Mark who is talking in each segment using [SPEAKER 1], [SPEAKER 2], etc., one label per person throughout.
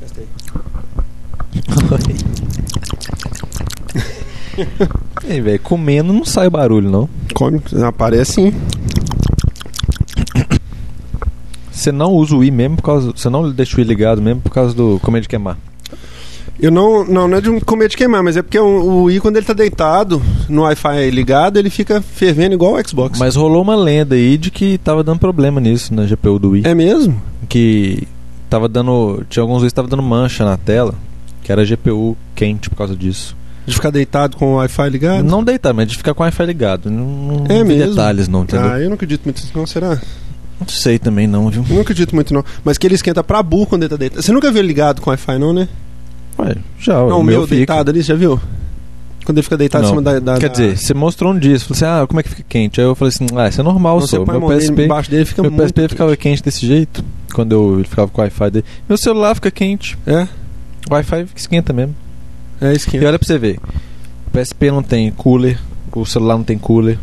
[SPEAKER 1] Gastei.
[SPEAKER 2] Ei, velho, comendo não sai barulho, não.
[SPEAKER 3] Come, aparece sim.
[SPEAKER 2] Você não usa o i mesmo por causa. Você não deixa o i ligado mesmo por causa do comer de queimar.
[SPEAKER 3] Eu não, não, não é de um comer de queimar, mas é porque o, o i quando ele tá deitado no Wi-Fi ligado, ele fica fervendo igual o Xbox.
[SPEAKER 2] Mas rolou uma lenda aí de que tava dando problema nisso na GPU do i.
[SPEAKER 3] É mesmo?
[SPEAKER 2] Que tava dando. Tinha alguns vezes que tava dando mancha na tela. Que era GPU quente por causa disso.
[SPEAKER 3] De ficar deitado com o Wi-Fi ligado?
[SPEAKER 2] Não deitar, mas de ficar com o Wi-Fi ligado. Não, não
[SPEAKER 3] É
[SPEAKER 2] vi
[SPEAKER 3] mesmo?
[SPEAKER 2] detalhes, não, entendeu?
[SPEAKER 3] Ah, eu não acredito muito nisso, não, será?
[SPEAKER 2] Não sei também, não, viu?
[SPEAKER 3] Eu não acredito muito, não. Mas que ele esquenta pra burro quando ele tá deitado. Você nunca viu ele ligado com Wi-Fi, não, né?
[SPEAKER 2] Ué, já,
[SPEAKER 3] não, o meu,
[SPEAKER 2] fica.
[SPEAKER 3] deitado tá, ali, você já viu? Quando ele fica deitado
[SPEAKER 2] Não.
[SPEAKER 3] em cima da. da-
[SPEAKER 2] Quer
[SPEAKER 3] da-
[SPEAKER 2] dizer, você mostrou um dia, você falou assim, ah, como é que fica quente? Aí eu falei assim, ah, isso é normal,
[SPEAKER 3] Quando você
[SPEAKER 2] sou.
[SPEAKER 3] põe a
[SPEAKER 2] Meu
[SPEAKER 3] mão dele
[SPEAKER 2] PSP,
[SPEAKER 3] embaixo dele fica
[SPEAKER 2] meu
[SPEAKER 3] muito
[SPEAKER 2] PSP
[SPEAKER 3] quente.
[SPEAKER 2] ficava quente desse jeito, quando eu ele ficava com o Wi-Fi dele. Meu celular fica quente,
[SPEAKER 3] É,
[SPEAKER 2] o Wi-Fi fica- esquenta mesmo.
[SPEAKER 3] é esquenta.
[SPEAKER 2] E olha pra você ver, o PSP não tem cooler, o celular não tem cooler,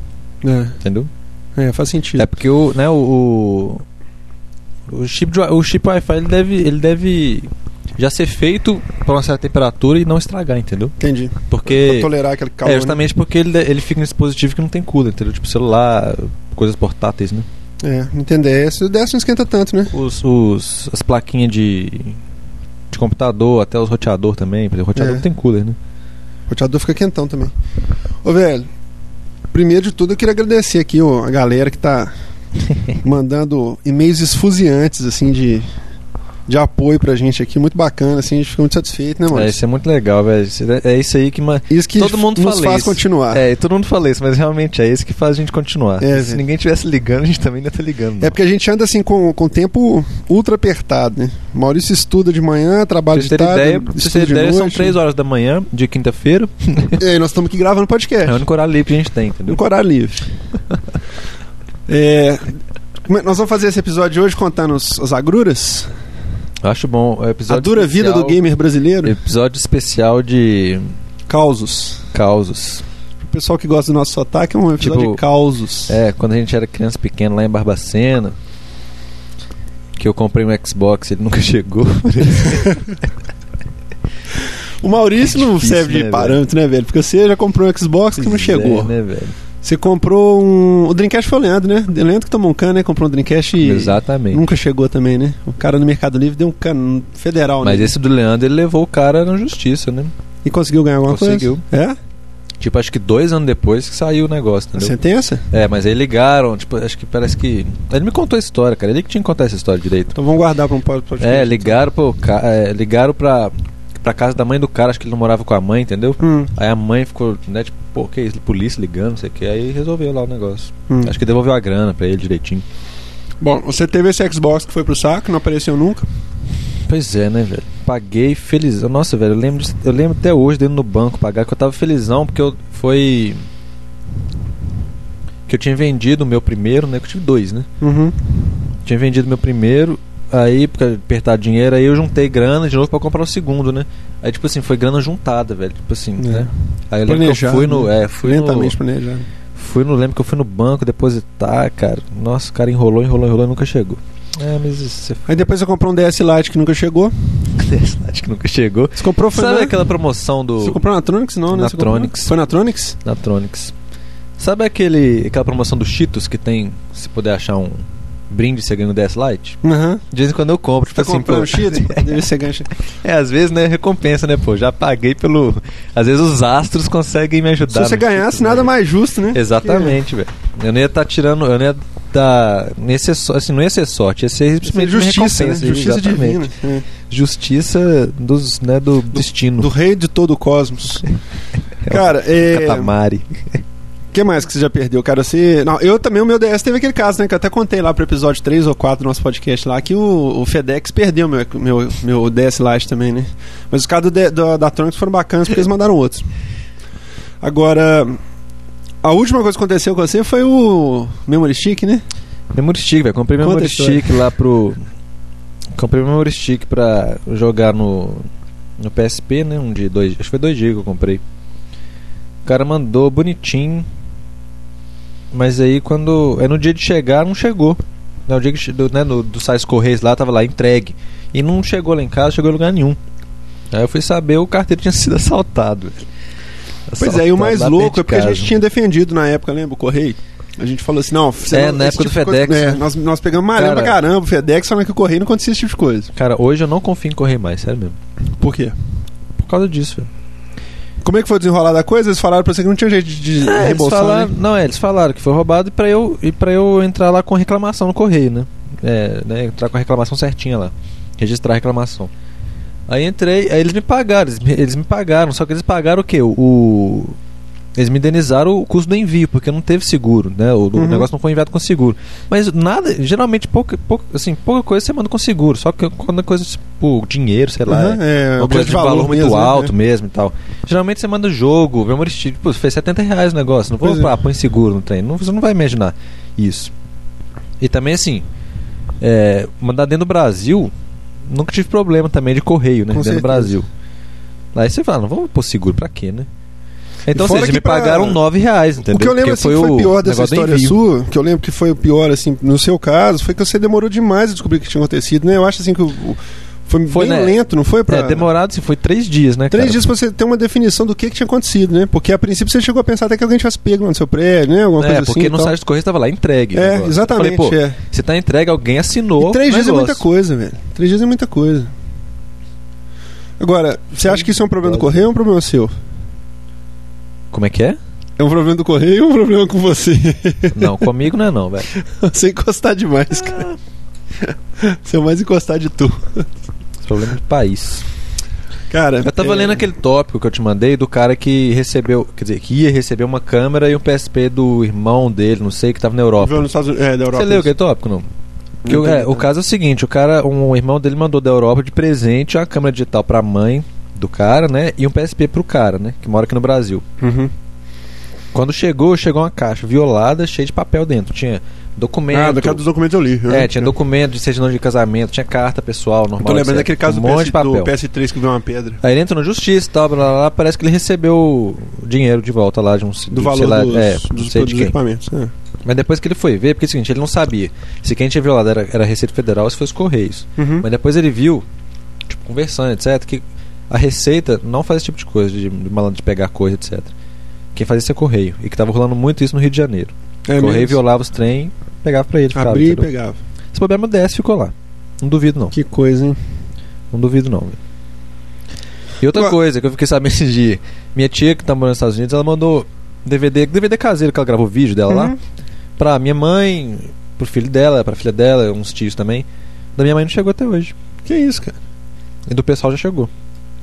[SPEAKER 2] entendeu?
[SPEAKER 3] É, é, faz sentido.
[SPEAKER 2] É porque o, né, o, o, o chip de wi- o chip Wi-Fi ele deve, ele deve já ser feito pra uma certa temperatura e não estragar, entendeu?
[SPEAKER 3] Entendi.
[SPEAKER 2] Porque...
[SPEAKER 3] Pra tolerar aquele calor.
[SPEAKER 2] é justamente porque ele, ele fica em dispositivo que não tem cooler, entendeu? Tipo celular, coisas portáteis, né?
[SPEAKER 3] né? É, entender. Esse dessa não esquenta tanto, né?
[SPEAKER 2] Os, os- as plaquinhas de, de computador, até os roteador também, porque o roteador
[SPEAKER 3] É.
[SPEAKER 2] não tem cooler, né?
[SPEAKER 3] O roteador fica quentão também. Ô, velho, primeiro de tudo eu queria agradecer aqui ó, a galera que tá mandando e-mails esfuziantes, assim, de, de apoio pra gente aqui. Muito bacana, assim, a gente fica muito satisfeito, né, mano?
[SPEAKER 2] É, isso é muito legal, velho. Isso- É isso aí que ma-
[SPEAKER 3] Isso que
[SPEAKER 2] todo mundo
[SPEAKER 3] nos
[SPEAKER 2] fala
[SPEAKER 3] faz
[SPEAKER 2] isso.
[SPEAKER 3] continuar. É.
[SPEAKER 2] É, e todo mundo fala isso, mas realmente é isso que faz a gente continuar.
[SPEAKER 3] É,
[SPEAKER 2] Se
[SPEAKER 3] velho.
[SPEAKER 2] ninguém tivesse ligando, a gente também não ia tá ligando. não.
[SPEAKER 3] porque a gente anda assim com, com o tempo ultra apertado, né? Maurício estuda de manhã,
[SPEAKER 2] Pra
[SPEAKER 3] trabalha
[SPEAKER 2] vocês
[SPEAKER 3] de
[SPEAKER 2] terem
[SPEAKER 3] tarde,
[SPEAKER 2] ideia, pra vocês
[SPEAKER 3] estuda
[SPEAKER 2] terem
[SPEAKER 3] de
[SPEAKER 2] ideia,
[SPEAKER 3] noite.
[SPEAKER 2] são 3 horas da manhã, de quinta-feira.
[SPEAKER 3] E aí nós estamos aqui gravando podcast.
[SPEAKER 2] É o único horário livre que a gente tem, entendeu?
[SPEAKER 3] Um horário livre. É, como- nós vamos fazer esse episódio hoje contando os- as agruras.
[SPEAKER 2] Eu acho bom. É o episódio
[SPEAKER 3] a dura vida do
[SPEAKER 2] especial- É.
[SPEAKER 3] gamer brasileiro.
[SPEAKER 2] Episódio especial de
[SPEAKER 3] Causos.
[SPEAKER 2] causos.
[SPEAKER 3] O pessoal que gosta do nosso sotaque é um episódio
[SPEAKER 2] Tipo,
[SPEAKER 3] de causos.
[SPEAKER 2] É, quando a gente era criança pequena lá em Barbacena, que eu comprei um Xbox, ele nunca chegou.
[SPEAKER 3] O Maurício
[SPEAKER 2] É
[SPEAKER 3] não
[SPEAKER 2] difícil,
[SPEAKER 3] serve
[SPEAKER 2] né,
[SPEAKER 3] de
[SPEAKER 2] velho?
[SPEAKER 3] parâmetro, né, velho? Porque você já comprou um Xbox que não chegou.
[SPEAKER 2] É, né, velho?
[SPEAKER 3] Você comprou um. O Dreamcast foi o Leandro, né? O Leandro que tomou um cano, né? Comprou um Dreamcast e.
[SPEAKER 2] Exatamente.
[SPEAKER 3] Nunca chegou também, né? O cara no Mercado Livre deu um cano federal,
[SPEAKER 2] Mas
[SPEAKER 3] né?
[SPEAKER 2] esse do Leandro, ele levou o cara na justiça, né?
[SPEAKER 3] E conseguiu ganhar alguma
[SPEAKER 2] Conseguiu.
[SPEAKER 3] coisa? É?
[SPEAKER 2] Tipo, acho que dois anos depois que saiu o negócio,
[SPEAKER 3] A
[SPEAKER 2] entendeu?
[SPEAKER 3] sentença?
[SPEAKER 2] É, mas aí ligaram, tipo, acho que parece que. Ele me contou a história, cara. Ele que tinha que contar essa história direito.
[SPEAKER 3] Então vamos guardar pra um pod- podcast.
[SPEAKER 2] É, ligaram pro ca... é, ligaram pra. pra casa da mãe do cara, acho que ele não morava com a mãe, entendeu?
[SPEAKER 3] Hum,
[SPEAKER 2] Aí a mãe ficou, né, tipo, pô, que isso? Polícia ligando, não sei o que. Aí resolveu lá o negócio.
[SPEAKER 3] hum.
[SPEAKER 2] Acho que devolveu a grana pra ele direitinho.
[SPEAKER 3] Bom, você teve esse Xbox que foi pro saco, não apareceu nunca.
[SPEAKER 2] Pois é, né, velho? Paguei felizão. Nossa, velho, eu lembro, disso- eu lembro até hoje dentro do banco pagar que eu tava felizão porque eu foi que eu tinha vendido o meu primeiro, né? Que eu tive dois, né?
[SPEAKER 3] Uhum.
[SPEAKER 2] Tinha vendido meu primeiro, aí porque apertar dinheiro, aí eu juntei grana de novo pra comprar o segundo, né? Aí tipo assim, foi grana juntada, velho, tipo assim,
[SPEAKER 3] É.
[SPEAKER 2] né? Aí eu lembro que eu
[SPEAKER 3] Planejado,
[SPEAKER 2] fui no,
[SPEAKER 3] né?
[SPEAKER 2] é, fui no,
[SPEAKER 3] Lentamente planejado.
[SPEAKER 2] fui no, lembro que eu fui no banco depositar, cara. Nossa, o cara enrolou, enrolou, enrolou e nunca chegou. É, mas isso, você
[SPEAKER 3] Aí depois você comprou um DS Lite que nunca chegou.
[SPEAKER 2] acho que nunca chegou.
[SPEAKER 3] Você comprou foi
[SPEAKER 2] Sabe
[SPEAKER 3] na...
[SPEAKER 2] aquela promoção do
[SPEAKER 3] Você comprou na Tronics? Não, né?
[SPEAKER 2] Na
[SPEAKER 3] Você comprou-
[SPEAKER 2] Tronics.
[SPEAKER 3] Foi na Tronics?
[SPEAKER 2] na Tronics? Sabe aquele, aquela promoção do Cheetos que tem, se puder achar um brinde, você ganha um 10 Lite?
[SPEAKER 3] Aham.
[SPEAKER 2] De vez em quando eu compro, tipo
[SPEAKER 3] Tá
[SPEAKER 2] assim,
[SPEAKER 3] comprando
[SPEAKER 2] pô,
[SPEAKER 3] o Cheetos? Deve ser gancho.
[SPEAKER 2] É, às vezes, né, recompensa, né, pô, já paguei pelo... Às vezes os astros conseguem me
[SPEAKER 3] Se
[SPEAKER 2] ajudar.
[SPEAKER 3] você
[SPEAKER 2] no
[SPEAKER 3] ganhasse,
[SPEAKER 2] Cheetos,
[SPEAKER 3] nada
[SPEAKER 2] né?
[SPEAKER 3] mais justo, né?
[SPEAKER 2] Exatamente, velho. Eu não ia estar tirando, eu não ia estar... Não ia ser só- assim, não ia ser sorte, ia ser
[SPEAKER 3] Porque-
[SPEAKER 2] simplesmente uma
[SPEAKER 3] Justiça, né?
[SPEAKER 2] recompensa,
[SPEAKER 3] Justiça
[SPEAKER 2] exatamente.
[SPEAKER 3] divina. É.
[SPEAKER 2] Justiça dos, né, do, destino.
[SPEAKER 3] Do rei de todo o cosmos. Cara, é.
[SPEAKER 2] Catamari.
[SPEAKER 3] O que mais que você já perdeu, cara? Você... Não, eu também, o meu DS teve aquele caso, né? Que eu até contei lá pro episódio 3 ou 4 do nosso podcast lá, que o, o FedEx perdeu meu, meu, meu DS Lite também, né? Mas os caras do D- da, da Trunks foram bacanas porque eles mandaram outros. Agora, a última coisa que aconteceu com você foi o Memory Stick, né?
[SPEAKER 2] Memory Stick, É velho. Comprei
[SPEAKER 3] Conta
[SPEAKER 2] Memory
[SPEAKER 3] a história.
[SPEAKER 2] Stick lá pro. Comprei Memory Stick pra jogar no. No PSP, né? Um de dois. Acho que foi dois dias que eu comprei. O cara mandou bonitinho. Mas aí quando. É no dia de chegar, não chegou. Não, o dia que, che- do, né, no, do Sais Correios lá, tava lá entregue. E não chegou lá em casa, chegou em lugar nenhum. Aí eu fui saber, o carteiro tinha sido assaltado. velho.
[SPEAKER 3] Pois é, e
[SPEAKER 2] Assaltado
[SPEAKER 3] o mais
[SPEAKER 2] lá
[SPEAKER 3] louco é
[SPEAKER 2] perto de
[SPEAKER 3] porque a gente
[SPEAKER 2] casa.
[SPEAKER 3] tinha defendido na época, lembra? O Correio. A gente falou assim, não, você
[SPEAKER 2] É,
[SPEAKER 3] não-
[SPEAKER 2] na
[SPEAKER 3] esse
[SPEAKER 2] época do
[SPEAKER 3] de coisa-
[SPEAKER 2] FedEx,
[SPEAKER 3] é,
[SPEAKER 2] né?
[SPEAKER 3] nós, nós pegamos maré pra
[SPEAKER 2] Cara-
[SPEAKER 3] caramba, o FedEx, falando que o Correio não acontecia esse tipo de coisa.
[SPEAKER 2] Cara, hoje eu não confio em correr mais, sério mesmo.
[SPEAKER 3] Por quê?
[SPEAKER 2] Por causa disso, velho.
[SPEAKER 3] Como é que foi o desenrolar da coisa? Eles falaram pra você que não tinha jeito de
[SPEAKER 2] É, eles
[SPEAKER 3] reembolsar,
[SPEAKER 2] falaram,
[SPEAKER 3] né?
[SPEAKER 2] Não, é, eles falaram que foi roubado e pra eu, e pra eu entrar lá com reclamação no correio, né? É, né? Entrar com a reclamação certinha lá. Registrar a reclamação. Aí entrei, aí eles me pagaram, eles me, eles me pagaram, só que eles pagaram o quê? O, o- Eles me indenizaram o custo do envio, porque não teve seguro, né? O, o
[SPEAKER 3] Uhum.
[SPEAKER 2] negócio não foi enviado com seguro. Mas nada, geralmente pouca, pouca, assim, pouca coisa você manda com seguro, só que quando é coisa tipo dinheiro, sei lá. é-
[SPEAKER 3] Uhum, é,
[SPEAKER 2] uma coisa de valor, muito
[SPEAKER 3] mesmo, né?
[SPEAKER 2] alto mesmo e tal. Geralmente você manda jogo, memory stick, pô, tipo, fez 70 reais o negócio, não vou
[SPEAKER 3] Pois é.
[SPEAKER 2] comprar, põe seguro no trem. Não, você não vai imaginar isso. E também assim, é, mandar dentro do Brasil, nunca tive problema também de correio, né?
[SPEAKER 3] Com
[SPEAKER 2] dentro do
[SPEAKER 3] certeza.
[SPEAKER 2] Brasil. Aí você fala, não vamos pôr seguro pra quê, né? Então,
[SPEAKER 3] E
[SPEAKER 2] assim,
[SPEAKER 3] fora
[SPEAKER 2] eles
[SPEAKER 3] que
[SPEAKER 2] me
[SPEAKER 3] pra-
[SPEAKER 2] pagaram 9 reais, entendeu?
[SPEAKER 3] O que eu lembro assim,
[SPEAKER 2] Porque
[SPEAKER 3] que foi
[SPEAKER 2] o
[SPEAKER 3] pior dessa
[SPEAKER 2] negócio do
[SPEAKER 3] história
[SPEAKER 2] envio.
[SPEAKER 3] sua, que eu lembro que foi o pior, assim, no seu caso, foi que você demorou demais a descobrir o que tinha acontecido, né? Eu acho assim que o- o- foi,
[SPEAKER 2] Foi,
[SPEAKER 3] bem
[SPEAKER 2] né?
[SPEAKER 3] lento, não foi? Pra...
[SPEAKER 2] É, demorado, assim, foi 3 dias, né?
[SPEAKER 3] Três
[SPEAKER 2] cara?
[SPEAKER 3] dias pra você ter uma definição do que, que tinha acontecido, né? Porque a princípio você chegou a pensar até que alguém tivesse pego lá no seu prédio, né? Alguma
[SPEAKER 2] é,
[SPEAKER 3] coisa
[SPEAKER 2] porque
[SPEAKER 3] assim. e
[SPEAKER 2] no
[SPEAKER 3] tal.
[SPEAKER 2] site do correio estava lá, entregue. o
[SPEAKER 3] É,
[SPEAKER 2] negócio. Eu
[SPEAKER 3] exatamente,
[SPEAKER 2] Falei, pô,
[SPEAKER 3] é.
[SPEAKER 2] você tá entregue, alguém assinou.
[SPEAKER 3] E três
[SPEAKER 2] o
[SPEAKER 3] dias é muita
[SPEAKER 2] negócio.
[SPEAKER 3] coisa, velho. Três dias é muita coisa. Agora, você acha que isso é um problema do correio ou é um problema seu?
[SPEAKER 2] Como é que é?
[SPEAKER 3] É um problema do correio ou é um problema com você?
[SPEAKER 2] Não, comigo não é não, velho.
[SPEAKER 3] Você encostar demais, cara. Você é o mais encostar de tu.
[SPEAKER 2] Problema é de país.
[SPEAKER 3] Cara,
[SPEAKER 2] Eu tava
[SPEAKER 3] é-
[SPEAKER 2] lendo aquele tópico que eu te mandei do cara que recebeu, quer dizer, que ia receber uma câmera e um PSP do irmão dele, não sei, que tava na Europa.
[SPEAKER 3] Viu nos Estados Unidos- É, da Europa.
[SPEAKER 2] Você leu aquele tópico, não? Que
[SPEAKER 3] Não
[SPEAKER 2] o, é,
[SPEAKER 3] entendi,
[SPEAKER 2] o
[SPEAKER 3] tá.
[SPEAKER 2] caso é o seguinte, o cara, um irmão dele mandou da Europa de presente uma câmera digital pra mãe do cara, né? E um PSP pro cara, né? Que mora aqui no Brasil.
[SPEAKER 3] Uhum.
[SPEAKER 2] Quando chegou, chegou uma caixa violada, cheia de papel dentro. Tinha documento.
[SPEAKER 3] Ah, do caso dos documentos eu li.
[SPEAKER 2] É, tinha documento de certidão de casamento, tinha carta pessoal, normal.
[SPEAKER 3] Eu Tô Então,
[SPEAKER 2] etc.
[SPEAKER 3] lembrando daquele caso
[SPEAKER 2] um
[SPEAKER 3] do,
[SPEAKER 2] monte de
[SPEAKER 3] PS, do
[SPEAKER 2] papel.
[SPEAKER 3] PS3 que viu uma pedra.
[SPEAKER 2] Aí ele entrou na justiça e tal, blá, blá, blá, parece que ele recebeu o dinheiro de volta lá de um...
[SPEAKER 3] Do
[SPEAKER 2] sei
[SPEAKER 3] valor
[SPEAKER 2] lá,
[SPEAKER 3] dos,
[SPEAKER 2] é, não
[SPEAKER 3] dos,
[SPEAKER 2] sei
[SPEAKER 3] dos
[SPEAKER 2] de quem.
[SPEAKER 3] equipamentos. é.
[SPEAKER 2] Mas depois que ele foi ver, porque é o seguinte, ele não sabia se quem tinha violado era, era a Receita Federal ou se foi os Correios.
[SPEAKER 3] Uhum.
[SPEAKER 2] Mas depois ele viu, tipo, conversando, etc., que a Receita não faz esse tipo de coisa, de, de malandro de pegar coisa, etc. Quem fazia isso é Correio. E que tava rolando muito isso no Rio de Janeiro.
[SPEAKER 3] É
[SPEAKER 2] Correio
[SPEAKER 3] mesmo.
[SPEAKER 2] violava os trem, pegava pra ele. Ficava,
[SPEAKER 3] Abri e
[SPEAKER 2] entendeu?
[SPEAKER 3] pegava.
[SPEAKER 2] Esse problema 10 ficou lá. Não duvido, não.
[SPEAKER 3] Que coisa, hein?
[SPEAKER 2] Não duvido, não. velho. E outra
[SPEAKER 3] Agora-
[SPEAKER 2] coisa que eu fiquei sabendo esse dia. Minha tia, que tá morando nos Estados Unidos, ela mandou DVD, DVD caseiro que ela gravou o vídeo dela Tá lá,
[SPEAKER 3] Uhum.
[SPEAKER 2] pra minha mãe, pro filho dela, pra filha dela, uns tios também. Da minha mãe não chegou até hoje.
[SPEAKER 3] Que isso, cara?
[SPEAKER 2] E do pessoal já chegou.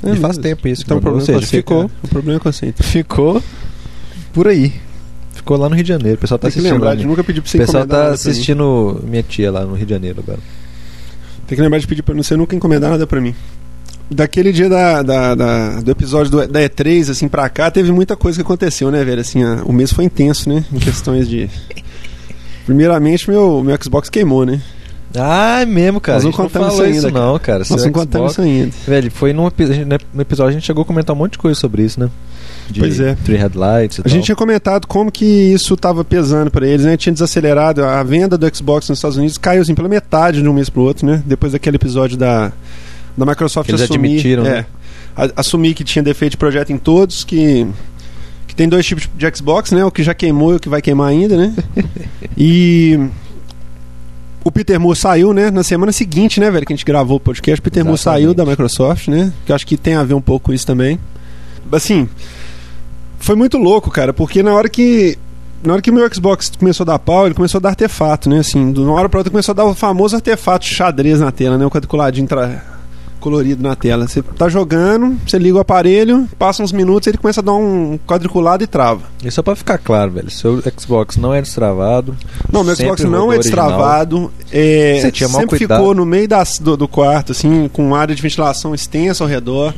[SPEAKER 3] É
[SPEAKER 2] e faz
[SPEAKER 3] mesmo.
[SPEAKER 2] tempo isso. que
[SPEAKER 3] Então o
[SPEAKER 2] mandou.
[SPEAKER 3] problema
[SPEAKER 2] Ou seja,
[SPEAKER 3] é com
[SPEAKER 2] ficou,
[SPEAKER 3] você,
[SPEAKER 2] Tá
[SPEAKER 3] cara. O problema é com você. Então.
[SPEAKER 2] ficou por aí. Ficou lá no Rio de Janeiro. O pessoal tá
[SPEAKER 3] Tem que
[SPEAKER 2] assistindo. lá,
[SPEAKER 3] lembrar de
[SPEAKER 2] né?
[SPEAKER 3] nunca pedir pra
[SPEAKER 2] o
[SPEAKER 3] você
[SPEAKER 2] pessoal
[SPEAKER 3] encomendar
[SPEAKER 2] tá
[SPEAKER 3] nada pra mim.
[SPEAKER 2] assistindo minha tia lá no Rio de Janeiro agora.
[SPEAKER 3] Tem que lembrar de pedir pra você nunca encomendar nada pra mim. Daquele dia da, da- da- do episódio do- da E3, assim, pra cá, teve muita coisa que aconteceu, né, velho? Assim, a- o mês foi intenso, né? Em questões de. Primeiramente, meu, meu Xbox queimou, né?
[SPEAKER 2] Ah, é mesmo, cara. a
[SPEAKER 3] Nós não
[SPEAKER 2] gente não
[SPEAKER 3] contamos
[SPEAKER 2] falou
[SPEAKER 3] isso
[SPEAKER 2] isso, é
[SPEAKER 3] ainda,
[SPEAKER 2] não, cara.
[SPEAKER 3] Nós
[SPEAKER 2] Seu
[SPEAKER 3] não
[SPEAKER 2] Xbox-
[SPEAKER 3] contamos isso ainda.
[SPEAKER 2] Velho, foi num epi- a gente- né, no episódio a gente chegou a comentar um monte de coisa sobre isso, né? De
[SPEAKER 3] Pois é.
[SPEAKER 2] Three Headlights e
[SPEAKER 3] A
[SPEAKER 2] tal.
[SPEAKER 3] gente tinha comentado como que isso tava pesando pra eles, né? Tinha desacelerado a venda do Xbox nos Estados Unidos, caiu assim pela metade de um mês pro outro, né? Depois daquele episódio da, da Microsoft
[SPEAKER 2] Que eles
[SPEAKER 3] assumir,
[SPEAKER 2] admitiram,
[SPEAKER 3] é,
[SPEAKER 2] né?
[SPEAKER 3] a- assumir que tinha defeito de projeto em todos, que que tem dois tipos de Xbox, né? O que já queimou e o que vai queimar ainda, né? e o Peter Moore saiu, né? Na semana seguinte, né, velho, que a gente gravou o podcast, o Peter Moore
[SPEAKER 2] Exatamente.
[SPEAKER 3] saiu da Microsoft, né? Que eu acho que tem a ver um pouco com isso também. Assim, foi muito louco, cara, porque na hora que na hora que o meu Xbox começou a dar pau, ele começou a dar artefato, né? Assim, de uma hora pra outra começou a dar o famoso artefato xadrez na tela, né? O quadriculadinho tra- colorido na tela. Você tá jogando, você liga o aparelho, passa uns minutos, ele começa a dar um quadriculado e trava.
[SPEAKER 2] E só pra ficar claro, velho, seu Xbox não é destravado.
[SPEAKER 3] Não, meu
[SPEAKER 2] sempre
[SPEAKER 3] Xbox não
[SPEAKER 2] rodou
[SPEAKER 3] é
[SPEAKER 2] original.
[SPEAKER 3] destravado. É,
[SPEAKER 2] Você tinha mau
[SPEAKER 3] sempre
[SPEAKER 2] cuidado.
[SPEAKER 3] ficou no meio das- do, do quarto, assim, com uma área de ventilação extensa ao redor.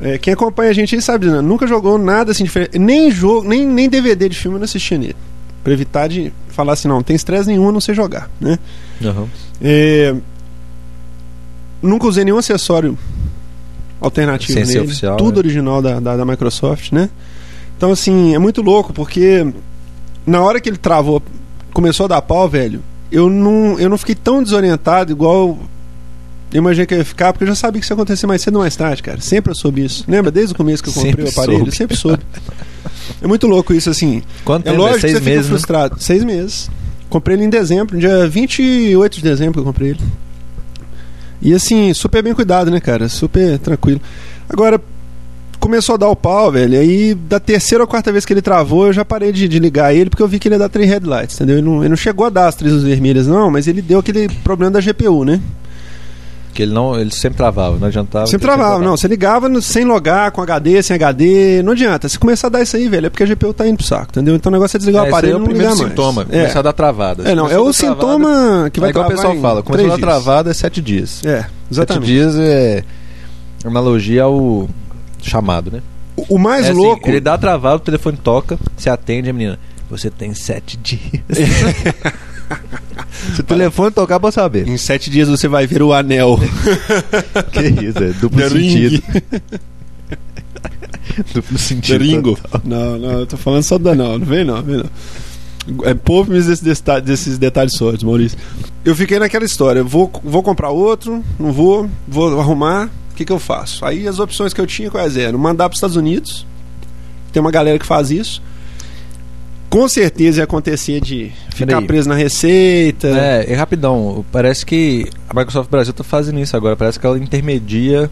[SPEAKER 3] É, quem acompanha a gente aí sabe, né? nunca jogou nada assim diferente. Nem jogo, nem, nem DVD de filme eu não assistia nele. Pra evitar de falar assim, não, não tem estresse nenhum, a não sei jogar, né?
[SPEAKER 2] Aham.
[SPEAKER 3] É, nunca usei nenhum acessório alternativo
[SPEAKER 2] Sem ser
[SPEAKER 3] nele.
[SPEAKER 2] oficial,
[SPEAKER 3] tudo
[SPEAKER 2] né?
[SPEAKER 3] original da, da, da Microsoft, né? Então, assim, é muito louco, porque na hora que ele travou, começou a dar pau, velho, eu não, eu não fiquei tão desorientado igual Eu imaginei que eu ia ficar, porque eu já sabia que isso ia acontecer mais cedo ou mais tarde, cara. Sempre eu soube isso. Lembra? Desde o começo que eu comprei
[SPEAKER 2] Sempre
[SPEAKER 3] o aparelho,
[SPEAKER 2] soube.
[SPEAKER 3] sempre soube. É muito louco isso, assim.
[SPEAKER 2] Quanto
[SPEAKER 3] é
[SPEAKER 2] tempo?
[SPEAKER 3] lógico
[SPEAKER 2] é seis
[SPEAKER 3] que você
[SPEAKER 2] meses,
[SPEAKER 3] fica frustrado. Seis meses. Comprei ele em dezembro, dia 28 de dezembro que eu comprei ele. E assim, super bem cuidado, né, cara? Super tranquilo. Agora, começou a dar o pau, velho. Aí, da terceira ou quarta vez que ele travou, eu já parei de, de ligar ele, porque eu vi que ele ia dar três headlights, entendeu? Ele não, ele não chegou a dar as três luzes vermelhas, não, mas ele deu aquele problema da GPU, né?
[SPEAKER 2] né? Que ele, não, ele sempre travava, não adiantava.
[SPEAKER 3] Sempre
[SPEAKER 2] ele
[SPEAKER 3] travava, não. Você ligava no- sem logar, com HD, sem HD, não adianta. Se começar a dar isso aí, velho, é porque a GPU tá indo pro saco, entendeu? Então o negócio é desligar o
[SPEAKER 2] É, esse aí
[SPEAKER 3] aparelho
[SPEAKER 2] é
[SPEAKER 3] e
[SPEAKER 2] o
[SPEAKER 3] não ligar
[SPEAKER 2] primeiro
[SPEAKER 3] mais.
[SPEAKER 2] sintoma,
[SPEAKER 3] É.
[SPEAKER 2] começar a dar travada.
[SPEAKER 3] É, não, é
[SPEAKER 2] Começou
[SPEAKER 3] o
[SPEAKER 2] a dar travada,
[SPEAKER 3] sintoma que vai
[SPEAKER 2] é igual o
[SPEAKER 3] travar
[SPEAKER 2] pessoal
[SPEAKER 3] em
[SPEAKER 2] fala,
[SPEAKER 3] três
[SPEAKER 2] começou a dar
[SPEAKER 3] dias.
[SPEAKER 2] travada é sete dias.
[SPEAKER 3] É, exatamente.
[SPEAKER 2] Sete dias é analogia ao chamado, né?
[SPEAKER 3] O, o mais
[SPEAKER 2] É assim,
[SPEAKER 3] louco.
[SPEAKER 2] Ele dá travada, o telefone toca, você atende a menina. Você tem sete dias. Se o telefone tocar, pode saber.
[SPEAKER 3] Em sete dias você vai ver o anel.
[SPEAKER 2] Que isso, é duplo
[SPEAKER 3] The
[SPEAKER 2] sentido. duplo sentido.
[SPEAKER 3] Não, não, eu tô falando só do anel. Não vem não, vem não. É, Poupe-me desses, desta- desses detalhes sórdidos, Maurício. Eu fiquei naquela história. Vou, vou comprar outro, não vou, vou arrumar. O que, que eu faço? Aí as opções que eu tinha quais eram? Mandar para os Estados Unidos. Tem uma galera que faz isso. Com certeza ia acontecer de ficar
[SPEAKER 2] Peraí.
[SPEAKER 3] preso na receita.
[SPEAKER 2] É, e rapidão, parece que a Microsoft Brasil tá fazendo isso agora. Parece que ela intermedia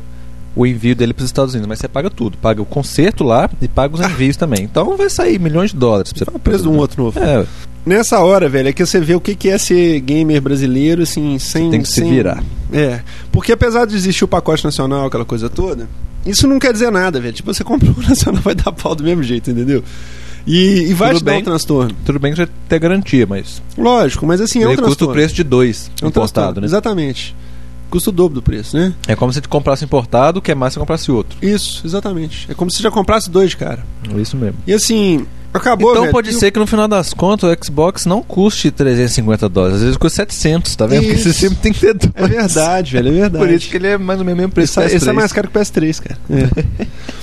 [SPEAKER 2] o envio dele para os Estados Unidos, mas você paga tudo, paga o conserto lá e paga os envios também. Então vai sair milhões de dólares. Pra
[SPEAKER 3] Tava preso de um outro novo.
[SPEAKER 2] É,
[SPEAKER 3] Nessa hora, velho, é que você vê o que que é ser gamer brasileiro, assim, sem.
[SPEAKER 2] tem que se
[SPEAKER 3] sem-
[SPEAKER 2] virar.
[SPEAKER 3] É. Porque apesar de existir o pacote nacional, aquela coisa toda, isso não quer dizer nada, velho. Tipo, você compra o nacional, vai dar pau do mesmo jeito, entendeu? E, e vai
[SPEAKER 2] Tudo
[SPEAKER 3] te dar
[SPEAKER 2] bem.
[SPEAKER 3] um transtorno.
[SPEAKER 2] Tudo bem que você tem garantia, mas
[SPEAKER 3] Lógico, mas assim, é um
[SPEAKER 2] ele custa o
[SPEAKER 3] transtorno.
[SPEAKER 2] preço de dois
[SPEAKER 3] é um
[SPEAKER 2] importado,
[SPEAKER 3] transtorno.
[SPEAKER 2] né?
[SPEAKER 3] Exatamente. Custa o dobro do preço, né?
[SPEAKER 2] É como se comprasse importado, que é mais se comprasse outro.
[SPEAKER 3] Isso, exatamente. É como se você já comprasse dois, cara.
[SPEAKER 2] É isso mesmo.
[SPEAKER 3] E assim, acabou.
[SPEAKER 2] então
[SPEAKER 3] velho,
[SPEAKER 2] pode
[SPEAKER 3] que o-
[SPEAKER 2] ser que no final das contas o Xbox não custe 350 dólares, às vezes custa 700, tá vendo? Porque
[SPEAKER 3] É Isso.
[SPEAKER 2] você sempre tem que ter dois.
[SPEAKER 3] É verdade, velho, é verdade.
[SPEAKER 2] Por isso que ele é mais ou menos o mesmo preço
[SPEAKER 3] Esse,
[SPEAKER 2] que o
[SPEAKER 3] esse é
[SPEAKER 2] S3.
[SPEAKER 3] mais caro que o PS3, cara.
[SPEAKER 2] É.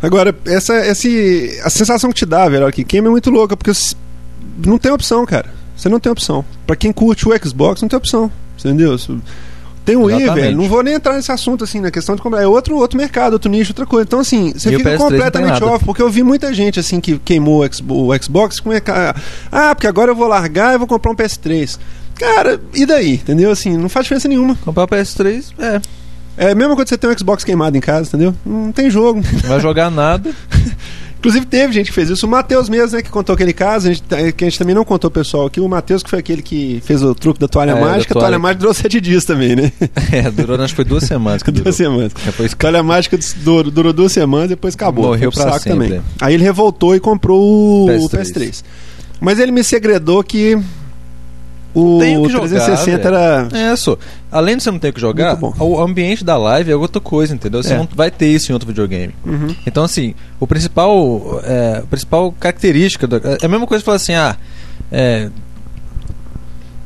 [SPEAKER 3] Agora, essa, esse, a sensação que te dá, velho, que game é muito louca, porque s- não tem opção, cara. Você não tem opção. Pra quem curte o Xbox, não tem opção. Entendeu? Isso- Tem o Wii,
[SPEAKER 2] Exatamente.
[SPEAKER 3] velho. Não vou nem entrar nesse assunto, assim, na questão de comprar. É outro, outro mercado, outro nicho, outra coisa. Então, assim, você
[SPEAKER 2] E o
[SPEAKER 1] PS3
[SPEAKER 3] fica
[SPEAKER 2] não tem
[SPEAKER 3] completamente
[SPEAKER 2] nada.
[SPEAKER 3] off, porque eu vi muita gente, assim, que queimou o Xbo- o Xbox com. a- Ah, porque agora eu vou largar e vou comprar um PS3. Cara, e daí? Entendeu? Assim, não faz diferença nenhuma.
[SPEAKER 2] Comprar o PS3, é.
[SPEAKER 3] É a mesma coisa que você ter um Xbox queimado em casa, entendeu? Não tem jogo.
[SPEAKER 2] Não vai jogar nada.
[SPEAKER 3] Inclusive teve gente que fez isso. O Matheus mesmo, né, que contou aquele caso, a gente tá- que a gente também não contou, pessoal, aqui. O Matheus, que foi aquele que fez o truque da toalha
[SPEAKER 2] É, da
[SPEAKER 3] mágica, a toalha
[SPEAKER 2] toalha.
[SPEAKER 3] mágica durou sete dias também, né?
[SPEAKER 2] É, durou, acho que foi duas semanas que durou.
[SPEAKER 3] duas semanas.
[SPEAKER 2] Depois
[SPEAKER 3] A toalha mágica des- durou, durou duas semanas, depois acabou.
[SPEAKER 2] Morreu
[SPEAKER 3] Foi pro
[SPEAKER 2] pra sempre.
[SPEAKER 3] Aí ele revoltou e comprou o PS3.
[SPEAKER 2] PS3.
[SPEAKER 3] Mas ele me segredou que o
[SPEAKER 2] Tenho que jogar,
[SPEAKER 3] 360
[SPEAKER 2] velho.
[SPEAKER 3] era.
[SPEAKER 2] É, só. Além de você não ter o que jogar,
[SPEAKER 3] Muito
[SPEAKER 2] o ambiente da live é outra coisa, entendeu? Você
[SPEAKER 3] É.
[SPEAKER 2] não vai ter isso em outro videogame.
[SPEAKER 3] Uhum.
[SPEAKER 2] Então, assim, o principal, é, a principal característica. do- é a mesma coisa que falar assim, ah. É,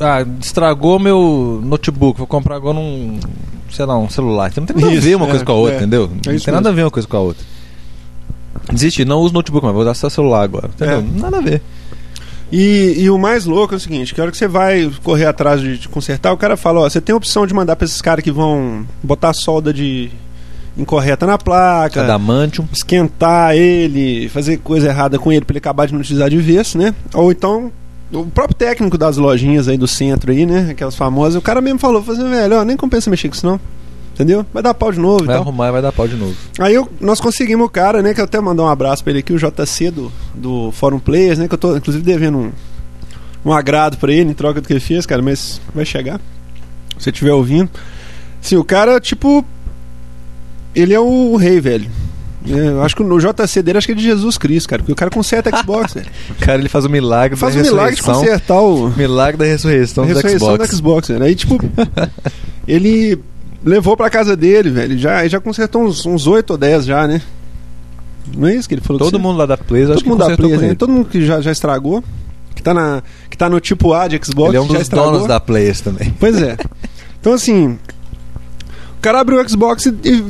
[SPEAKER 2] ah, estragou meu notebook, vou comprar agora um. Sei lá, um celular. Então, não tem nada
[SPEAKER 3] Isso,
[SPEAKER 2] a ver uma
[SPEAKER 3] é,
[SPEAKER 2] coisa com a outra,
[SPEAKER 3] é.
[SPEAKER 2] entendeu? não tem
[SPEAKER 3] isso
[SPEAKER 2] nada
[SPEAKER 3] mesmo.
[SPEAKER 2] a ver uma coisa com a outra. Desiste, não uso notebook, mas vou usar seu celular agora. Entendeu?
[SPEAKER 3] É.
[SPEAKER 2] Nada a ver.
[SPEAKER 3] E, e o mais louco é o seguinte, que a hora que você vai correr atrás de, de consertar, o cara fala, ó, você tem a opção de mandar pra esses caras que vão botar solda de incorreta na
[SPEAKER 2] É.
[SPEAKER 3] placa,
[SPEAKER 2] Adamantium.
[SPEAKER 3] esquentar ele, fazer coisa errada com ele pra ele acabar de não utilizar de vez, né? Ou então o próprio técnico das lojinhas aí do centro aí, né? Aquelas famosas, o cara mesmo falou, falou assim, velho, ó, nem compensa mexer com isso não. Entendeu? Vai dar pau de novo
[SPEAKER 2] Vai
[SPEAKER 3] e tal.
[SPEAKER 2] arrumar e vai dar pau de novo.
[SPEAKER 3] Aí eu- nós conseguimos o cara, né? Que eu até mandar um abraço pra ele aqui, o JC do, do Fórum Players, né? Que eu tô, inclusive, devendo um, um agrado pra ele em troca do que ele fez, cara, mas vai chegar. Se você estiver ouvindo. Sim, o cara, tipo. Ele é o, o rei, velho. É, eu acho que o JC dele acho que é de Jesus Cristo, cara. Porque o cara conserta Xbox, velho.
[SPEAKER 2] Cara, ele faz o milagre
[SPEAKER 3] Faz
[SPEAKER 2] da
[SPEAKER 3] um milagre de
[SPEAKER 2] ressurreição.
[SPEAKER 3] consertar o.
[SPEAKER 2] Milagre da ressurreição,
[SPEAKER 3] Ressurreição
[SPEAKER 2] Então, do Xbox.
[SPEAKER 3] do Xbox, velho. Aí, tipo, ele levou pra casa dele, velho. Já, já consertou uns, uns 8 ou 10 já, né? Não é isso que ele falou? que
[SPEAKER 2] Todo
[SPEAKER 3] você-
[SPEAKER 2] mundo lá da Plays, acho
[SPEAKER 3] todo
[SPEAKER 2] que
[SPEAKER 3] mundo da
[SPEAKER 2] consertou
[SPEAKER 3] Play,
[SPEAKER 2] com
[SPEAKER 3] né?
[SPEAKER 2] ele.
[SPEAKER 3] Todo mundo que já, já estragou, que tá, na, que tá no tipo A de Xbox,
[SPEAKER 2] Ele é um
[SPEAKER 3] já
[SPEAKER 2] dos
[SPEAKER 3] estragou.
[SPEAKER 2] donos da Players também.
[SPEAKER 3] Pois é. Então, assim, o cara abriu o Xbox e, e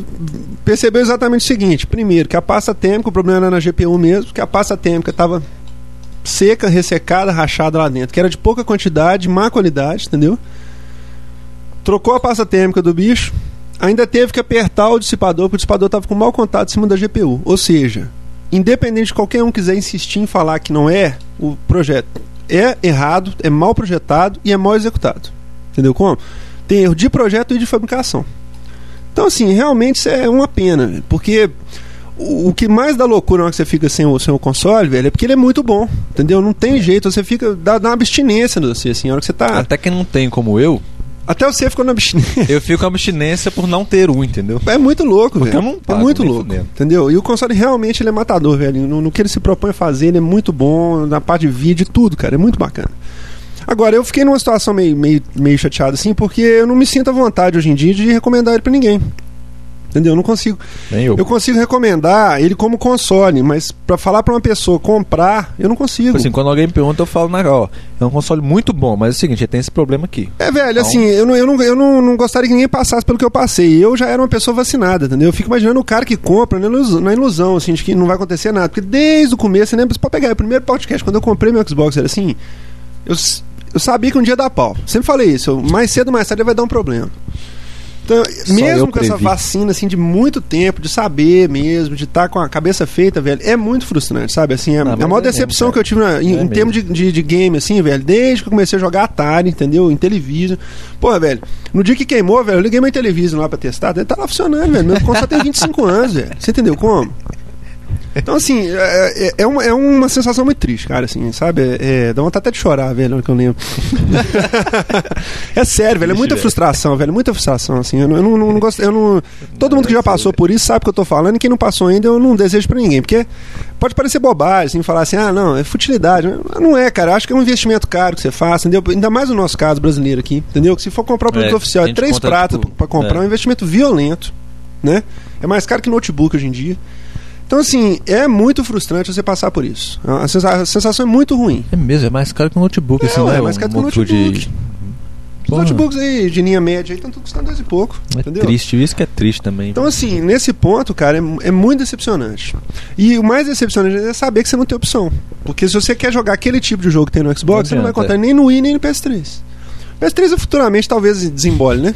[SPEAKER 3] percebeu exatamente o seguinte. Primeiro, que a pasta térmica, o problema era na GPU mesmo, que a pasta térmica tava seca, ressecada, rachada lá dentro, que era de pouca quantidade, má qualidade, entendeu? Trocou a pasta térmica do bicho, ainda teve que apertar o dissipador, porque o dissipador estava com mau contato em cima da GPU. Ou seja, independente de qualquer um quiser insistir em falar que não é, o projeto é errado, é mal projetado e é mal executado. Entendeu como? Tem erro de projeto e de fabricação. Então, assim, realmente isso é uma pena, velho, porque o, o que mais dá loucura na hora que você fica sem o, sem o console, velho, é porque ele é muito bom, entendeu? Não tem jeito, você fica, dá, dá uma abstinência, no você, assim, a hora que você tá... Até,
[SPEAKER 2] Até quem não tem como eu,
[SPEAKER 3] você ficou na abstinência.
[SPEAKER 2] eu fico com abstinência por não ter um, entendeu?
[SPEAKER 3] É muito louco, velho.
[SPEAKER 2] eu não
[SPEAKER 3] é
[SPEAKER 2] pago,
[SPEAKER 3] muito
[SPEAKER 2] nem
[SPEAKER 3] louco,
[SPEAKER 2] fudendo.
[SPEAKER 3] entendeu? E o console realmente ele é matador, velho. No, no que ele se propõe a fazer, ele é muito bom, na parte de vídeo, tudo, cara. É muito bacana. Agora, eu fiquei numa situação meio, meio, meio chateado, assim, porque eu não me sinto à vontade hoje em dia de recomendar ele pra ninguém. Entendeu? Eu não consigo.
[SPEAKER 2] Nem eu.
[SPEAKER 3] Eu consigo recomendar ele como console, mas pra falar pra uma pessoa comprar, eu não consigo.
[SPEAKER 2] Tipo assim, quando alguém me pergunta, eu falo, na ó, é um console muito bom, mas é o seguinte, ele tem esse problema aqui.
[SPEAKER 3] É, velho, assim, eu, não, eu, não, eu não, não gostaria que ninguém passasse pelo que eu passei. Eu já era uma pessoa vacinada, entendeu? Eu fico imaginando o cara que compra né, na ilusão, na ilusão, assim, de que não vai acontecer nada. Porque desde o começo, você lembra, você pode pegar, é o primeiro podcast, quando eu comprei meu Xbox, era assim, eu, s- eu sabia que um dia ia dar pau. Sempre falei isso, eu- mais cedo ou mais tarde vai dar um problema. Então,
[SPEAKER 2] Só eu
[SPEAKER 3] mesmo com essa
[SPEAKER 2] previ.
[SPEAKER 3] vacina, assim, de muito tempo, de saber mesmo, de estar com a cabeça feita, velho, é muito frustrante, sabe? Assim, é,
[SPEAKER 2] Ah, mas
[SPEAKER 3] é a maior
[SPEAKER 2] é mesmo,
[SPEAKER 3] decepção
[SPEAKER 2] cara.
[SPEAKER 3] que eu tive na- em,
[SPEAKER 2] É
[SPEAKER 3] em termos
[SPEAKER 2] mesmo.
[SPEAKER 3] de, de, de game, assim, velho, desde que eu comecei a jogar Atari, entendeu? Em televisão. Porra, velho, no dia que queimou, velho, eu liguei meu televisão lá pra testar, ele tá lá funcionando, velho. Meu console tem 25 anos, velho. Você entendeu como? Então, assim, é, é- é uma, é uma sensação muito triste, cara, assim, sabe? É, é- dá vontade até de chorar, velho, na hora que eu lembro. é sério, velho, é
[SPEAKER 2] Triste,
[SPEAKER 3] muita
[SPEAKER 2] velho.
[SPEAKER 3] frustração, velho, muita frustração, assim. Eu não, eu não, não- não gosto, eu não... Todo mundo que já passou por isso sabe o que eu tô falando, e quem não passou ainda, eu não desejo pra ninguém, porque pode parecer bobagem, assim, falar assim, ah, não, é futilidade. Mas Não é, cara, eu acho que é um investimento caro que você faz, entendeu? Ainda mais no nosso caso brasileiro aqui, entendeu? Que se for comprar o produto
[SPEAKER 2] É,
[SPEAKER 3] oficial,
[SPEAKER 2] a
[SPEAKER 3] é
[SPEAKER 2] gente
[SPEAKER 3] três
[SPEAKER 2] conta,
[SPEAKER 3] pratas
[SPEAKER 2] tipo,
[SPEAKER 3] pra comprar,
[SPEAKER 2] é.
[SPEAKER 3] é um investimento violento, né? É mais caro que notebook hoje em dia. Então, assim, é muito frustrante você passar por isso. A sensa- a sensação é muito ruim.
[SPEAKER 2] É mesmo, é mais caro que um notebook,
[SPEAKER 3] É,
[SPEAKER 2] assim,
[SPEAKER 3] ué,
[SPEAKER 2] né?
[SPEAKER 3] é mais caro que um
[SPEAKER 2] monte
[SPEAKER 3] notebook. Os
[SPEAKER 2] Porra,
[SPEAKER 3] notebooks aí de linha média aí estão custando dois e pouco.
[SPEAKER 2] Uhum. É
[SPEAKER 3] entendeu?
[SPEAKER 2] triste, isso que é triste também.
[SPEAKER 3] Então, assim, nesse ponto, cara, é, é muito decepcionante. E o mais decepcionante é saber que você não tem opção. Porque se você quer jogar aquele tipo de jogo que tem no
[SPEAKER 2] Não
[SPEAKER 3] Xbox, você não vai
[SPEAKER 2] adianta, é.
[SPEAKER 3] contar nem no Wii, nem no PS3. PS3 futuramente talvez desembole, né?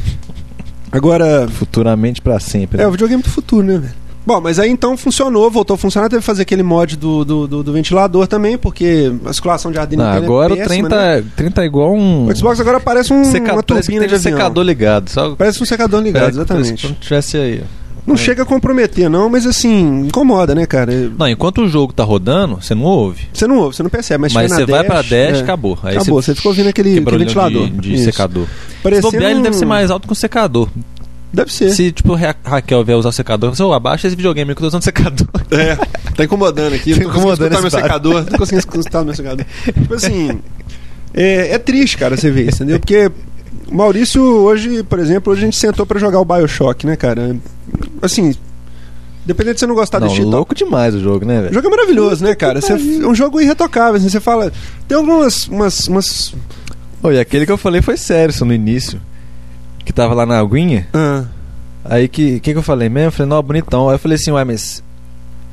[SPEAKER 3] Agora,
[SPEAKER 2] Futuramente pra sempre.
[SPEAKER 3] É, o videogame do futuro, né, velho? Bom, mas aí então funcionou, voltou a funcionar, teve que fazer aquele mod do, do, do- do ventilador também, porque a circulação de ar dentro
[SPEAKER 2] Não,
[SPEAKER 3] dele
[SPEAKER 2] Ah,
[SPEAKER 3] é
[SPEAKER 2] agora o
[SPEAKER 3] péssima,
[SPEAKER 2] 30,
[SPEAKER 3] né?
[SPEAKER 2] 30 é igual um.
[SPEAKER 3] O Xbox agora parece um,
[SPEAKER 2] Seca-
[SPEAKER 3] uma
[SPEAKER 2] parece que
[SPEAKER 3] turbina
[SPEAKER 2] tem
[SPEAKER 3] de
[SPEAKER 2] um
[SPEAKER 3] avião.
[SPEAKER 2] secador É, tá ligado. Só
[SPEAKER 3] Parece um secador ligado,
[SPEAKER 2] Se não
[SPEAKER 3] exatamente.
[SPEAKER 2] tivesse aí.
[SPEAKER 3] Não
[SPEAKER 2] É.
[SPEAKER 3] chega a comprometer, não, mas assim, incomoda, né, cara?
[SPEAKER 2] Não, enquanto o jogo tá rodando, você não ouve.
[SPEAKER 3] Você não ouve, você não percebe, mas,
[SPEAKER 2] Mas
[SPEAKER 3] chega
[SPEAKER 2] você
[SPEAKER 3] na
[SPEAKER 2] vai pra dash,
[SPEAKER 3] é.
[SPEAKER 2] acabou. Aí
[SPEAKER 3] Acabou, você ficou ouvindo aquele-
[SPEAKER 2] que
[SPEAKER 3] aquele
[SPEAKER 2] barulhão
[SPEAKER 3] ventilador.
[SPEAKER 2] De, de
[SPEAKER 3] Isso.
[SPEAKER 2] secador.
[SPEAKER 3] Parecendo
[SPEAKER 2] Se bobear, ele
[SPEAKER 3] um- É.
[SPEAKER 2] deve ser mais alto que o secador.
[SPEAKER 3] Deve ser.
[SPEAKER 2] Se, tipo, Ra- Raquel vier usar o secador, você oh, abaixa esse videogame aí que eu tô usando secador.
[SPEAKER 3] É, tá incomodando aqui.
[SPEAKER 2] Tá
[SPEAKER 3] não tô conseguindo
[SPEAKER 2] incomodando
[SPEAKER 3] escutar meu
[SPEAKER 2] esse barulho.
[SPEAKER 3] secador. Não tô conseguindo escutar meu secador. Tipo assim, é, é triste, cara, você ver isso, entendeu? Porque o Maurício, hoje, por exemplo, hoje a gente sentou pra jogar o Bioshock, né, cara? Assim, dependendo de você não gostar
[SPEAKER 2] não,
[SPEAKER 3] desse título.
[SPEAKER 2] louco demais o jogo, né,
[SPEAKER 3] O
[SPEAKER 2] velho?
[SPEAKER 3] jogo é maravilhoso, né, cara? Você- é um jogo irretocável, assim, você fala... Tem algumas... Umas, umas,
[SPEAKER 2] Pô, e aquele que eu falei foi sério, isso no início. Que tava lá na aguinha.
[SPEAKER 3] ah,
[SPEAKER 2] Aí que, que que eu falei mesmo? Eu falei, não, bonitão. Aí eu falei assim, ué, mas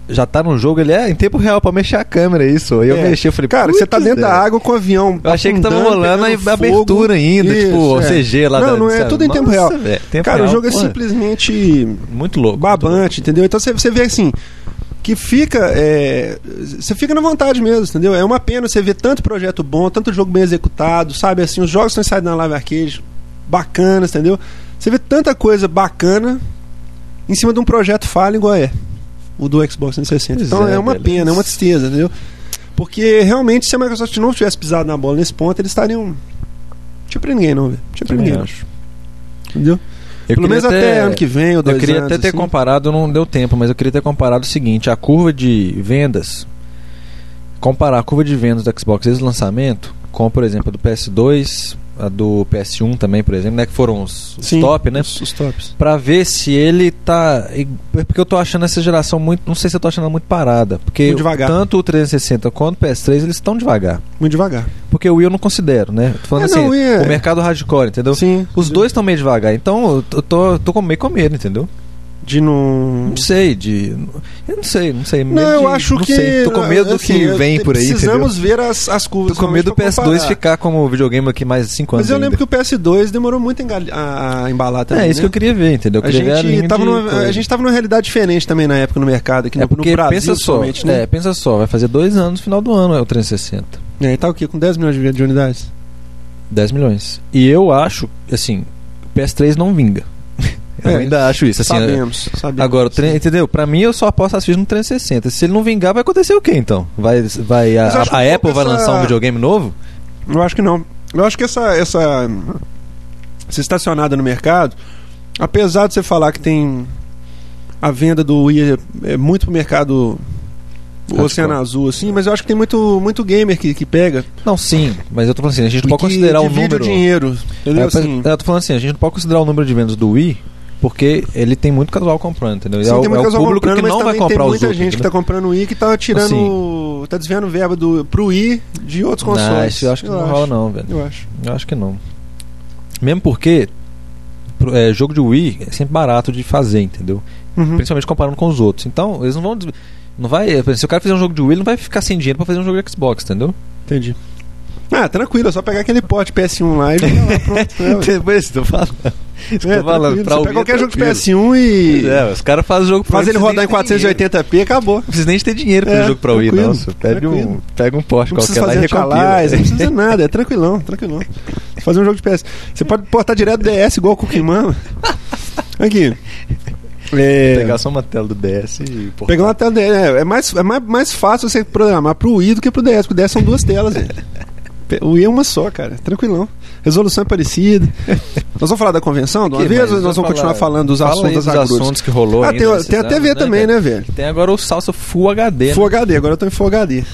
[SPEAKER 2] já tá no jogo, ele é em tempo real pra mexer a câmera, isso. Aí eu
[SPEAKER 3] É.
[SPEAKER 2] mexi, eu falei,
[SPEAKER 3] cara, você tá
[SPEAKER 2] "Putz,
[SPEAKER 3] dentro da
[SPEAKER 2] velho."
[SPEAKER 3] água com o avião
[SPEAKER 2] Eu achei que tava
[SPEAKER 3] afundando,
[SPEAKER 2] rolando a
[SPEAKER 3] pegando
[SPEAKER 2] a
[SPEAKER 3] fogo.
[SPEAKER 2] abertura ainda,
[SPEAKER 3] Isso,
[SPEAKER 2] tipo,
[SPEAKER 3] é.
[SPEAKER 2] CG lá
[SPEAKER 3] Não,
[SPEAKER 2] da-
[SPEAKER 3] não é,
[SPEAKER 2] sabe?
[SPEAKER 3] tudo em tempo
[SPEAKER 2] Nossa,
[SPEAKER 3] real.
[SPEAKER 2] velho, tempo
[SPEAKER 3] Cara, o
[SPEAKER 2] real,
[SPEAKER 3] jogo é
[SPEAKER 2] pô,
[SPEAKER 3] simplesmente...
[SPEAKER 2] Muito louco.
[SPEAKER 3] babante, entendeu? Então você, você vê assim que fica é, você fica na vontade mesmo, entendeu? É uma pena você ver tanto projeto bom, tanto jogo bem executado, sabe? Assim, os jogos que estão saindo na Live Arcade bacanas, entendeu? Você vê tanta coisa bacana em cima de um projeto falho igual é o do Xbox 360.
[SPEAKER 2] Pois
[SPEAKER 3] então é,
[SPEAKER 2] é,
[SPEAKER 3] uma
[SPEAKER 2] velho.
[SPEAKER 3] pena, é uma tristeza, entendeu? Porque realmente se a Microsoft não tivesse pisado na bola nesse ponto, eles estariam tinha pra ninguém não, velho. Tinha pra
[SPEAKER 2] Também
[SPEAKER 3] ninguém,
[SPEAKER 2] acho.
[SPEAKER 3] entendeu?
[SPEAKER 2] Eu
[SPEAKER 3] Pelo
[SPEAKER 2] queria
[SPEAKER 3] menos até ano que vem ou dois
[SPEAKER 2] Eu queria
[SPEAKER 3] anos,
[SPEAKER 2] até ter
[SPEAKER 3] assim.
[SPEAKER 2] comparado, não deu tempo, mas eu queria ter comparado o seguinte, a curva de vendas, comparar a curva de vendas do Xbox desde o lançamento com, por exemplo, a do PS2, a do PS1 também, por exemplo, né, que foram os, os
[SPEAKER 3] Sim,
[SPEAKER 2] top, né?
[SPEAKER 3] Os, os tops.
[SPEAKER 2] Pra ver se ele tá. e- Porque eu tô achando essa geração muito. Não sei se eu tô achando ela muito parada. Porque
[SPEAKER 3] Muito devagar.
[SPEAKER 2] tanto o 360 quanto o PS3 eles estão devagar.
[SPEAKER 3] Muito devagar.
[SPEAKER 2] Porque o Wii eu não considero, né? Tô falando
[SPEAKER 3] É,
[SPEAKER 2] assim,
[SPEAKER 3] não, o Wii é-
[SPEAKER 2] o mercado hardcore, entendeu?
[SPEAKER 3] Sim.
[SPEAKER 2] Os dois estão meio devagar. Então eu tô, tô com meio com medo, entendeu?
[SPEAKER 3] De não.
[SPEAKER 2] Não sei, de. Eu não sei, não sei.
[SPEAKER 3] Não,
[SPEAKER 2] medo
[SPEAKER 3] eu
[SPEAKER 2] de-
[SPEAKER 3] acho
[SPEAKER 2] não
[SPEAKER 3] que.
[SPEAKER 2] sei, tô com medo do
[SPEAKER 3] assim,
[SPEAKER 2] que
[SPEAKER 3] eu-
[SPEAKER 2] vem por aí, entendeu?
[SPEAKER 3] Precisamos ver as, as curvas.
[SPEAKER 2] Tô com medo do PS2
[SPEAKER 3] realmente, pra comparar.
[SPEAKER 2] ficar como videogame aqui mais 5 anos.
[SPEAKER 3] Mas eu
[SPEAKER 2] ainda.
[SPEAKER 3] lembro que o PS2 demorou muito a engal- a, a embalar também.
[SPEAKER 2] É, isso que
[SPEAKER 3] né?
[SPEAKER 2] eu queria ver, entendeu? Eu
[SPEAKER 3] A
[SPEAKER 2] queria ver
[SPEAKER 3] gente,
[SPEAKER 2] linha
[SPEAKER 3] tava
[SPEAKER 2] de
[SPEAKER 3] numa,
[SPEAKER 2] coisa.
[SPEAKER 3] a gente tava numa realidade diferente também na época no mercado, aqui
[SPEAKER 2] É
[SPEAKER 3] no, no
[SPEAKER 2] porque
[SPEAKER 3] Brasil,
[SPEAKER 2] pensa só,
[SPEAKER 3] principalmente, né?
[SPEAKER 2] é, pensa só, vai fazer dois anos no final do ano é o 360.
[SPEAKER 3] É. E tá o quê? Com 10 milhões de de unidades?
[SPEAKER 2] 10 milhões. E eu acho, assim, o PS3 não vinga. Eu
[SPEAKER 3] É,
[SPEAKER 2] ainda acho isso, assim. eu-
[SPEAKER 3] sabemos, sabemos.
[SPEAKER 2] Agora, o tre- entendeu? Pra mim, eu só aposto assistir no 360. Se ele não vingar, vai acontecer o quê, então? Vai, vai a,
[SPEAKER 3] Mas eu acho
[SPEAKER 2] a
[SPEAKER 3] que um
[SPEAKER 2] Apple
[SPEAKER 3] pouco
[SPEAKER 2] vai
[SPEAKER 3] essa-
[SPEAKER 2] lançar um videogame novo?
[SPEAKER 3] Eu acho que não. Eu acho que essa, essa, essa estacionada no mercado, apesar de você falar que tem a venda do Wii é, é muito pro mercado
[SPEAKER 2] Hardcore.
[SPEAKER 3] Oceano Azul, assim, mas eu acho que tem muito, muito gamer que, que pega.
[SPEAKER 2] Não, sim. Mas eu tô falando assim, a gente não
[SPEAKER 3] e
[SPEAKER 2] pode
[SPEAKER 3] que
[SPEAKER 2] considerar o
[SPEAKER 3] divide
[SPEAKER 2] número...
[SPEAKER 3] o dinheiro. Entendeu?
[SPEAKER 2] É, pra-
[SPEAKER 3] Assim,
[SPEAKER 2] eu tô falando assim, a gente não pode considerar o número de vendas do Wii, porque ele tem muito casual comprando, entendeu? E
[SPEAKER 3] Sim,
[SPEAKER 2] é o,
[SPEAKER 3] assim, tem muito
[SPEAKER 2] é o
[SPEAKER 3] casual
[SPEAKER 2] público
[SPEAKER 3] comprando,
[SPEAKER 2] que
[SPEAKER 3] mas
[SPEAKER 2] não vai
[SPEAKER 3] também
[SPEAKER 2] comprar
[SPEAKER 3] tem
[SPEAKER 2] os
[SPEAKER 3] muita
[SPEAKER 2] outros. né? Assim.
[SPEAKER 3] gente que tá comprando o Wii que tá tirando. tá desviando verba do, pro Wii de outros
[SPEAKER 2] entendeu?
[SPEAKER 3] consoles.
[SPEAKER 2] Não, isso eu acho que não rola não, velho.
[SPEAKER 3] Eu acho.
[SPEAKER 2] Eu acho que não. Mesmo porque pro- é, jogo de Wii é sempre barato de fazer, entendeu?
[SPEAKER 3] Uhum.
[SPEAKER 2] Principalmente comparando com os outros. Então, eles não vão. des- Não vai, por exemplo, se o cara fizer um jogo de Wii, ele não vai ficar sem dinheiro pra fazer um jogo de Xbox, entendeu?
[SPEAKER 3] Entendi. Ah, tranquilo, é só pegar aquele pote PS1 lá e jogar lá, pronto. né, velho?
[SPEAKER 2] Depois tô falando.
[SPEAKER 3] É, tranquilo. Você pega qualquer jogo de PS1 e
[SPEAKER 2] É, os caras fazem o jogo pra
[SPEAKER 3] faz ele
[SPEAKER 2] vocês
[SPEAKER 3] rodar
[SPEAKER 2] nem
[SPEAKER 3] em
[SPEAKER 2] têm dinheiro.
[SPEAKER 3] 480p e acabou.
[SPEAKER 2] Não precisa nem de ter dinheiro pra fazer
[SPEAKER 3] É,
[SPEAKER 2] jogo pra Wii, não.
[SPEAKER 3] tranquilo,
[SPEAKER 2] Você Pega um,
[SPEAKER 3] tranquilo.
[SPEAKER 2] pega um poste
[SPEAKER 3] Não
[SPEAKER 2] qualquer
[SPEAKER 3] precisa
[SPEAKER 2] lá e
[SPEAKER 3] fazer
[SPEAKER 2] recompila.
[SPEAKER 3] anti-alias, não precisa nada, é tranquilão, tranquilão. Fazer um jogo de PS. Você pode portar direto DS igual o Cookman. Aqui. É...
[SPEAKER 2] Pegar só uma tela do DS e. tá pô,
[SPEAKER 3] Pegar uma tela DS. É, é mais, é mais, mais fácil você programar pro Wii do que pro DS, porque o DS são duas telas, velho. Pe- O Wii é uma só, cara. Tranquilão. Resolução é parecida. nós vamos falar da convenção de uma
[SPEAKER 2] Que,
[SPEAKER 3] vez
[SPEAKER 2] mas
[SPEAKER 3] ou nós vamos
[SPEAKER 2] vamos
[SPEAKER 3] continuar
[SPEAKER 2] falar-
[SPEAKER 3] falando dos
[SPEAKER 2] fala aí
[SPEAKER 3] assuntos
[SPEAKER 2] dos
[SPEAKER 3] das agruras?
[SPEAKER 2] assuntos que rolou
[SPEAKER 3] Ah,
[SPEAKER 2] ainda
[SPEAKER 3] tem,
[SPEAKER 2] nesses
[SPEAKER 3] tem a TV
[SPEAKER 2] anos, né,
[SPEAKER 3] também,
[SPEAKER 2] velho?
[SPEAKER 3] né, velho?
[SPEAKER 2] Tem agora o salsa Full HD, né?
[SPEAKER 3] Full HD, agora eu tô em Full HD.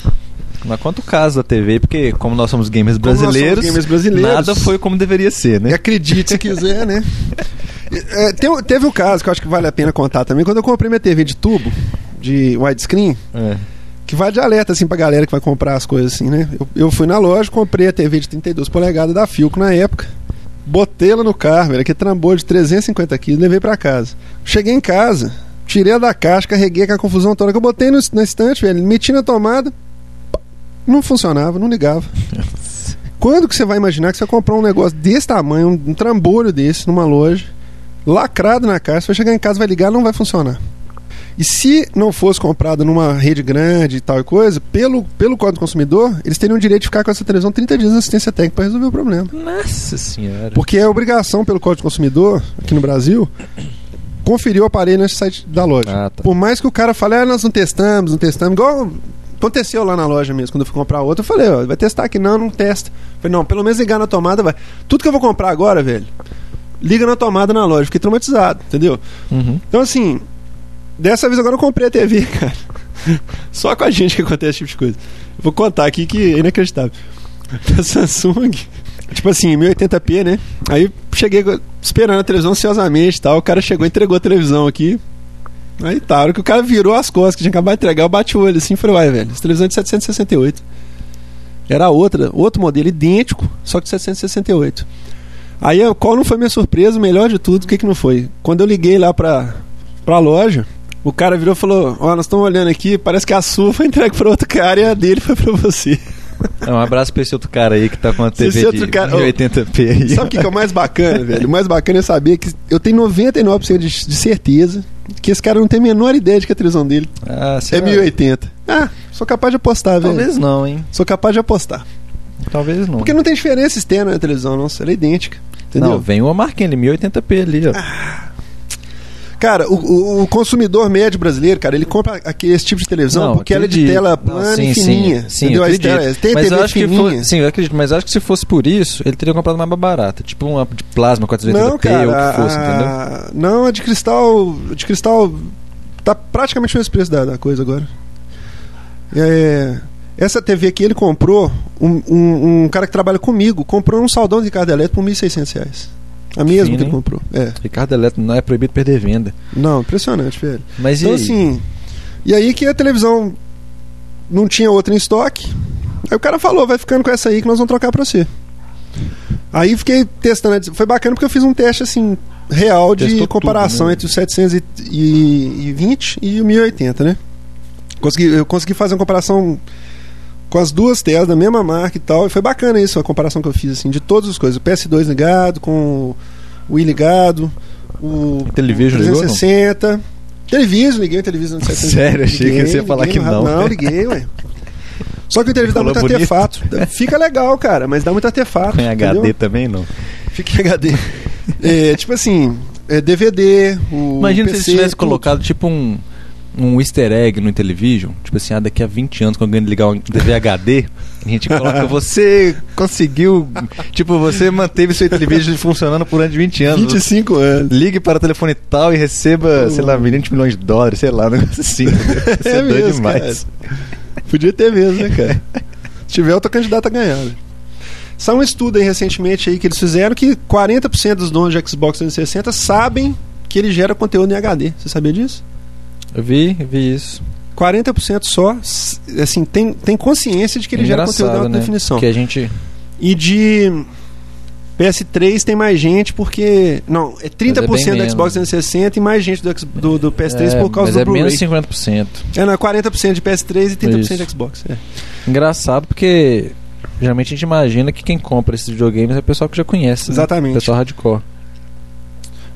[SPEAKER 2] Mas quanto caso da TV, porque como nós somos gamers
[SPEAKER 3] Como nós somos
[SPEAKER 2] brasileiros,
[SPEAKER 3] gamers brasileiros.
[SPEAKER 2] nada foi como deveria ser, né?
[SPEAKER 3] Acredite se quiser, né? É, tem um- teve um caso que eu acho que vale a pena contar também. Quando eu comprei minha TV de tubo, de widescreen,
[SPEAKER 2] É.
[SPEAKER 3] que vai de alerta, assim, pra galera que vai comprar as coisas, assim, né? Eu, eu fui na loja, comprei a TV de 32 polegadas da Filco na época, botei ela no carro, velho, que trambou de 350 quilos, levei pra casa. Cheguei em casa, tirei ela da caixa, carreguei com a confusão toda que eu botei no, na estante, velho, meti na tomada, pá, não funcionava, não ligava. Quando que você vai imaginar que você vai comprar um negócio desse tamanho, um, um trambolho desse, numa loja, lacrado na caixa, você vai chegar em casa, vai ligar, não vai funcionar. E se não fosse comprado numa rede grande e tal e coisa, pelo, pelo Código do Consumidor, eles teriam o direito de ficar com essa televisão 30 dias de assistência técnica para resolver o problema.
[SPEAKER 2] Nossa senhora.
[SPEAKER 3] Porque é obrigação pelo Código do Consumidor, aqui no Brasil, conferir o aparelho antes do site da loja.
[SPEAKER 2] Ah, tá.
[SPEAKER 3] Por mais que o cara fale, ah, nós não testamos, não testamos, igual aconteceu lá na loja mesmo, quando eu fui comprar outra, eu falei, ó, vai testar aqui, não, não testa. Eu falei, não, pelo menos ligar na tomada, vai. Tudo que eu vou comprar agora, velho, liga na tomada na loja, fiquei traumatizado, entendeu?
[SPEAKER 2] Uhum.
[SPEAKER 3] Então, assim, dessa vez agora eu comprei a TV, cara. Só com a gente que acontece esse tipo de coisa. Vou contar aqui que é inacreditável. Da Samsung, tipo assim, 1080p, né? Aí cheguei co- esperando a televisão ansiosamente e tal. O cara chegou e entregou a televisão aqui. Aí tá, a hora que o cara virou as costas, que tinha acabado de entregar, eu bati o olho assim e falei, uai, velho, essa televisão é de 768. Era outra, outro modelo idêntico, só que de 768. Aí eu- qual não foi minha surpresa, o melhor de tudo, o que, que não foi? Quando eu liguei lá pra, pra loja, o cara virou e falou: Ó, nós estamos olhando aqui, parece que a sua foi entregue pra outro cara e a dele foi pra você.
[SPEAKER 2] É, um abraço pra esse outro cara aí que tá com uma
[SPEAKER 3] Esse
[SPEAKER 2] TV de
[SPEAKER 3] outro cara-
[SPEAKER 2] 1080p aí.
[SPEAKER 3] Sabe o que, que é o mais bacana, velho? O mais bacana é saber que eu tenho 99% de, de certeza que esse cara não tem a menor ideia de que é a televisão dele
[SPEAKER 2] Ah,
[SPEAKER 3] é
[SPEAKER 2] será?
[SPEAKER 3] 1080. Ah, sou capaz de apostar, velho.
[SPEAKER 2] Talvez não, hein?
[SPEAKER 3] Sou capaz de apostar.
[SPEAKER 2] Talvez não.
[SPEAKER 3] Porque não tem diferença externa na televisão, não. Ela é idêntica. Entendeu? Ah,
[SPEAKER 2] Não, vem uma marquinha é ali, 1080p ali, ó.
[SPEAKER 3] Cara, o, o- o consumidor médio brasileiro, cara, ele compra aqui esse tipo de televisão
[SPEAKER 2] Não,
[SPEAKER 3] porque ela é de
[SPEAKER 2] acredito.
[SPEAKER 3] tela
[SPEAKER 2] Não,
[SPEAKER 3] plana
[SPEAKER 2] sim,
[SPEAKER 3] e fininha.
[SPEAKER 2] Sim, sim
[SPEAKER 3] entendeu?
[SPEAKER 2] eu
[SPEAKER 3] A
[SPEAKER 2] acredito.
[SPEAKER 3] tela- tem
[SPEAKER 2] mas eu
[SPEAKER 3] TV
[SPEAKER 2] acho que
[SPEAKER 3] fininha.
[SPEAKER 2] fosse, sim, eu acredito, mas eu acho que se fosse por isso, ele teria comprado uma mais barata, tipo uma de plasma 480p
[SPEAKER 3] não, cara,
[SPEAKER 2] ou o que fosse, entendeu?
[SPEAKER 3] a- Não, a de cristal, a de cristal tá praticamente o mesmo preço da, da coisa agora. É, essa TV aqui ele comprou, um, um- um cara que trabalha comigo, comprou um saldão de Ricardo Eletro por 1.600 reais. A mesma
[SPEAKER 2] Fino,
[SPEAKER 3] que ele
[SPEAKER 2] hein?
[SPEAKER 3] comprou. É.
[SPEAKER 2] Ricardo Eletro não é proibido perder venda.
[SPEAKER 3] Não, impressionante, velho.
[SPEAKER 2] Mas
[SPEAKER 3] Então,
[SPEAKER 2] e aí?
[SPEAKER 3] assim. E aí que a televisão não tinha outra em estoque. Aí o cara falou, vai ficando com essa né? aí que nós vamos trocar pra você. Aí fiquei testando. a des- Foi bacana porque eu fiz um teste assim, real de
[SPEAKER 2] Testou
[SPEAKER 3] comparação
[SPEAKER 2] tudo, né?
[SPEAKER 3] entre o 720 e o 1080, né? Consegui, eu consegui fazer uma comparação com as duas telas da mesma marca e tal, e foi bacana isso, a comparação que eu fiz, assim, de todas as coisas. O PS2 ligado, com o Wii ligado, o
[SPEAKER 2] Television ligou, não?
[SPEAKER 3] 360... Television, liguei o televisor no 720.
[SPEAKER 2] Sério? Achei que você ia falar
[SPEAKER 3] liguei
[SPEAKER 2] que
[SPEAKER 3] no rádio.
[SPEAKER 2] não.
[SPEAKER 3] Não, liguei, ué. Só que o televisor dá
[SPEAKER 2] Falou
[SPEAKER 3] muito
[SPEAKER 2] bonito.
[SPEAKER 3] artefato. Fica legal, cara, mas dá muito artefato.
[SPEAKER 2] Em HD
[SPEAKER 3] entendeu?
[SPEAKER 2] também não.
[SPEAKER 3] Fica em HD. É, tipo assim, é DVD, o
[SPEAKER 2] Imagina
[SPEAKER 3] PC,
[SPEAKER 2] se eles tivessem
[SPEAKER 3] tudo.
[SPEAKER 2] colocado tipo um, um easter egg no Intellivision. Tipo assim, ah, daqui a 20 anos, quando alguém ligar um TV HD, a gente coloca. Você conseguiu. Tipo, você manteve seu Intellivision funcionando por durante 20 anos.
[SPEAKER 3] 25 anos.
[SPEAKER 2] Ligue para o telefone tal e receba, sei lá, 20 milhões de dólares, sei lá, um negócio assim. entendeu? Isso é,
[SPEAKER 3] Uh. É
[SPEAKER 2] doido
[SPEAKER 3] mesmo,
[SPEAKER 2] demais.
[SPEAKER 3] Podia ter mesmo, né, cara? Se tiver, eu tô candidato a ganhar. né? Saiu um estudo aí recentemente aí que eles fizeram que 40% dos donos de Xbox 360 sabem que ele gera conteúdo em HD. Você sabia disso?
[SPEAKER 2] Eu vi, vi isso.
[SPEAKER 3] 40% só, s- assim, tem, tem consciência de que ele
[SPEAKER 2] É
[SPEAKER 3] gera
[SPEAKER 2] engraçado,
[SPEAKER 3] conteúdo em alta
[SPEAKER 2] né?
[SPEAKER 3] definição.
[SPEAKER 2] Porque a gente.
[SPEAKER 3] E de PS3 tem mais gente porque. Não, é 30% do
[SPEAKER 2] Mas é bem
[SPEAKER 3] Xbox 360 e mais gente do, X- do, do PS3
[SPEAKER 2] é,
[SPEAKER 3] por causa
[SPEAKER 2] mas
[SPEAKER 3] do
[SPEAKER 2] é
[SPEAKER 3] Blu-ray.
[SPEAKER 2] menos 50%.
[SPEAKER 3] É, não, é 40% de PS3 e 30%
[SPEAKER 2] Isso.
[SPEAKER 3] de Xbox. é.
[SPEAKER 2] Engraçado porque geralmente a gente imagina que quem compra esses videogames é o pessoal que já conhece. Né?
[SPEAKER 3] Exatamente.
[SPEAKER 2] Pessoal hardcore.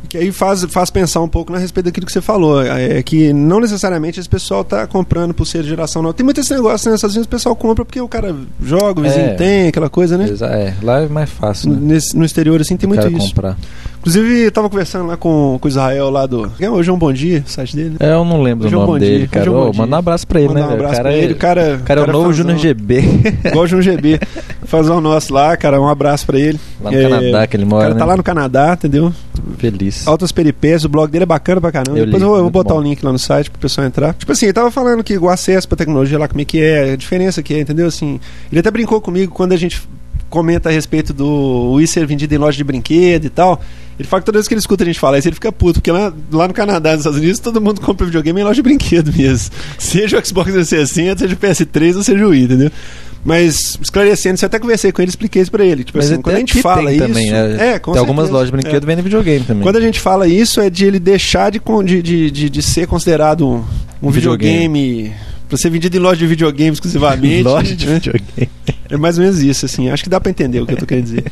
[SPEAKER 3] Que aí faz, faz pensar um pouco a respeito daquilo que você falou. É que não necessariamente esse pessoal tá comprando por ser de geração nova. Tem muito esse negócio, né? Às vezes o pessoal compra porque o cara joga, o vizinho
[SPEAKER 2] É.
[SPEAKER 3] tem, aquela coisa, né?
[SPEAKER 2] Eles- É, lá é mais fácil, né?
[SPEAKER 3] Nesse- no exterior, assim, tem
[SPEAKER 2] O
[SPEAKER 3] muito
[SPEAKER 2] cara
[SPEAKER 3] isso.
[SPEAKER 2] comprar.
[SPEAKER 3] Inclusive, eu tava conversando lá com, com o Israel lá do. É, Hoje é um bom dia, o site dele. né?
[SPEAKER 2] É, eu não lembro
[SPEAKER 3] Hoje é um
[SPEAKER 2] o
[SPEAKER 3] bom
[SPEAKER 2] nome dele,
[SPEAKER 3] dia,
[SPEAKER 2] cara.
[SPEAKER 3] hoje é um bom
[SPEAKER 2] Ô,
[SPEAKER 3] dia.
[SPEAKER 2] manda um abraço pra ele,
[SPEAKER 3] Mandar
[SPEAKER 2] né,
[SPEAKER 3] um
[SPEAKER 2] velho? O
[SPEAKER 3] abraço
[SPEAKER 2] cara,
[SPEAKER 3] pra
[SPEAKER 2] é-
[SPEAKER 3] ele. O cara, um-
[SPEAKER 2] o cara é o novo Junior
[SPEAKER 3] GB.
[SPEAKER 2] GB.
[SPEAKER 3] Igual o Júnior GB. Fazão nosso lá, cara. Um abraço pra ele.
[SPEAKER 2] lá no
[SPEAKER 3] É,
[SPEAKER 2] Canadá que ele
[SPEAKER 3] O
[SPEAKER 2] mora,
[SPEAKER 3] cara tá
[SPEAKER 2] né?
[SPEAKER 3] lá no Canadá, entendeu?
[SPEAKER 2] Feliz.
[SPEAKER 3] Altas peripécias, o blog dele é bacana pra caramba.
[SPEAKER 2] Eu
[SPEAKER 3] Depois
[SPEAKER 2] li,
[SPEAKER 3] eu vou, eu vou
[SPEAKER 2] muito
[SPEAKER 3] botar
[SPEAKER 2] bom.
[SPEAKER 3] o link lá no site pro pessoal entrar. Tipo assim, ele tava falando que o acesso pra tecnologia lá, como é que é, a diferença que é, entendeu? Assim, ele até brincou comigo quando a gente comenta a respeito do Wii ser vendido em loja de brinquedo e tal. Ele fala que toda vez que ele escuta a gente falar isso, ele fica puto, porque lá, lá no Canadá, nos Estados Unidos, todo mundo compra videogame em loja de brinquedo mesmo. Seja o Xbox 360, seja o PS3 ou seja o Wii, entendeu? Mas, esclarecendo isso, eu até conversei com ele, expliquei isso pra ele. Tipo assim, quando a gente fala
[SPEAKER 2] é tem
[SPEAKER 3] isso.
[SPEAKER 2] também, né?
[SPEAKER 3] é, com
[SPEAKER 2] tem algumas
[SPEAKER 3] certeza.
[SPEAKER 2] lojas de
[SPEAKER 3] É.
[SPEAKER 2] brinquedo vendem videogame também.
[SPEAKER 3] Quando a gente fala isso, é de ele deixar de, con- de, de, de, de ser considerado um, um
[SPEAKER 2] Videogame.
[SPEAKER 3] videogame. Pra ser vendido em loja de videogame exclusivamente.
[SPEAKER 2] Loja de
[SPEAKER 3] né?
[SPEAKER 2] videogame.
[SPEAKER 3] É mais ou menos isso, assim. Acho que dá pra entender o que eu tô querendo dizer.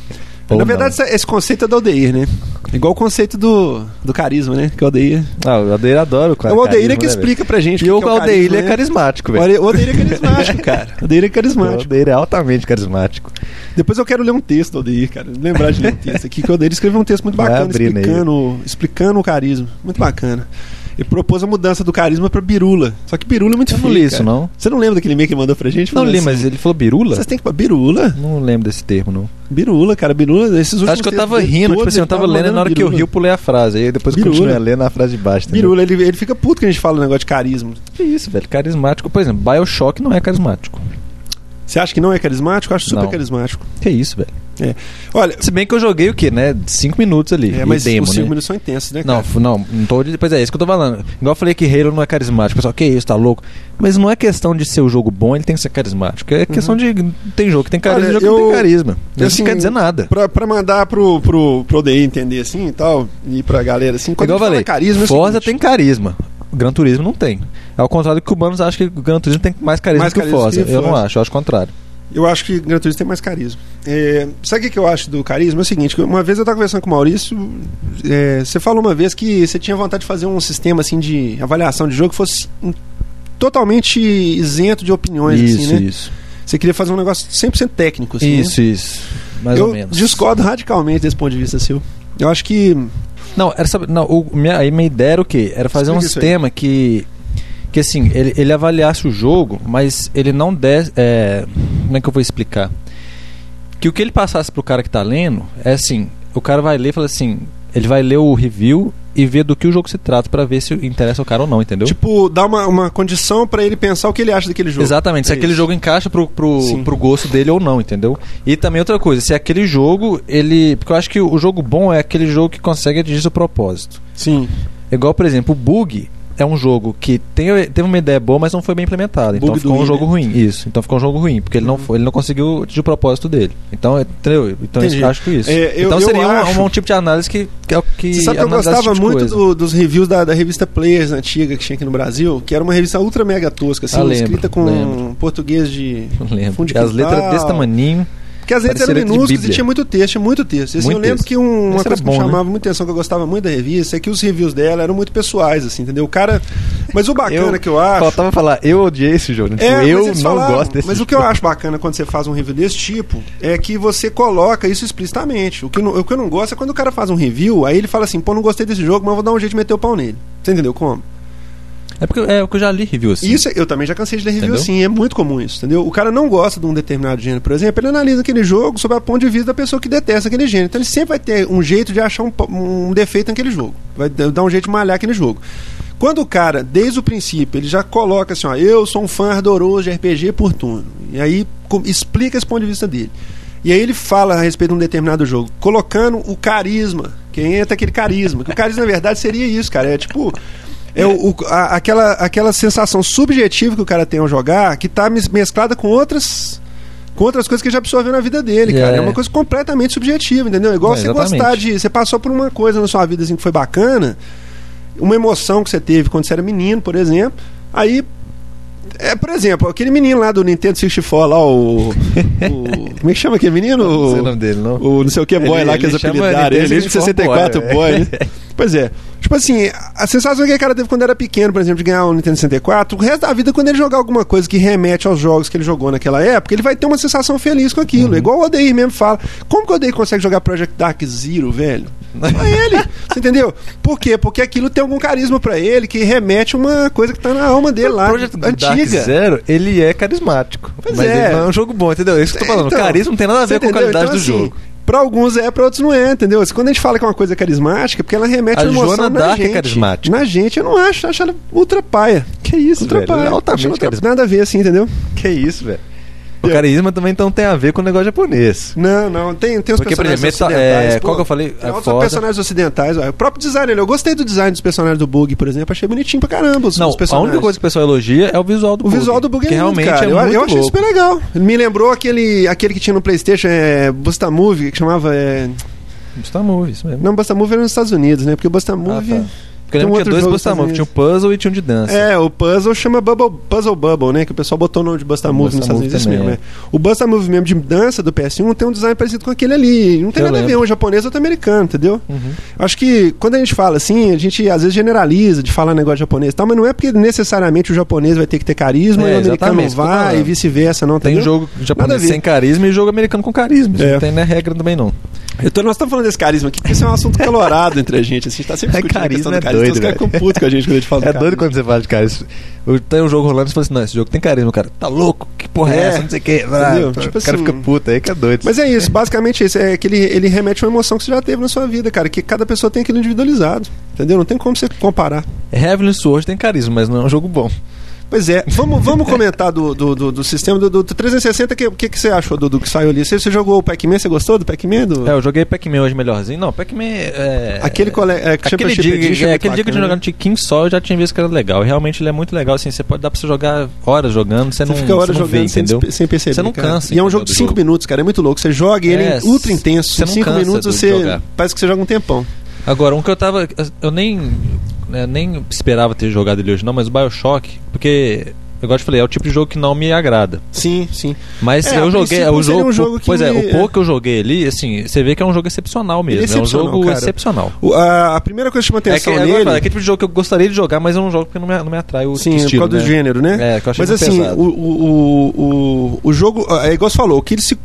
[SPEAKER 2] Ou não.
[SPEAKER 3] Na verdade, essa- esse conceito é do Aldeir, né? Igual o conceito do, do carisma, né? Que o Aldeir.
[SPEAKER 2] Ah, o Aldeir adora o cara. né,
[SPEAKER 3] é o Aldeir é que explica pra gente.
[SPEAKER 2] E
[SPEAKER 3] o
[SPEAKER 2] o
[SPEAKER 3] que que é
[SPEAKER 2] Aldeir ele é
[SPEAKER 3] carisma, né?
[SPEAKER 2] carismático, velho.
[SPEAKER 3] O Aldeir é carismático, cara. O Aldeir é
[SPEAKER 2] O
[SPEAKER 3] carismático.
[SPEAKER 2] Aldeir é altamente carismático.
[SPEAKER 3] Depois eu quero ler um texto do Aldeir, cara. Lembrar de ler um texto aqui, que o Aldeir escreveu um texto muito
[SPEAKER 2] Vai
[SPEAKER 3] bacana
[SPEAKER 2] abrir nele.
[SPEAKER 3] explicando, explicando o carisma. Muito bacana. Ele propôs a mudança do carisma pra birula. Só que birula é muito
[SPEAKER 2] Eu não
[SPEAKER 3] feio,
[SPEAKER 2] li
[SPEAKER 3] cara.
[SPEAKER 2] isso, não.
[SPEAKER 3] Você não lembra daquele e-mail que ele mandou pra gente?
[SPEAKER 2] Não
[SPEAKER 3] Falando
[SPEAKER 2] li,
[SPEAKER 3] assim,
[SPEAKER 2] mas ele falou birula?
[SPEAKER 3] Vocês têm que. Birula?
[SPEAKER 2] Não lembro desse termo, não.
[SPEAKER 3] Birula, cara. Birula, esses últimos
[SPEAKER 2] Acho que eu
[SPEAKER 3] textos
[SPEAKER 2] tava
[SPEAKER 3] dele
[SPEAKER 2] rindo, tipo
[SPEAKER 3] todos,
[SPEAKER 2] assim, eu
[SPEAKER 3] ele
[SPEAKER 2] tava lendo e
[SPEAKER 3] mandando
[SPEAKER 2] na hora que eu
[SPEAKER 3] birula.
[SPEAKER 2] ri eu pulei a frase. Aí depois
[SPEAKER 3] Birula.
[SPEAKER 2] continuei lendo a frase de baixo. entendeu?
[SPEAKER 3] Birula, ele, ele fica puto que a gente fala o negócio de carisma.
[SPEAKER 2] Que isso, velho. Carismático, por exemplo, Bioshock não é carismático.
[SPEAKER 3] Você acha que não é carismático? Eu acho super
[SPEAKER 2] Não.
[SPEAKER 3] carismático. É.
[SPEAKER 2] Que isso, velho.
[SPEAKER 3] Olha,
[SPEAKER 2] Se bem que eu joguei o quê, né? Cinco minutos ali.
[SPEAKER 3] é,
[SPEAKER 2] e
[SPEAKER 3] mas
[SPEAKER 2] demo,
[SPEAKER 3] os
[SPEAKER 2] né?
[SPEAKER 3] cinco minutos são intensos, né?
[SPEAKER 2] Não,
[SPEAKER 3] cara?
[SPEAKER 2] f- não, não tô. de- Pois é, isso que eu tô falando. Igual eu falei que Halo não é carismático. Pessoal, que isso, tá louco? Mas não é questão de ser o jogo bom, ele tem que ser carismático. É questão de. Tem jogo que tem carisma,
[SPEAKER 3] Uhum. Olha,
[SPEAKER 2] jogo que não
[SPEAKER 3] eu-
[SPEAKER 2] tem carisma. Isso
[SPEAKER 3] assim,
[SPEAKER 2] não quer dizer nada.
[SPEAKER 3] Pra, pra mandar pro, pro, pro DI entender assim e tal, e pra galera assim, quando
[SPEAKER 2] Igual eu
[SPEAKER 3] a gente
[SPEAKER 2] falei,
[SPEAKER 3] fala carisma, é o
[SPEAKER 2] Forza
[SPEAKER 3] seguinte,
[SPEAKER 2] tem carisma. O Gran Turismo não tem. Ao contrário do que cubanos acham que o Gran Turismo tem mais carisma
[SPEAKER 3] Mais
[SPEAKER 2] que o
[SPEAKER 3] carisma
[SPEAKER 2] Forza.
[SPEAKER 3] que o
[SPEAKER 2] eu não
[SPEAKER 3] Forza.
[SPEAKER 2] acho, eu acho o contrário.
[SPEAKER 3] Eu acho que Gran Turismo tem mais carisma. É, sabe o que que eu acho do carisma? É o seguinte, que uma vez eu tava conversando com o Maurício, é, você falou uma vez que você tinha vontade de fazer um sistema assim de avaliação de jogo que fosse hum, totalmente isento de opiniões,
[SPEAKER 2] isso,
[SPEAKER 3] assim, né?
[SPEAKER 2] isso.
[SPEAKER 3] Você queria fazer um negócio 100% técnico, assim, né?
[SPEAKER 2] isso, isso. Mais
[SPEAKER 3] eu
[SPEAKER 2] ou menos.
[SPEAKER 3] discordo radicalmente desse ponto de vista seu. Eu acho que
[SPEAKER 2] Não, era saber- não o, minha, aí minha ideia era o quê? Era fazer um
[SPEAKER 3] Explica isso aí.
[SPEAKER 2] sistema que. Que assim, ele, ele avaliasse o jogo, mas ele não desse. é, como é que eu vou explicar? Que o que ele passasse pro cara que tá lendo é assim: o cara vai ler e fala assim. Ele vai ler o review e ver do que o jogo se trata pra ver se interessa o cara ou não, entendeu?
[SPEAKER 3] Tipo, dá uma, uma condição pra ele pensar o que ele acha daquele jogo.
[SPEAKER 2] Exatamente, se
[SPEAKER 3] É
[SPEAKER 2] aquele
[SPEAKER 3] isso.
[SPEAKER 2] jogo encaixa pro, pro,
[SPEAKER 3] Sim.
[SPEAKER 2] pro gosto dele ou não, entendeu? E também outra coisa, se aquele jogo, ele. Porque eu acho que o jogo bom é aquele jogo que consegue atingir seu propósito.
[SPEAKER 3] Sim.
[SPEAKER 2] É Igual, por exemplo, o bug é um jogo que tem, teve uma ideia boa, mas não foi bem implementada. Então
[SPEAKER 3] Bug do
[SPEAKER 2] ficou um
[SPEAKER 3] Wii,
[SPEAKER 2] jogo
[SPEAKER 3] né?
[SPEAKER 2] ruim. Isso. Então ficou um jogo ruim, porque ele não,
[SPEAKER 3] Uhum.
[SPEAKER 2] foi, ele não conseguiu atingir o propósito dele. Então, entendeu? Então
[SPEAKER 3] Entendi.
[SPEAKER 2] eu acho que isso.
[SPEAKER 3] É, eu-
[SPEAKER 2] então
[SPEAKER 3] eu
[SPEAKER 2] seria um-
[SPEAKER 3] acho-
[SPEAKER 2] um, tipo de análise que, que é o que.
[SPEAKER 3] Você sabe que eu
[SPEAKER 2] analisar esse
[SPEAKER 3] gostava
[SPEAKER 2] tipo de
[SPEAKER 3] muito
[SPEAKER 2] coisa.
[SPEAKER 3] do- dos reviews da, da revista Players antiga que tinha aqui no Brasil, que era uma revista ultra mega tosca, assim,
[SPEAKER 2] Ah, lembro,
[SPEAKER 3] escrita com
[SPEAKER 2] lembro.
[SPEAKER 3] português de.
[SPEAKER 2] Não lembro.
[SPEAKER 3] fundo de
[SPEAKER 2] E As letras
[SPEAKER 3] quintal.
[SPEAKER 2] desse tamaninho.
[SPEAKER 3] Porque às vezes
[SPEAKER 2] Parecia
[SPEAKER 3] eram
[SPEAKER 2] letra de
[SPEAKER 3] minúsculas e
[SPEAKER 2] Bíblia.
[SPEAKER 3] tinha muito texto, tinha muito texto. E, assim,
[SPEAKER 2] Muito
[SPEAKER 3] eu lembro
[SPEAKER 2] texto.
[SPEAKER 3] que um-
[SPEAKER 2] Esse
[SPEAKER 3] uma
[SPEAKER 2] era
[SPEAKER 3] coisa
[SPEAKER 2] bom,
[SPEAKER 3] que
[SPEAKER 2] né?
[SPEAKER 3] me chamava muita atenção, que eu gostava muito da revista, é que os reviews dela eram muito pessoais, assim, entendeu? O cara. Mas o bacana
[SPEAKER 2] Eu-
[SPEAKER 3] que eu acho.
[SPEAKER 2] Faltava falar, eu odiei esse jogo. Tipo,
[SPEAKER 3] É, mas
[SPEAKER 2] eu não
[SPEAKER 3] eles falaram,
[SPEAKER 2] gosto desse tipo.
[SPEAKER 3] Mas
[SPEAKER 2] jogo.
[SPEAKER 3] o que eu acho bacana quando você faz um review desse tipo é que você coloca isso explicitamente. O que, eu não- o que eu não gosto é quando o cara faz um review, aí ele fala assim, pô, não gostei desse jogo, mas vou dar um jeito de meter o pau nele. Você entendeu como?
[SPEAKER 2] É porque eu- é o que eu já li review assim.
[SPEAKER 3] Isso eu também já cansei de ler review
[SPEAKER 2] Entendeu?
[SPEAKER 3] assim, é muito comum isso, entendeu? O cara não gosta de um determinado gênero, por exemplo, ele analisa aquele jogo sob a ponto de vista da pessoa que detesta aquele gênero. Então ele sempre vai ter um jeito de achar um, po- um defeito naquele jogo. Vai d- dar um jeito de malhar aquele jogo. Quando o cara, desde o princípio, ele já coloca assim, ó, eu sou um fã ardoroso de RPG por turno. E aí co- explica esse ponto de vista dele. E aí ele fala a respeito de um determinado jogo, colocando o carisma, que entra aquele carisma. Que o carisma, na verdade, seria isso, cara. É tipo. É o, o- a- aquela, aquela sensação subjetiva que o cara tem ao jogar, que tá mes- mesclada com outras. Com outras coisas que ele já absorveu na vida dele,
[SPEAKER 2] É.
[SPEAKER 3] cara. É uma coisa completamente subjetiva, entendeu? É Igual
[SPEAKER 2] É,
[SPEAKER 3] você
[SPEAKER 2] exatamente.
[SPEAKER 3] gostar de. Você passou por uma coisa na sua vida assim, que foi bacana, uma emoção que você teve quando você era menino, por exemplo. Aí. É, por exemplo, aquele menino lá do Nintendo 64, lá, o. o- como é que chama aquele menino?
[SPEAKER 2] Não sei o nome dele, não.
[SPEAKER 3] O não sei o que boy
[SPEAKER 2] Ele-
[SPEAKER 3] lá que eles
[SPEAKER 2] ele chama
[SPEAKER 3] apelidaram.
[SPEAKER 2] Nintendo
[SPEAKER 3] Ele, ele de 64
[SPEAKER 2] 64
[SPEAKER 3] boy. né? Pois é. Tipo assim, a sensação que o cara teve quando era pequeno, por exemplo, de ganhar um Nintendo 64, o resto da vida, quando ele jogar alguma coisa que remete aos jogos que ele jogou naquela época, ele vai ter uma sensação feliz com aquilo.
[SPEAKER 2] Uhum.
[SPEAKER 3] É Igual o Odeir mesmo fala. Como que o Odeir consegue jogar Project Dark Zero, velho? Pra ele. Você entendeu? Por quê? Porque aquilo tem algum carisma pra ele que remete a uma coisa que tá na alma dele lá,
[SPEAKER 2] Project
[SPEAKER 3] antiga.
[SPEAKER 2] Dark Zero, ele é carismático.
[SPEAKER 3] Pois
[SPEAKER 2] mas
[SPEAKER 3] é.
[SPEAKER 2] ele não é um jogo bom, entendeu? É isso que eu tô falando.
[SPEAKER 3] Então,
[SPEAKER 2] Carisma não tem nada a ver
[SPEAKER 3] você
[SPEAKER 2] com a
[SPEAKER 3] entendeu?
[SPEAKER 2] qualidade
[SPEAKER 3] Então,
[SPEAKER 2] do
[SPEAKER 3] assim,
[SPEAKER 2] jogo.
[SPEAKER 3] Pra alguns é, pra outros não é, entendeu? Assim, Quando a gente fala que é uma coisa carismática, é porque ela remete
[SPEAKER 2] A
[SPEAKER 3] a uma emoção
[SPEAKER 2] Joana
[SPEAKER 3] na
[SPEAKER 2] Dark é
[SPEAKER 3] gente.
[SPEAKER 2] carismática.
[SPEAKER 3] Na gente, eu não acho. Eu acho ela ultra paia.
[SPEAKER 2] Que isso,
[SPEAKER 3] Ultra paia.
[SPEAKER 2] Ela é
[SPEAKER 3] Acho
[SPEAKER 2] altamente
[SPEAKER 3] ultra-
[SPEAKER 2] carismático.
[SPEAKER 3] Nada a ver, assim, entendeu?
[SPEAKER 2] Que isso, velho. O carisma também então tem a ver com o negócio japonês.
[SPEAKER 3] Não, não. Tem, tem os
[SPEAKER 2] Porque, por
[SPEAKER 3] personagens
[SPEAKER 2] exemplo, meta-
[SPEAKER 3] ocidentais.
[SPEAKER 2] é,
[SPEAKER 3] pô.
[SPEAKER 2] qual que eu falei?
[SPEAKER 3] Tem
[SPEAKER 2] É
[SPEAKER 3] outros
[SPEAKER 2] foda.
[SPEAKER 3] personagens ocidentais. ó. O próprio design, ele- eu gostei do design dos personagens do Bug, por exemplo. Achei bonitinho pra caramba os,
[SPEAKER 2] Não,
[SPEAKER 3] os
[SPEAKER 2] a
[SPEAKER 3] personagens.
[SPEAKER 2] única coisa que o pessoal elogia é o visual do
[SPEAKER 3] O visual do Bug é
[SPEAKER 2] que
[SPEAKER 3] lindo,
[SPEAKER 2] realmente
[SPEAKER 3] cara.
[SPEAKER 2] é
[SPEAKER 3] eu,
[SPEAKER 2] muito
[SPEAKER 3] eu achei
[SPEAKER 2] louco.
[SPEAKER 3] super legal. Ele me lembrou aquele, aquele que tinha no Playstation, é, Busta Movie, que chamava... é,
[SPEAKER 2] Busta Move, isso mesmo.
[SPEAKER 3] Não, Busta Move era nos Estados Unidos, né? Porque o Busta
[SPEAKER 2] Ah, tá.
[SPEAKER 3] Move...
[SPEAKER 2] Porque eu
[SPEAKER 3] Tem um
[SPEAKER 2] lembro que tinha dois
[SPEAKER 3] outro jogo
[SPEAKER 2] Busta
[SPEAKER 3] dos
[SPEAKER 2] Move, tinha um
[SPEAKER 3] Estados
[SPEAKER 2] puzzle e tinha um de dança.
[SPEAKER 3] É, o puzzle chama Bubble, Puzzle Bubble, né? Que o pessoal botou o nome de Busta Move
[SPEAKER 2] Busta Move
[SPEAKER 3] nos Estados Unidos. Isso
[SPEAKER 2] também,
[SPEAKER 3] mesmo, é. O Busta Move mesmo de dança do PS1 tem um design parecido com aquele ali. Não tem
[SPEAKER 2] Eu
[SPEAKER 3] nada a ver,
[SPEAKER 2] lembro.
[SPEAKER 3] um é japonês, outro é americano, entendeu?
[SPEAKER 2] Uhum.
[SPEAKER 3] Acho que quando a gente fala assim, a gente às vezes generaliza de falar negócio de japonês e tal, mas não é porque necessariamente o japonês vai ter que ter carisma
[SPEAKER 2] É,
[SPEAKER 3] e o americano não
[SPEAKER 2] exatamente, isso que eu tô
[SPEAKER 3] vai
[SPEAKER 2] falando.
[SPEAKER 3] e vice-versa, não.
[SPEAKER 2] Tem um
[SPEAKER 3] entendeu?
[SPEAKER 2] jogo
[SPEAKER 3] Nada a
[SPEAKER 2] japonês
[SPEAKER 3] ver.
[SPEAKER 2] sem carisma e jogo americano com carisma. Isso
[SPEAKER 3] É.
[SPEAKER 2] não tem na regra também, não.
[SPEAKER 3] Eu tô, nós estamos falando desse carisma aqui, porque isso é um assunto calorado entre a gente. Assim, a gente tá sempre
[SPEAKER 2] É,
[SPEAKER 3] discutindo
[SPEAKER 2] carisma
[SPEAKER 3] a questão
[SPEAKER 2] é
[SPEAKER 3] do carisma. então
[SPEAKER 2] doido,
[SPEAKER 3] os caras
[SPEAKER 2] velho.
[SPEAKER 3] ficam putos com a gente quando a gente fala do
[SPEAKER 2] É doido
[SPEAKER 3] carisma.
[SPEAKER 2] quando você fala de carisma. Eu- Tem um jogo rolando e você fala assim, não, esse jogo tem carisma, cara. Tá louco? Que porra é,
[SPEAKER 3] É.
[SPEAKER 2] essa? Não sei o que.
[SPEAKER 3] Entendeu?
[SPEAKER 2] tá. o
[SPEAKER 3] Tipo
[SPEAKER 2] cara
[SPEAKER 3] assim-
[SPEAKER 2] fica puto aí que é doido.
[SPEAKER 3] Mas é isso, basicamente isso. É que ele, ele remete a uma emoção que você já teve na sua vida, cara. Que cada pessoa tem aquilo individualizado. Entendeu? Não tem como você comparar.
[SPEAKER 2] É, Heavenly Sword tem carisma, mas não é um jogo bom.
[SPEAKER 3] Pois é, vamos, vamos comentar do, do, do, do sistema do, do 360. O que, que, que você achou do, do que saiu ali? Você, você jogou o Pac-Man? Você gostou do Pac-Man? Do...
[SPEAKER 2] É, eu joguei Pac-Man hoje melhorzinho. Não, Pac-Man é.
[SPEAKER 3] Aquele cole... é,
[SPEAKER 2] Aquele
[SPEAKER 3] Championship
[SPEAKER 2] dia,
[SPEAKER 3] Edition
[SPEAKER 2] é,
[SPEAKER 3] muito
[SPEAKER 2] aquele dia que eu tinha
[SPEAKER 3] bacana,
[SPEAKER 2] jogado
[SPEAKER 3] né?
[SPEAKER 2] no Tiquinho só, eu já tinha visto que era legal. Realmente ele é muito legal, assim, você pode dar pra você jogar horas jogando, você, não,
[SPEAKER 3] Você fica
[SPEAKER 2] você
[SPEAKER 3] horas
[SPEAKER 2] não
[SPEAKER 3] jogando
[SPEAKER 2] vê,
[SPEAKER 3] sem,
[SPEAKER 2] entendeu?
[SPEAKER 3] despe- sem perceber.
[SPEAKER 2] Você não
[SPEAKER 3] cara.
[SPEAKER 2] cansa,
[SPEAKER 3] E é um
[SPEAKER 2] entendeu,
[SPEAKER 3] jogo
[SPEAKER 2] do
[SPEAKER 3] de 5
[SPEAKER 2] jogo.
[SPEAKER 3] minutos, cara. É muito louco. Você joga e ele é
[SPEAKER 2] É,
[SPEAKER 3] ultra intenso.
[SPEAKER 2] você
[SPEAKER 3] Em
[SPEAKER 2] não
[SPEAKER 3] 5
[SPEAKER 2] cansa
[SPEAKER 3] minutos
[SPEAKER 2] do- de
[SPEAKER 3] você.
[SPEAKER 2] jogar.
[SPEAKER 3] Parece que você joga um tempão.
[SPEAKER 2] Agora, um que eu tava. Eu nem. né, nem esperava ter jogado ele hoje, não, mas o Bioshock, porque. Igual eu te falei, é o tipo de jogo que não me agrada.
[SPEAKER 3] Sim, sim.
[SPEAKER 2] Mas
[SPEAKER 3] É, a
[SPEAKER 2] eu joguei.
[SPEAKER 3] princípio
[SPEAKER 2] é, O
[SPEAKER 3] seria
[SPEAKER 2] jogo,
[SPEAKER 3] um jogo que
[SPEAKER 2] pois é,
[SPEAKER 3] me-
[SPEAKER 2] o pouco que eu joguei ali, assim, você vê que é um jogo excepcional mesmo. É, um
[SPEAKER 3] excepcional,
[SPEAKER 2] jogo
[SPEAKER 3] cara.
[SPEAKER 2] excepcional.
[SPEAKER 3] O- a, a primeira coisa que chama
[SPEAKER 2] É que,
[SPEAKER 3] atenção
[SPEAKER 2] agora eu
[SPEAKER 3] nele.
[SPEAKER 2] falo, é aquele tipo de jogo que eu gostaria de jogar, mas é um jogo que não me, não me atrai o
[SPEAKER 3] Sim,
[SPEAKER 2] estilo,
[SPEAKER 3] por causa
[SPEAKER 2] né?
[SPEAKER 3] do gênero, né?
[SPEAKER 2] É, que eu achei
[SPEAKER 3] Mas
[SPEAKER 2] muito
[SPEAKER 3] assim,
[SPEAKER 2] pesado.
[SPEAKER 3] o, o, o, o- o jogo, é igual você falou, o que ele se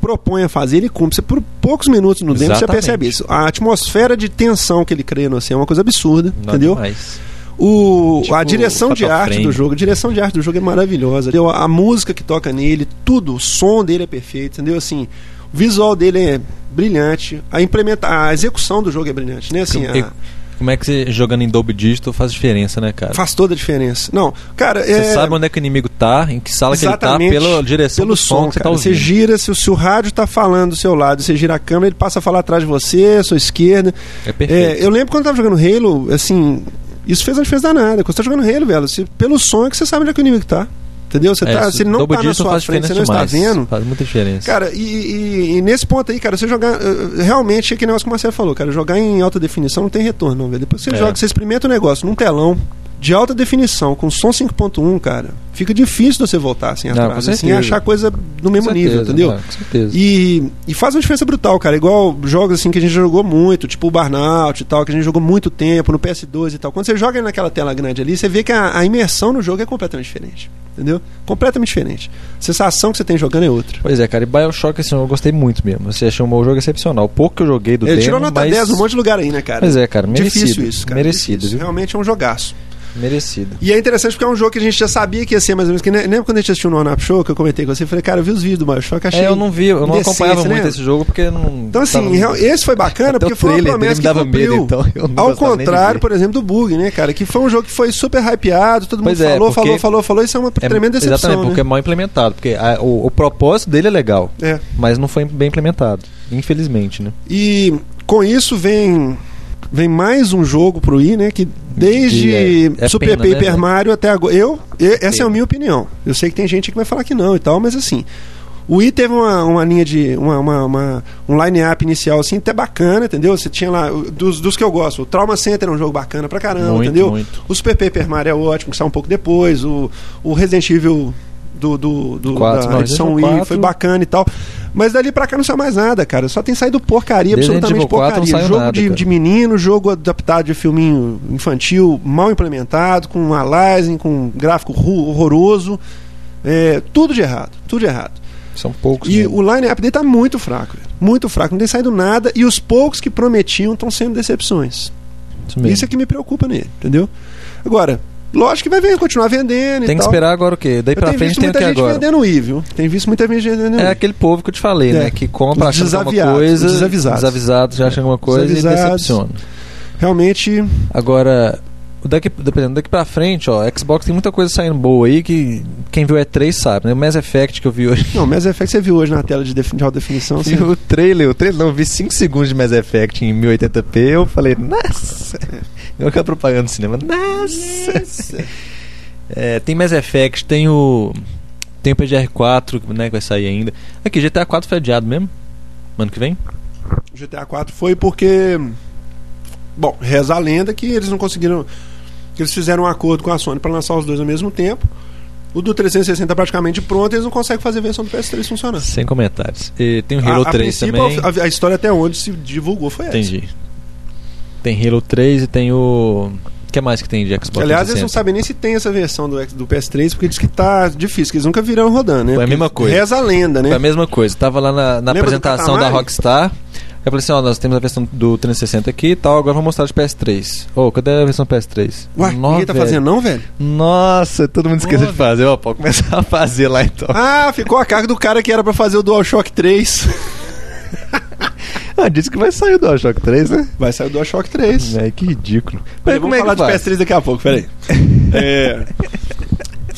[SPEAKER 3] propõe a fazer, ele cumpre. Você, por poucos minutos no demo, você já
[SPEAKER 2] Exatamente.
[SPEAKER 3] percebe isso. A atmosfera de tensão que ele cria no assim, é uma coisa absurda,
[SPEAKER 2] Não é
[SPEAKER 3] entendeu?
[SPEAKER 2] demais.
[SPEAKER 3] O,
[SPEAKER 2] Tipo,
[SPEAKER 3] a direção de
[SPEAKER 2] Fatal
[SPEAKER 3] arte
[SPEAKER 2] Frame.
[SPEAKER 3] do jogo, a direção de arte do jogo é maravilhosa. Entendeu? A música que toca nele, tudo, o som dele é perfeito, entendeu? Assim, o visual dele é brilhante, a implementa a execução do jogo é brilhante, né? Assim,
[SPEAKER 2] E
[SPEAKER 3] a-
[SPEAKER 2] Como é que você jogando em Dolby Digital faz diferença, né, cara?
[SPEAKER 3] faz toda a diferença. Não, cara,
[SPEAKER 2] Você
[SPEAKER 3] é
[SPEAKER 2] sabe onde é que o inimigo tá, em que sala que ele tá,
[SPEAKER 3] Exatamente.
[SPEAKER 2] pela direção
[SPEAKER 3] pelo
[SPEAKER 2] do som,
[SPEAKER 3] som,
[SPEAKER 2] que você
[SPEAKER 3] cara.
[SPEAKER 2] tá
[SPEAKER 3] você
[SPEAKER 2] ouvindo.
[SPEAKER 3] gira, se o, se o rádio tá falando do seu lado, você gira a câmera, ele passa a falar atrás de você, à sua esquerda.
[SPEAKER 2] É perfeito.
[SPEAKER 3] É, eu lembro quando eu tava jogando Halo, assim, Isso fez a diferença danada. Quando você tá jogando Halo, velho, você, pelo som é que você sabe onde é que o inimigo tá. Entendeu? Você
[SPEAKER 2] É,
[SPEAKER 3] tá,
[SPEAKER 2] isso-
[SPEAKER 3] se ele não
[SPEAKER 2] Double
[SPEAKER 3] tá na
[SPEAKER 2] Digital
[SPEAKER 3] sua
[SPEAKER 2] faz
[SPEAKER 3] frente, você não
[SPEAKER 2] diferença
[SPEAKER 3] está
[SPEAKER 2] demais.
[SPEAKER 3] vendo.
[SPEAKER 2] Faz muita diferença.
[SPEAKER 3] Cara, e, e- e nesse ponto aí, cara, você jogar. eh, Realmente é que negócio que o Marcelo falou, cara. Jogar em alta definição não tem retorno, não, velho. Depois que você
[SPEAKER 2] É.
[SPEAKER 3] joga, você experimenta o negócio num telão de alta definição, com som 5.1, cara. Fica difícil de você voltar assim
[SPEAKER 2] Não, com
[SPEAKER 3] atrás, assim, e
[SPEAKER 2] certeza.
[SPEAKER 3] achar coisa no mesmo
[SPEAKER 2] Com
[SPEAKER 3] nível,
[SPEAKER 2] certeza, né?
[SPEAKER 3] entendeu?
[SPEAKER 2] cara, Com certeza.
[SPEAKER 3] E, e faz uma diferença brutal, cara. Igual jogos assim que a gente jogou muito, tipo o Burnout e tal, que a gente jogou muito tempo no PS2 e tal. Quando você joga naquela tela grande ali, você vê que a, a imersão no jogo é completamente diferente. Entendeu? Completamente diferente. A sensação que você tem jogando é outra.
[SPEAKER 2] Pois é, cara, e Bioshock, assim, eu gostei muito mesmo. Você achou um bom jogo excepcional. O pouco que eu joguei do
[SPEAKER 3] Ele
[SPEAKER 2] demo,
[SPEAKER 3] tirou nota
[SPEAKER 2] mas...
[SPEAKER 3] 10 num monte de lugar aí, né, cara?
[SPEAKER 2] Pois é, cara, merecido.
[SPEAKER 3] Difícil isso, cara.
[SPEAKER 2] Merecido,
[SPEAKER 3] Difícil.
[SPEAKER 2] viu?
[SPEAKER 3] Realmente é um jogaço.
[SPEAKER 2] Merecido.
[SPEAKER 3] E é interessante porque é um jogo que a gente já sabia que ia ser mais ou menos. Que, ne- lembra quando a gente assistiu no Onap Show que eu comentei com você? Eu falei, cara, eu vi os vídeos do Bioshock, achei.
[SPEAKER 2] É, eu não vi, eu não
[SPEAKER 3] indecência,
[SPEAKER 2] acompanhava muito
[SPEAKER 3] né?
[SPEAKER 2] esse jogo porque não...
[SPEAKER 3] Então, assim,
[SPEAKER 2] tava-
[SPEAKER 3] real- esse foi bacana
[SPEAKER 2] Até
[SPEAKER 3] porque
[SPEAKER 2] o
[SPEAKER 3] foi uma
[SPEAKER 2] trailer dele
[SPEAKER 3] promessa
[SPEAKER 2] me
[SPEAKER 3] que
[SPEAKER 2] dava
[SPEAKER 3] cumpriu.
[SPEAKER 2] medo, então eu não gostava
[SPEAKER 3] Ao
[SPEAKER 2] nem de
[SPEAKER 3] contrário,
[SPEAKER 2] ver.
[SPEAKER 3] por exemplo, do Bug, né, cara? Que foi um jogo que foi super hypeado, todo
[SPEAKER 2] Pois
[SPEAKER 3] mundo
[SPEAKER 2] é,
[SPEAKER 3] falou,
[SPEAKER 2] porque-
[SPEAKER 3] falou, falou, falou. Isso é uma
[SPEAKER 2] É,
[SPEAKER 3] tremenda decepção.
[SPEAKER 2] Exatamente,
[SPEAKER 3] né?
[SPEAKER 2] porque é mal implementado. Porque a- o, o propósito dele é legal,
[SPEAKER 3] É.
[SPEAKER 2] mas não foi bem implementado. Infelizmente, né?
[SPEAKER 3] E com isso vem vem mais um jogo pro Wii, né? Que desde
[SPEAKER 2] E é- é
[SPEAKER 3] Super
[SPEAKER 2] pena, né,
[SPEAKER 3] Paper
[SPEAKER 2] velho?
[SPEAKER 3] Mario até agora. Eu, e- essa é a
[SPEAKER 2] Pena.
[SPEAKER 3] minha opinião. Eu sei que tem gente que vai falar que não e tal, mas assim. O Wii teve uma, uma linha de. Uma, uma- uma- um line-up inicial assim, até bacana, entendeu? Você tinha lá. o- Dos, dos que eu gosto, o Trauma Center é um jogo bacana pra caramba,
[SPEAKER 2] Muito,
[SPEAKER 3] entendeu?
[SPEAKER 2] muito.
[SPEAKER 3] O Super Paper Mario é ótimo, que sai um pouco depois. O, o Resident Evil do, do, do-
[SPEAKER 2] Quatro,
[SPEAKER 3] da
[SPEAKER 2] não,
[SPEAKER 3] edição
[SPEAKER 2] Resident
[SPEAKER 3] Wii
[SPEAKER 2] Evil
[SPEAKER 3] foi
[SPEAKER 2] quatro.
[SPEAKER 3] bacana e tal. Mas dali pra cá não saiu mais nada, cara. Só tem saído porcaria,
[SPEAKER 2] Desde
[SPEAKER 3] absolutamente
[SPEAKER 2] Resident Evil 4 não
[SPEAKER 3] porcaria.
[SPEAKER 2] saiu
[SPEAKER 3] jogo
[SPEAKER 2] nada,
[SPEAKER 3] de,
[SPEAKER 2] cara.
[SPEAKER 3] de menino, jogo adaptado de filminho infantil, mal implementado, com aliasing, com um gráfico ru- horroroso. É, tudo de errado, tudo de errado.
[SPEAKER 2] São poucos
[SPEAKER 3] E
[SPEAKER 2] mesmo.
[SPEAKER 3] o line-up dele tá muito fraco, velho. muito fraco, não tem saído nada. E os poucos que prometiam estão sendo decepções.
[SPEAKER 2] Isso mesmo.
[SPEAKER 3] Isso é que me preocupa nele, entendeu? Agora, lógico que vai ver, continuar vendendo e
[SPEAKER 2] Tem que
[SPEAKER 3] tal.
[SPEAKER 2] esperar agora o quê? Daí
[SPEAKER 3] Eu
[SPEAKER 2] pra
[SPEAKER 3] tenho
[SPEAKER 2] frente
[SPEAKER 3] visto
[SPEAKER 2] tem o
[SPEAKER 3] muita
[SPEAKER 2] que
[SPEAKER 3] gente
[SPEAKER 2] agora?
[SPEAKER 3] vendendo o I, viu? Tem visto muita gente vendendo o
[SPEAKER 2] É
[SPEAKER 3] I.
[SPEAKER 2] aquele povo que eu te falei,
[SPEAKER 3] É.
[SPEAKER 2] né? Que compra
[SPEAKER 3] Os
[SPEAKER 2] achando alguma
[SPEAKER 3] desaviados,
[SPEAKER 2] coisa.
[SPEAKER 3] os desavisados. É.
[SPEAKER 2] Desavisados, já acham alguma coisa e
[SPEAKER 3] Desavisados.
[SPEAKER 2] decepciona.
[SPEAKER 3] Realmente,
[SPEAKER 2] Agora, daqui, dependendo daqui pra frente, ó, Xbox tem muita coisa saindo boa aí que quem viu o E3 sabe, né? O Mass Effect que eu vi hoje.
[SPEAKER 3] Não, Mass Effect você viu hoje na tela de, defin- de alta definição. Você...
[SPEAKER 2] E o trailer, o trailer não, eu vi 5 segundos de Mass Effect em 1080p, eu falei, nossa! Igual aquela propaganda do cinema, nossa! É, tem Mass Effect, tem o. Tem o PGR4, né, que vai sair ainda. Aqui, GTA 4 foi adiado mesmo? Ano que vem?
[SPEAKER 3] GTA IV foi porque. Bom, reza a lenda que eles não conseguiram. Que eles fizeram um acordo com a Sony pra lançar os dois ao mesmo tempo. O do 360 tá praticamente pronto, eles não conseguem fazer a versão do PS3 funcionar.
[SPEAKER 2] Sem comentários. E tem o
[SPEAKER 3] A-
[SPEAKER 2] Halo
[SPEAKER 3] a,
[SPEAKER 2] 3
[SPEAKER 3] princípio,
[SPEAKER 2] também.
[SPEAKER 3] A, a história até onde se divulgou foi essa.
[SPEAKER 2] Entendi. Tem Halo 3 e tem o. O que mais que tem de Xbox?
[SPEAKER 3] Que, aliás, eles não
[SPEAKER 2] 360?
[SPEAKER 3] sabem nem se tem essa versão do, X- do PS3, porque diz que tá difícil, que eles nunca viram rodando,
[SPEAKER 2] Foi
[SPEAKER 3] né?
[SPEAKER 2] a
[SPEAKER 3] Porque
[SPEAKER 2] mesma coisa.
[SPEAKER 3] Reza a lenda, né?
[SPEAKER 2] Foi a mesma coisa. Tava lá na, na
[SPEAKER 3] Lembra do
[SPEAKER 2] apresentação da
[SPEAKER 3] Katamari?
[SPEAKER 2] Rockstar. Eu falei assim, ó, nós temos a versão do 360 aqui e tal, agora vamos mostrar de PS3. Ô, cadê a versão PS3?
[SPEAKER 3] Ué,
[SPEAKER 2] Nó,
[SPEAKER 3] ninguém tá
[SPEAKER 2] velho.
[SPEAKER 3] fazendo, não, velho?
[SPEAKER 2] Nossa, todo mundo esqueceu
[SPEAKER 3] Nó,
[SPEAKER 2] de fazer. Ó, pode começar a fazer lá então.
[SPEAKER 3] Ah, ficou a carga do cara que era pra fazer o DualShock 3.
[SPEAKER 2] Ah, disse que vai sair o DualShock 3, né?
[SPEAKER 3] Vai sair o DualShock 3.
[SPEAKER 2] É, que ridículo.
[SPEAKER 3] Peraí,
[SPEAKER 2] Mas
[SPEAKER 3] vamos
[SPEAKER 2] como é
[SPEAKER 3] falar
[SPEAKER 2] que
[SPEAKER 3] de
[SPEAKER 2] faz?
[SPEAKER 3] PS3 daqui a pouco, peraí. É.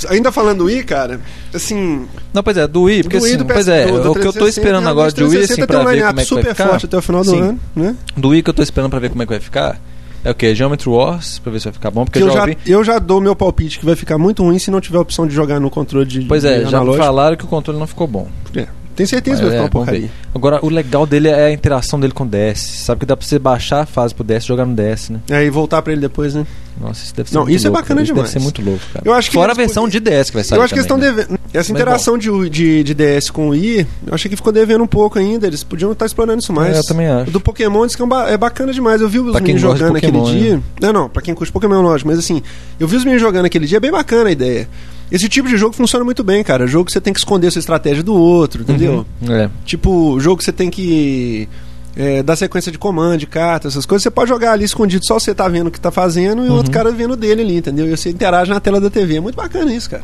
[SPEAKER 3] Ainda falando i, cara, assim.
[SPEAKER 2] Não, pois é, do Wii, porque
[SPEAKER 3] do i
[SPEAKER 2] assim,
[SPEAKER 3] do
[SPEAKER 2] pois é,
[SPEAKER 3] PS3,
[SPEAKER 2] o que eu tô
[SPEAKER 3] 360,
[SPEAKER 2] esperando agora de Wii, assim,
[SPEAKER 3] 360
[SPEAKER 2] pra
[SPEAKER 3] tem um
[SPEAKER 2] ver
[SPEAKER 3] line-up
[SPEAKER 2] como é que vai
[SPEAKER 3] super
[SPEAKER 2] ficar...
[SPEAKER 3] forte até o final do
[SPEAKER 2] Sim.
[SPEAKER 3] ano, né?
[SPEAKER 2] Do Wii que eu tô esperando pra ver como é que vai ficar é o que? Geometry Wars, pra ver se vai ficar bom, porque
[SPEAKER 3] Que eu,
[SPEAKER 2] já
[SPEAKER 3] já,
[SPEAKER 2] ouvi.
[SPEAKER 3] eu já dou meu palpite que vai ficar muito ruim se não tiver a opção de jogar no controle de.
[SPEAKER 2] Pois é,
[SPEAKER 3] de
[SPEAKER 2] já me
[SPEAKER 3] analógico.
[SPEAKER 2] falaram que o controle não ficou bom.
[SPEAKER 3] É, Tem certeza que vai
[SPEAKER 2] Mas, é,
[SPEAKER 3] ficar uma
[SPEAKER 2] vamos ver.
[SPEAKER 3] porcaria.
[SPEAKER 2] Agora, o legal dele é a interação dele com o DS. Sabe que dá pra você baixar a fase pro DS e jogar no DS, né?
[SPEAKER 3] É, e voltar pra ele depois, né?
[SPEAKER 2] Nossa, isso deve ser
[SPEAKER 3] Não,
[SPEAKER 2] muito
[SPEAKER 3] isso é
[SPEAKER 2] louco,
[SPEAKER 3] bacana
[SPEAKER 2] cara. isso
[SPEAKER 3] demais.
[SPEAKER 2] Deve ser muito louco, cara.
[SPEAKER 3] Eu acho que
[SPEAKER 2] Fora a
[SPEAKER 3] eles-
[SPEAKER 2] versão de DS que vai sair.
[SPEAKER 3] Eu acho que eles estão
[SPEAKER 2] também, né?
[SPEAKER 3] devendo. Essa interação de, U- de, de DS com o I, eu achei que ficou devendo um pouco ainda. Eles podiam estar explorando isso mais.
[SPEAKER 2] É, eu também acho.
[SPEAKER 3] O do Pokémon diz que é, um ba- é bacana demais. Eu vi os
[SPEAKER 2] Pra quem
[SPEAKER 3] meninos
[SPEAKER 2] gosta de
[SPEAKER 3] jogando aquele
[SPEAKER 2] Pokémon, né?
[SPEAKER 3] dia. É, Não, não, pra quem curte Pokémon, lógico. Mas assim, eu vi os meninos jogando aquele dia, é bem bacana a ideia. Esse tipo de jogo funciona muito bem, cara. Jogo que você tem que esconder sua estratégia do outro, entendeu?
[SPEAKER 2] Uhum. É.
[SPEAKER 3] Tipo, jogo que você tem que. é, dar sequência de comando, de carta, essas coisas, você pode jogar ali escondido, só você tá vendo o que tá fazendo e o outro
[SPEAKER 2] Uhum.
[SPEAKER 3] cara vendo dele ali, entendeu? E você interage na tela da TV. É muito bacana isso, cara.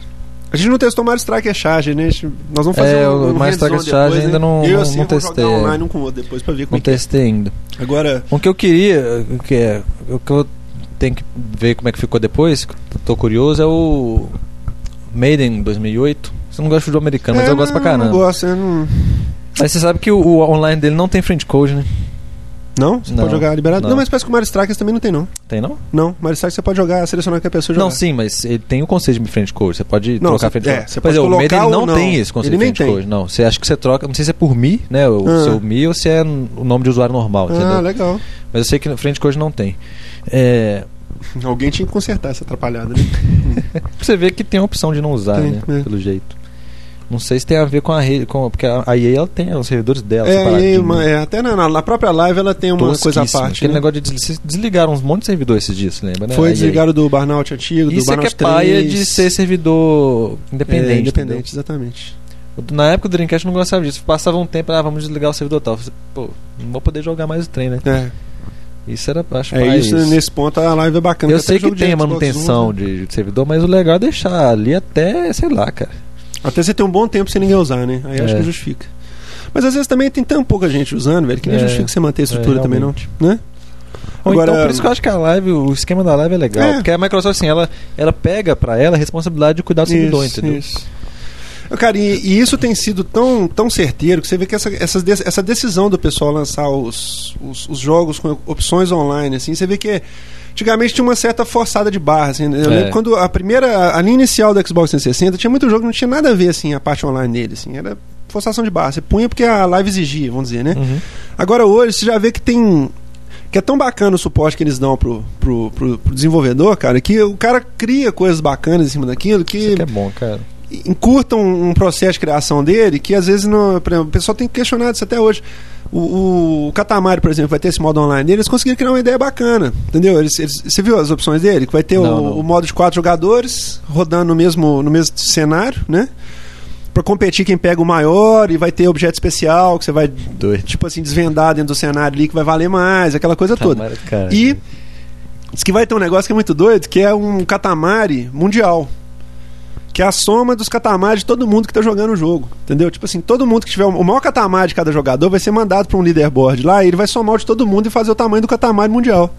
[SPEAKER 3] A gente não testou Mario Striker Charge, né? A gente- Nós vamos fazer
[SPEAKER 2] É,
[SPEAKER 3] um,
[SPEAKER 2] o
[SPEAKER 3] um
[SPEAKER 2] Mario Striker
[SPEAKER 3] hands-on depois,
[SPEAKER 2] Charge ainda não-
[SPEAKER 3] Eu
[SPEAKER 2] não-
[SPEAKER 3] assim
[SPEAKER 2] não
[SPEAKER 3] vou
[SPEAKER 2] testei,
[SPEAKER 3] jogar
[SPEAKER 2] é.
[SPEAKER 3] online um com o outro depois pra ver como
[SPEAKER 2] Não
[SPEAKER 3] é que é.
[SPEAKER 2] testei ainda.
[SPEAKER 3] Agora,
[SPEAKER 2] O que eu queria, o que é. O que eu tenho que ver como é que ficou depois, que eu tô curioso, é o. Maiden 2008. Você não gosta de futebol americano, mas
[SPEAKER 3] é,
[SPEAKER 2] eu gosto pra
[SPEAKER 3] não-
[SPEAKER 2] caramba.
[SPEAKER 3] Não gosto, eu não...
[SPEAKER 2] Mas você sabe que o, o online dele não tem friend code, né?
[SPEAKER 3] Não? Você
[SPEAKER 2] Não,
[SPEAKER 3] pode jogar liberado?
[SPEAKER 2] não.
[SPEAKER 3] Não, mas parece que o Mario Strikers também não tem, não.
[SPEAKER 2] Tem não?
[SPEAKER 3] Não, Mario Strikers você pode jogar, selecionar que a pessoa jogar.
[SPEAKER 2] Não, sim, mas ele tem o conceito de friend code. Você pode
[SPEAKER 3] Não,
[SPEAKER 2] trocar
[SPEAKER 3] você-
[SPEAKER 2] friend
[SPEAKER 3] é,
[SPEAKER 2] code.
[SPEAKER 3] você
[SPEAKER 2] Pois
[SPEAKER 3] pode
[SPEAKER 2] é, o Meta
[SPEAKER 3] colocar
[SPEAKER 2] ele
[SPEAKER 3] ou
[SPEAKER 2] não,
[SPEAKER 3] não.
[SPEAKER 2] tem esse conceito
[SPEAKER 3] Ele nem
[SPEAKER 2] de friend
[SPEAKER 3] tem.
[SPEAKER 2] code, não. Você acha que você troca, não sei se é por mi, né, o
[SPEAKER 3] Ah.
[SPEAKER 2] seu mi ou se é o nome de usuário normal,
[SPEAKER 3] Ah,
[SPEAKER 2] entendeu?
[SPEAKER 3] legal.
[SPEAKER 2] Mas eu sei que friend code não tem. É,
[SPEAKER 3] Alguém tinha que consertar essa atrapalhada, né?
[SPEAKER 2] você vê que tem a opção de não usar,
[SPEAKER 3] Tem,
[SPEAKER 2] né,
[SPEAKER 3] é.
[SPEAKER 2] pelo jeito. Não sei se tem a ver com a rede, com, porque a EA ela tem os servidores dela
[SPEAKER 3] É, e
[SPEAKER 2] separadinho.
[SPEAKER 3] aí, uma- é, até na, na- na própria live ela tem uma coisa à
[SPEAKER 2] Tosquíssimo.
[SPEAKER 3] parte.
[SPEAKER 2] Aquele
[SPEAKER 3] né?
[SPEAKER 2] negócio de desli- vocês desligaram uns montes de servidores esses dias, você lembra, né?
[SPEAKER 3] Foi
[SPEAKER 2] A EA.
[SPEAKER 3] desligado do Burnout antigo, do
[SPEAKER 2] Isso é que é
[SPEAKER 3] Burnout 3.
[SPEAKER 2] paia de ser servidor independente.
[SPEAKER 3] É,
[SPEAKER 2] entendeu?
[SPEAKER 3] independente, exatamente.
[SPEAKER 2] Na época do Dreamcast eu não gostava disso. Passava um tempo, ah, vamos desligar o servidor tal. Pô, não vou poder jogar mais o trem, né?
[SPEAKER 3] É,
[SPEAKER 2] tipo, Isso era, acho
[SPEAKER 3] é
[SPEAKER 2] pai,
[SPEAKER 3] isso, nesse ponto a live é bacana.
[SPEAKER 2] Eu
[SPEAKER 3] até
[SPEAKER 2] sei que
[SPEAKER 3] jogo de
[SPEAKER 2] tem a
[SPEAKER 3] Xbox One,
[SPEAKER 2] manutenção
[SPEAKER 3] né?
[SPEAKER 2] de, de servidor, mas o legal é deixar ali até, sei lá, cara.
[SPEAKER 3] Até você ter um bom tempo sem ninguém usar, né? Aí acho
[SPEAKER 2] É.
[SPEAKER 3] que justifica. Mas às vezes também tem tão pouca gente usando, velho, que nem
[SPEAKER 2] É.
[SPEAKER 3] justifica você manter a estrutura
[SPEAKER 2] É,
[SPEAKER 3] também, não.
[SPEAKER 2] realmente.
[SPEAKER 3] Né?
[SPEAKER 2] Ou
[SPEAKER 3] Agora-
[SPEAKER 2] então, por isso que eu acho que a live, o esquema da live é legal.
[SPEAKER 3] É.
[SPEAKER 2] Porque a Microsoft, assim, ela, ela pega pra ela a responsabilidade de cuidar do servidor, entendeu?
[SPEAKER 3] isso. Cara, e, e isso tem sido tão, tão certeiro que você vê que essa, essas de- essa decisão do pessoal lançar os, os, os jogos com opções online, assim, você vê que antigamente tinha uma certa forçada de barra. Assim, eu
[SPEAKER 2] É.
[SPEAKER 3] lembro quando a primeira, a linha inicial do Xbox 360 tinha muito jogo que não tinha nada a ver assim, a parte online dele. Assim, era forçação de barra. Você punha porque a live exigia, vamos dizer, né?
[SPEAKER 2] Uhum.
[SPEAKER 3] Agora hoje você já vê que tem. Que é tão bacana o suporte que eles dão pro, pro, pro- pro desenvolvedor, cara, que o cara cria coisas bacanas em cima daquilo
[SPEAKER 2] Isso que é bom, cara.
[SPEAKER 3] encurtam um processo de criação dele que às vezes não, por exemplo, o pessoal tem questionado isso até hoje. O, o, Catamari, por exemplo, vai ter esse modo online dele, eles conseguiram criar uma ideia bacana, entendeu? Eles, eles- você viu as opções dele? Que vai ter
[SPEAKER 2] Não,
[SPEAKER 3] o,
[SPEAKER 2] não.
[SPEAKER 3] o modo de quatro jogadores rodando no mesmo, no mesmo cenário, né? Pra competir quem pega o maior e vai ter objeto especial que você vai,
[SPEAKER 2] Doido.
[SPEAKER 3] tipo assim, desvendar dentro do cenário ali que vai valer mais, aquela coisa
[SPEAKER 2] é
[SPEAKER 3] toda.
[SPEAKER 2] Tá, Cara.
[SPEAKER 3] E diz que vai ter um negócio que é muito doido, que é um catamari mundial. Que é a soma dos catamares de todo mundo que tá jogando o jogo. Entendeu? Tipo assim, todo mundo que tiver. O maior catamar de cada jogador vai ser mandado pra um leaderboard lá e ele vai somar o de todo mundo e fazer o tamanho do catamar mundial.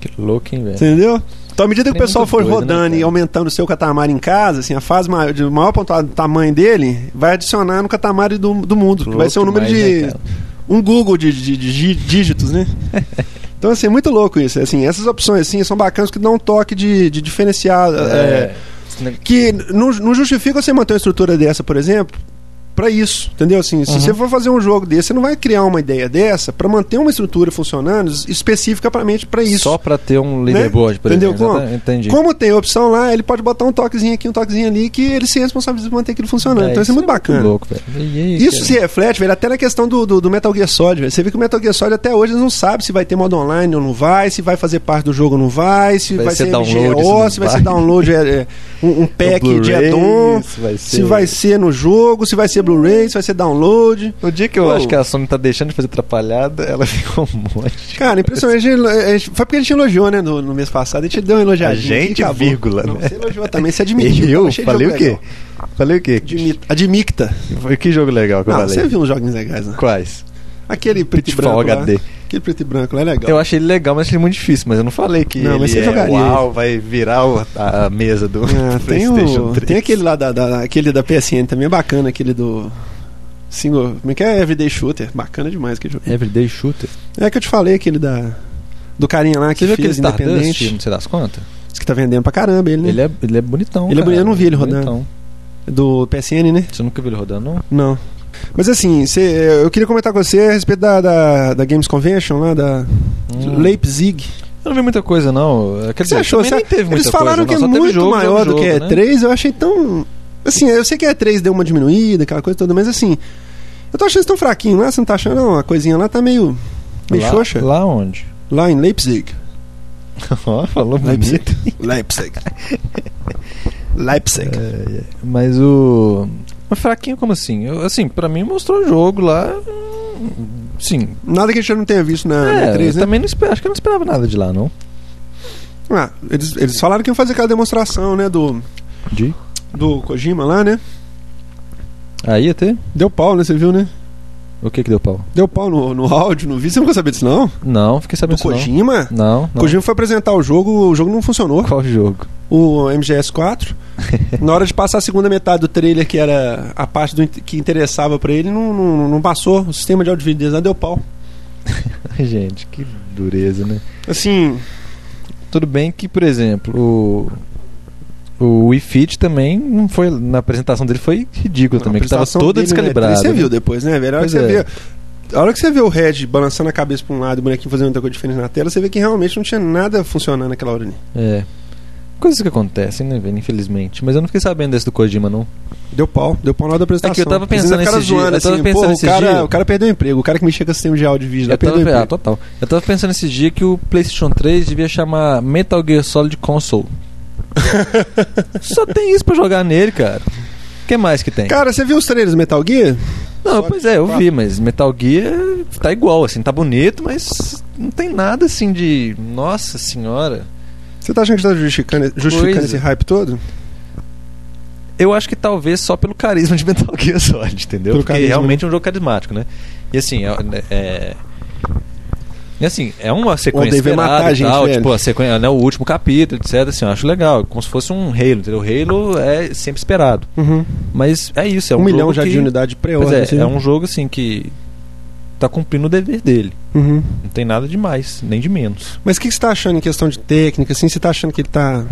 [SPEAKER 2] Que louco, hein, velho?
[SPEAKER 3] Entendeu? Então, à medida que
[SPEAKER 2] É. Tem
[SPEAKER 3] o pessoal
[SPEAKER 2] muito
[SPEAKER 3] for
[SPEAKER 2] doido, né,
[SPEAKER 3] rodando e
[SPEAKER 2] cara?
[SPEAKER 3] aumentando o seu catamar em casa, assim, a fase maior, de maior pontuado do tamanho dele vai adicionar no catamar do, do mundo. que vai
[SPEAKER 2] Louco
[SPEAKER 3] ser um número
[SPEAKER 2] demais,
[SPEAKER 3] de.
[SPEAKER 2] né, cara?
[SPEAKER 3] um Google de, de- de gí- dígitos, né? Então, assim, é muito louco isso. Assim, essas opções assim, são bacanas que dão um toque de, de diferenciar. é,
[SPEAKER 2] Esse neg-
[SPEAKER 3] que não, não justifica você manter uma estrutura dessa, por exemplo, pra isso, entendeu? Assim, se
[SPEAKER 2] Uhum.
[SPEAKER 3] você for fazer um jogo desse, você não vai criar uma ideia dessa pra manter uma estrutura funcionando especificamente pra É isso. Né?
[SPEAKER 2] Só pra ter um leaderboard, por
[SPEAKER 3] Entendeu
[SPEAKER 2] exemplo.
[SPEAKER 3] como?
[SPEAKER 2] Exata- Entendi.
[SPEAKER 3] Como tem opção lá, ele pode botar um toquezinho aqui, um toquezinho ali, que ele se responsabiliza por manter aquilo funcionando. então isso é muito bacana.
[SPEAKER 2] louco, velho. E aí,
[SPEAKER 3] Isso
[SPEAKER 2] cara?
[SPEAKER 3] se reflete, velho, até na questão do, do, do Metal Gear Solid, velho. Você vê que o Metal Gear Solid até hoje eles não sabem se vai ter modo online ou não vai, se vai fazer parte do jogo ou não vai, se vai,
[SPEAKER 2] Vai ser
[SPEAKER 3] ser,
[SPEAKER 2] download, se
[SPEAKER 3] MGO,
[SPEAKER 2] não
[SPEAKER 3] se vai ser
[SPEAKER 2] vai.
[SPEAKER 3] download, é, é, um, um
[SPEAKER 2] O
[SPEAKER 3] pack de
[SPEAKER 2] Blu-ray,
[SPEAKER 3] add-on,
[SPEAKER 2] isso vai
[SPEAKER 3] se vai ser no jogo, se vai ser Blu-ray, se vai ser download.
[SPEAKER 2] O dia que eu
[SPEAKER 3] Pô.
[SPEAKER 2] acho que a Sony tá deixando de fazer atrapalhada, ela ficou um monte.
[SPEAKER 3] Cara, impressionante. a gente- a gente- Foi porque a gente elogiou, né, no, no mês passado. A gente deu uma elogiadinha.
[SPEAKER 2] A gente,
[SPEAKER 3] e acabou.
[SPEAKER 2] vírgula,
[SPEAKER 3] Não,
[SPEAKER 2] né?
[SPEAKER 3] Você elogiou também, você admitiu.
[SPEAKER 2] eu
[SPEAKER 3] tava cheio de
[SPEAKER 2] falei o
[SPEAKER 3] jogo
[SPEAKER 2] quê?
[SPEAKER 3] legal.
[SPEAKER 2] Falei o quê?
[SPEAKER 3] Admi- Admicta.
[SPEAKER 2] Foi que jogo legal que eu
[SPEAKER 3] Não,
[SPEAKER 2] falei?
[SPEAKER 3] Ah, você viu uns joguinhos legais, né?
[SPEAKER 2] Quais?
[SPEAKER 3] Aquele preto e
[SPEAKER 2] Pitfall
[SPEAKER 3] branco. Lá,
[SPEAKER 2] HD.
[SPEAKER 3] aquele preto e branco lá é legal.
[SPEAKER 2] Eu achei ele legal, mas achei ele muito difícil, mas eu não falei que
[SPEAKER 3] Não,
[SPEAKER 2] ele
[SPEAKER 3] mas você
[SPEAKER 2] é
[SPEAKER 3] jogaria.
[SPEAKER 2] uau, vai virar o- a, a mesa do
[SPEAKER 3] Ah, tem,
[SPEAKER 2] Playstation
[SPEAKER 3] o-
[SPEAKER 2] 3.
[SPEAKER 3] tem aquele lá da, da- aquele da PSN também é bacana, aquele do. Single. Como é que é? Everyday Shooter. Bacana demais aquele jogo.
[SPEAKER 2] Everyday Shooter.
[SPEAKER 3] É que eu te falei aquele da. Do carinha lá que
[SPEAKER 2] Você viu aquele
[SPEAKER 3] fez
[SPEAKER 2] Stardust,
[SPEAKER 3] independente.
[SPEAKER 2] não sei das contas?
[SPEAKER 3] Diz que tá vendendo pra caramba ele, né?
[SPEAKER 2] Ele é, ele é bonitão,
[SPEAKER 3] Ele é
[SPEAKER 2] cara.
[SPEAKER 3] bonito, eu não vi ele rodando.
[SPEAKER 2] Bonitão.
[SPEAKER 3] Do PSN, né?
[SPEAKER 2] Você nunca viu ele rodando, não?
[SPEAKER 3] Não. Mas assim, cê- eu queria comentar com você a respeito da, da, da Games Convention lá, da
[SPEAKER 2] Hum.
[SPEAKER 3] Leipzig.
[SPEAKER 2] Eu não vi muita coisa, não. É, Quer dizer,
[SPEAKER 3] Você achou?
[SPEAKER 2] também
[SPEAKER 3] Cê-
[SPEAKER 2] nem teve muita
[SPEAKER 3] Eles falaram
[SPEAKER 2] coisa, não.
[SPEAKER 3] que
[SPEAKER 2] Só teve
[SPEAKER 3] é muito
[SPEAKER 2] jogo,
[SPEAKER 3] maior
[SPEAKER 2] jogo,
[SPEAKER 3] do que
[SPEAKER 2] né?
[SPEAKER 3] E3, eu achei tão. Assim, eu sei que a E3 deu uma diminuída, aquela coisa toda, mas assim. Eu tô achando eles tão fraquinho lá, você não tá achando? Não, a coisinha lá tá meio. meio
[SPEAKER 2] lá,
[SPEAKER 3] xoxa. Lá,
[SPEAKER 2] Lá onde?
[SPEAKER 3] em Leipzig.
[SPEAKER 2] Ó, falou
[SPEAKER 3] Leipzig.
[SPEAKER 2] bonito.
[SPEAKER 3] Leipzig. Leipzig.
[SPEAKER 2] É, Mas o. Mas fraquinho como assim? Eu- assim, pra mim mostrou o jogo lá. hum, Sim.
[SPEAKER 3] Nada que a gente não tenha visto na, na
[SPEAKER 2] É, eu
[SPEAKER 3] E3, né?
[SPEAKER 2] também não esperava. Acho que eu não esperava nada de lá, não.
[SPEAKER 3] Ah, eles, eles falaram que iam fazer aquela demonstração, né, do,
[SPEAKER 2] De?
[SPEAKER 3] do Kojima lá, né?
[SPEAKER 2] Aí ia ter?
[SPEAKER 3] Deu pau, né? Você viu, né?
[SPEAKER 2] O que que deu pau?
[SPEAKER 3] Deu pau no, no áudio, no vídeo, você não quer saber disso, não?
[SPEAKER 2] Não, fiquei sabendo
[SPEAKER 3] Do
[SPEAKER 2] disso, não.
[SPEAKER 3] Kojima?
[SPEAKER 2] Não,
[SPEAKER 3] O
[SPEAKER 2] não.
[SPEAKER 3] Kojima foi apresentar o jogo, o jogo não funcionou.
[SPEAKER 2] Qual jogo?
[SPEAKER 3] o MGS4. Na hora de passar a segunda metade do trailer, que era a parte do in- que interessava pra ele, não, não, não passou. O sistema de áudio e vídeo deles lá deu pau.
[SPEAKER 2] Gente, que dureza, né?
[SPEAKER 3] Assim,
[SPEAKER 2] Tudo bem que, por exemplo, o, o Wii Fit também não foi. Na apresentação dele foi ridículo também, que estava
[SPEAKER 3] apresentação
[SPEAKER 2] toda
[SPEAKER 3] dele, né?
[SPEAKER 2] descalibrada.
[SPEAKER 3] Você viu depois, né, velho? A hora,
[SPEAKER 2] Pois
[SPEAKER 3] que você
[SPEAKER 2] é.
[SPEAKER 3] vê, a hora que você vê o Red balançando a cabeça pra um lado e o bonequinho fazendo outra coisa diferente na tela, você vê que realmente não tinha nada funcionando naquela hora ali.
[SPEAKER 2] É. Coisas que acontecem, né, velho? Infelizmente. Mas eu não fiquei sabendo desse do Kojima, não.
[SPEAKER 3] Deu pau, deu pau na hora da apresentação.
[SPEAKER 2] É que eu tava pensando
[SPEAKER 3] Às vezes o cara
[SPEAKER 2] esses dias-
[SPEAKER 3] zoando,
[SPEAKER 2] eu tava
[SPEAKER 3] assim,
[SPEAKER 2] pensando
[SPEAKER 3] pô, o
[SPEAKER 2] esses
[SPEAKER 3] cara,
[SPEAKER 2] dias-
[SPEAKER 3] o cara perdeu o emprego, o cara que mexia com o sistema de áudio e vídeo lá
[SPEAKER 2] Eu
[SPEAKER 3] perdeu o
[SPEAKER 2] tava, ah,
[SPEAKER 3] emprego.
[SPEAKER 2] total. Eu tava pensando esses dias que o PlayStation 3 devia chamar Metal Gear Solid Console. Só tem isso pra jogar nele, cara. O que mais que tem?
[SPEAKER 3] Cara, você viu os trailers do Metal Gear?
[SPEAKER 2] não,
[SPEAKER 3] Solid
[SPEAKER 2] pois é, eu
[SPEAKER 3] quatro.
[SPEAKER 2] vi, mas Metal Gear tá igual, assim, tá bonito, mas não tem nada assim de. Nossa senhora.
[SPEAKER 3] Você tá achando que tá justificando, justificando
[SPEAKER 2] coisa.
[SPEAKER 3] esse hype todo?
[SPEAKER 2] Eu acho que talvez só pelo carisma de Metal Gear Solid, entendeu?
[SPEAKER 3] Pelo
[SPEAKER 2] Porque
[SPEAKER 3] carisma,
[SPEAKER 2] realmente é um jogo carismático, né? E assim, é. é- e assim, é uma sequência
[SPEAKER 3] Ontem veio
[SPEAKER 2] esperada
[SPEAKER 3] matar a
[SPEAKER 2] e
[SPEAKER 3] gente,
[SPEAKER 2] tal,
[SPEAKER 3] velho.
[SPEAKER 2] tipo, a sequência, né, o último capítulo, etc. Assim, eu acho legal, como se fosse um Halo, entendeu? Halo é sempre esperado.
[SPEAKER 3] Uhum.
[SPEAKER 2] Mas é isso, é um,
[SPEAKER 3] um milhão
[SPEAKER 2] jogo
[SPEAKER 3] já
[SPEAKER 2] que,
[SPEAKER 3] de unidade de
[SPEAKER 2] Pois
[SPEAKER 3] pré-ordem.
[SPEAKER 2] é,
[SPEAKER 3] assim.
[SPEAKER 2] é um jogo assim que tá cumprindo o dever dele.
[SPEAKER 3] Uhum.
[SPEAKER 2] Não tem nada de mais, nem de menos.
[SPEAKER 3] Mas o que, que você tá achando em questão de técnica, assim? Você tá achando que ele tá.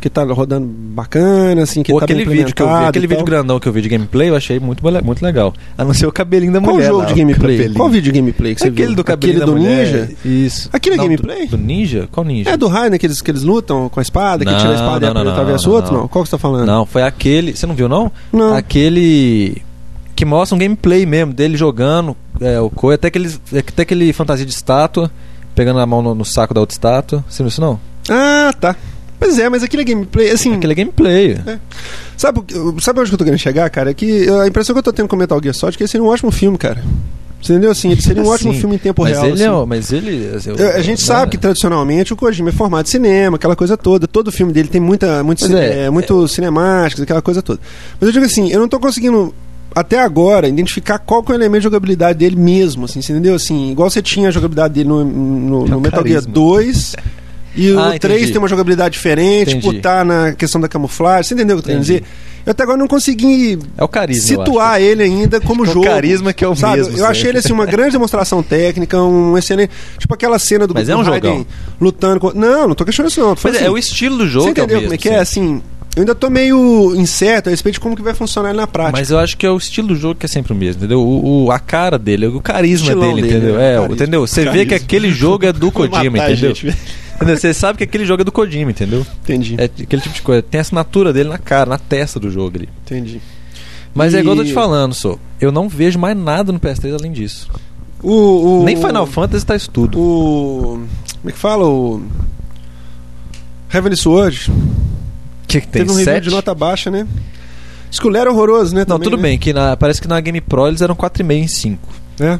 [SPEAKER 3] que tá rodando bacana, assim, que
[SPEAKER 2] Ou
[SPEAKER 3] tá
[SPEAKER 2] aquele
[SPEAKER 3] bem
[SPEAKER 2] vídeo que eu vi,
[SPEAKER 3] implementado
[SPEAKER 2] aquele
[SPEAKER 3] e
[SPEAKER 2] vídeo
[SPEAKER 3] tal?
[SPEAKER 2] grandão que eu vi de gameplay, eu achei muito, bole- muito legal. A não ser o cabelinho da
[SPEAKER 3] Qual
[SPEAKER 2] mulher.
[SPEAKER 3] jogo
[SPEAKER 2] lá,
[SPEAKER 3] de
[SPEAKER 2] o
[SPEAKER 3] gameplay?
[SPEAKER 2] cabelinho.
[SPEAKER 3] Qual vídeo de gameplay que você
[SPEAKER 2] Aquele
[SPEAKER 3] viu?
[SPEAKER 2] do cabelinho
[SPEAKER 3] aquele
[SPEAKER 2] da
[SPEAKER 3] do
[SPEAKER 2] mulher.
[SPEAKER 3] Ninja?
[SPEAKER 2] Isso.
[SPEAKER 3] Aquele é
[SPEAKER 2] Não,
[SPEAKER 3] gameplay?
[SPEAKER 2] Do, do Ninja? Qual Ninja?
[SPEAKER 3] É do raio, né? Que eles, que eles lutam com a espada, que
[SPEAKER 2] Não,
[SPEAKER 3] tira a espada
[SPEAKER 2] não,
[SPEAKER 3] e a
[SPEAKER 2] não,
[SPEAKER 3] atravessa o
[SPEAKER 2] não,
[SPEAKER 3] outro?
[SPEAKER 2] não.
[SPEAKER 3] Não. Qual que você tá falando?
[SPEAKER 2] Não, foi aquele... Você não viu, não?
[SPEAKER 3] Não.
[SPEAKER 2] Aquele que mostra um gameplay mesmo, dele jogando é, o coi, até aquele, até aquele fantasia de estátua, pegando a mão no, no saco da outra estátua. Você não viu isso, não?
[SPEAKER 3] Ah, tá. Pois é, mas aquele gameplay, assim,
[SPEAKER 2] Aquele é gameplay.
[SPEAKER 3] sabe, o que- sabe onde que eu tô querendo chegar, cara? É que a impressão que eu tô tendo com Metal Gear Solid é que ele seria um ótimo filme, cara. Você entendeu? Assim, ele seria um ótimo
[SPEAKER 2] Sim,
[SPEAKER 3] filme em tempo
[SPEAKER 2] mas
[SPEAKER 3] real.
[SPEAKER 2] Ele é,
[SPEAKER 3] assim.
[SPEAKER 2] o- mas ele... assim,
[SPEAKER 3] Eu-
[SPEAKER 2] eu-
[SPEAKER 3] A gente
[SPEAKER 2] né?
[SPEAKER 3] sabe que tradicionalmente o Kojima é formado de cinema, aquela coisa toda. Todo filme dele tem muita, muito,
[SPEAKER 2] Pois
[SPEAKER 3] cine-
[SPEAKER 2] é,
[SPEAKER 3] é, muito cinemáticas, aquela coisa toda. Mas eu digo assim, eu não tô conseguindo até agora identificar qual que é o elemento de jogabilidade dele mesmo, assim, você entendeu? Assim, igual você tinha a jogabilidade dele no, no-
[SPEAKER 2] É o
[SPEAKER 3] no Metal Gear
[SPEAKER 2] carisma.
[SPEAKER 3] 2. E
[SPEAKER 2] Ah,
[SPEAKER 3] o 3
[SPEAKER 2] entendi.
[SPEAKER 3] tem uma jogabilidade diferente,
[SPEAKER 2] Entendi.
[SPEAKER 3] tipo, tá na questão da camuflagem, você entendeu o que eu tô querendo
[SPEAKER 2] Entendi.
[SPEAKER 3] dizer? Eu até agora não consegui
[SPEAKER 2] É o carisma, eu acho.
[SPEAKER 3] situar ele ainda como
[SPEAKER 2] que é o
[SPEAKER 3] jogo.
[SPEAKER 2] carisma que é o
[SPEAKER 3] sabe?
[SPEAKER 2] mesmo
[SPEAKER 3] Eu achei
[SPEAKER 2] sempre.
[SPEAKER 3] ele assim uma grande demonstração técnica, um excelente, tipo aquela cena do
[SPEAKER 2] Mas é
[SPEAKER 3] do
[SPEAKER 2] um
[SPEAKER 3] Raiden
[SPEAKER 2] jogão.
[SPEAKER 3] lutando com... Não, não tô questionando isso não. Tô
[SPEAKER 2] Pois
[SPEAKER 3] falando
[SPEAKER 2] é, é
[SPEAKER 3] assim,
[SPEAKER 2] o estilo do
[SPEAKER 3] Você
[SPEAKER 2] jogo que é o
[SPEAKER 3] entendeu como
[SPEAKER 2] mesmo.
[SPEAKER 3] é que é?
[SPEAKER 2] sim.
[SPEAKER 3] Assim, eu ainda tô meio incerto a respeito de como que vai funcionar ele na prática.
[SPEAKER 2] Mas eu acho que é o estilo do jogo que é sempre o mesmo, entendeu? O, o- a cara dele, o carisma
[SPEAKER 3] Estilão
[SPEAKER 2] dele,
[SPEAKER 3] dele,
[SPEAKER 2] entendeu?
[SPEAKER 3] né?
[SPEAKER 2] É,
[SPEAKER 3] Carisma.
[SPEAKER 2] entendeu? Você vê
[SPEAKER 3] Carisma.
[SPEAKER 2] que aquele jogo é do
[SPEAKER 1] Vai
[SPEAKER 2] Kojima,
[SPEAKER 1] matar a
[SPEAKER 2] entendeu?
[SPEAKER 1] gente, velho.
[SPEAKER 2] Entendeu? Você sabe que aquele jogo é do Kojima, entendeu?
[SPEAKER 3] Entendi,
[SPEAKER 2] É aquele tipo de coisa. Tem a assinatura dele na cara, na testa do jogo ali.
[SPEAKER 3] entendi.
[SPEAKER 2] Mas é
[SPEAKER 3] E-
[SPEAKER 2] igual eu tô te falando, só. Eu não vejo mais nada no PS3 além disso.
[SPEAKER 3] O, o,
[SPEAKER 2] Nem Final Fantasy tá isso tudo.
[SPEAKER 3] O... Como é que fala? O... Heavenly Sword.
[SPEAKER 2] O que, que tem?
[SPEAKER 3] Teve um review
[SPEAKER 2] Sete?
[SPEAKER 3] de nota baixa, né? Diz que o Lero é horroroso, né?
[SPEAKER 2] Não,
[SPEAKER 3] também,
[SPEAKER 2] tudo
[SPEAKER 3] né?
[SPEAKER 2] bem, que na- parece que na Game Pro eles eram 4,5 em 5.
[SPEAKER 3] É.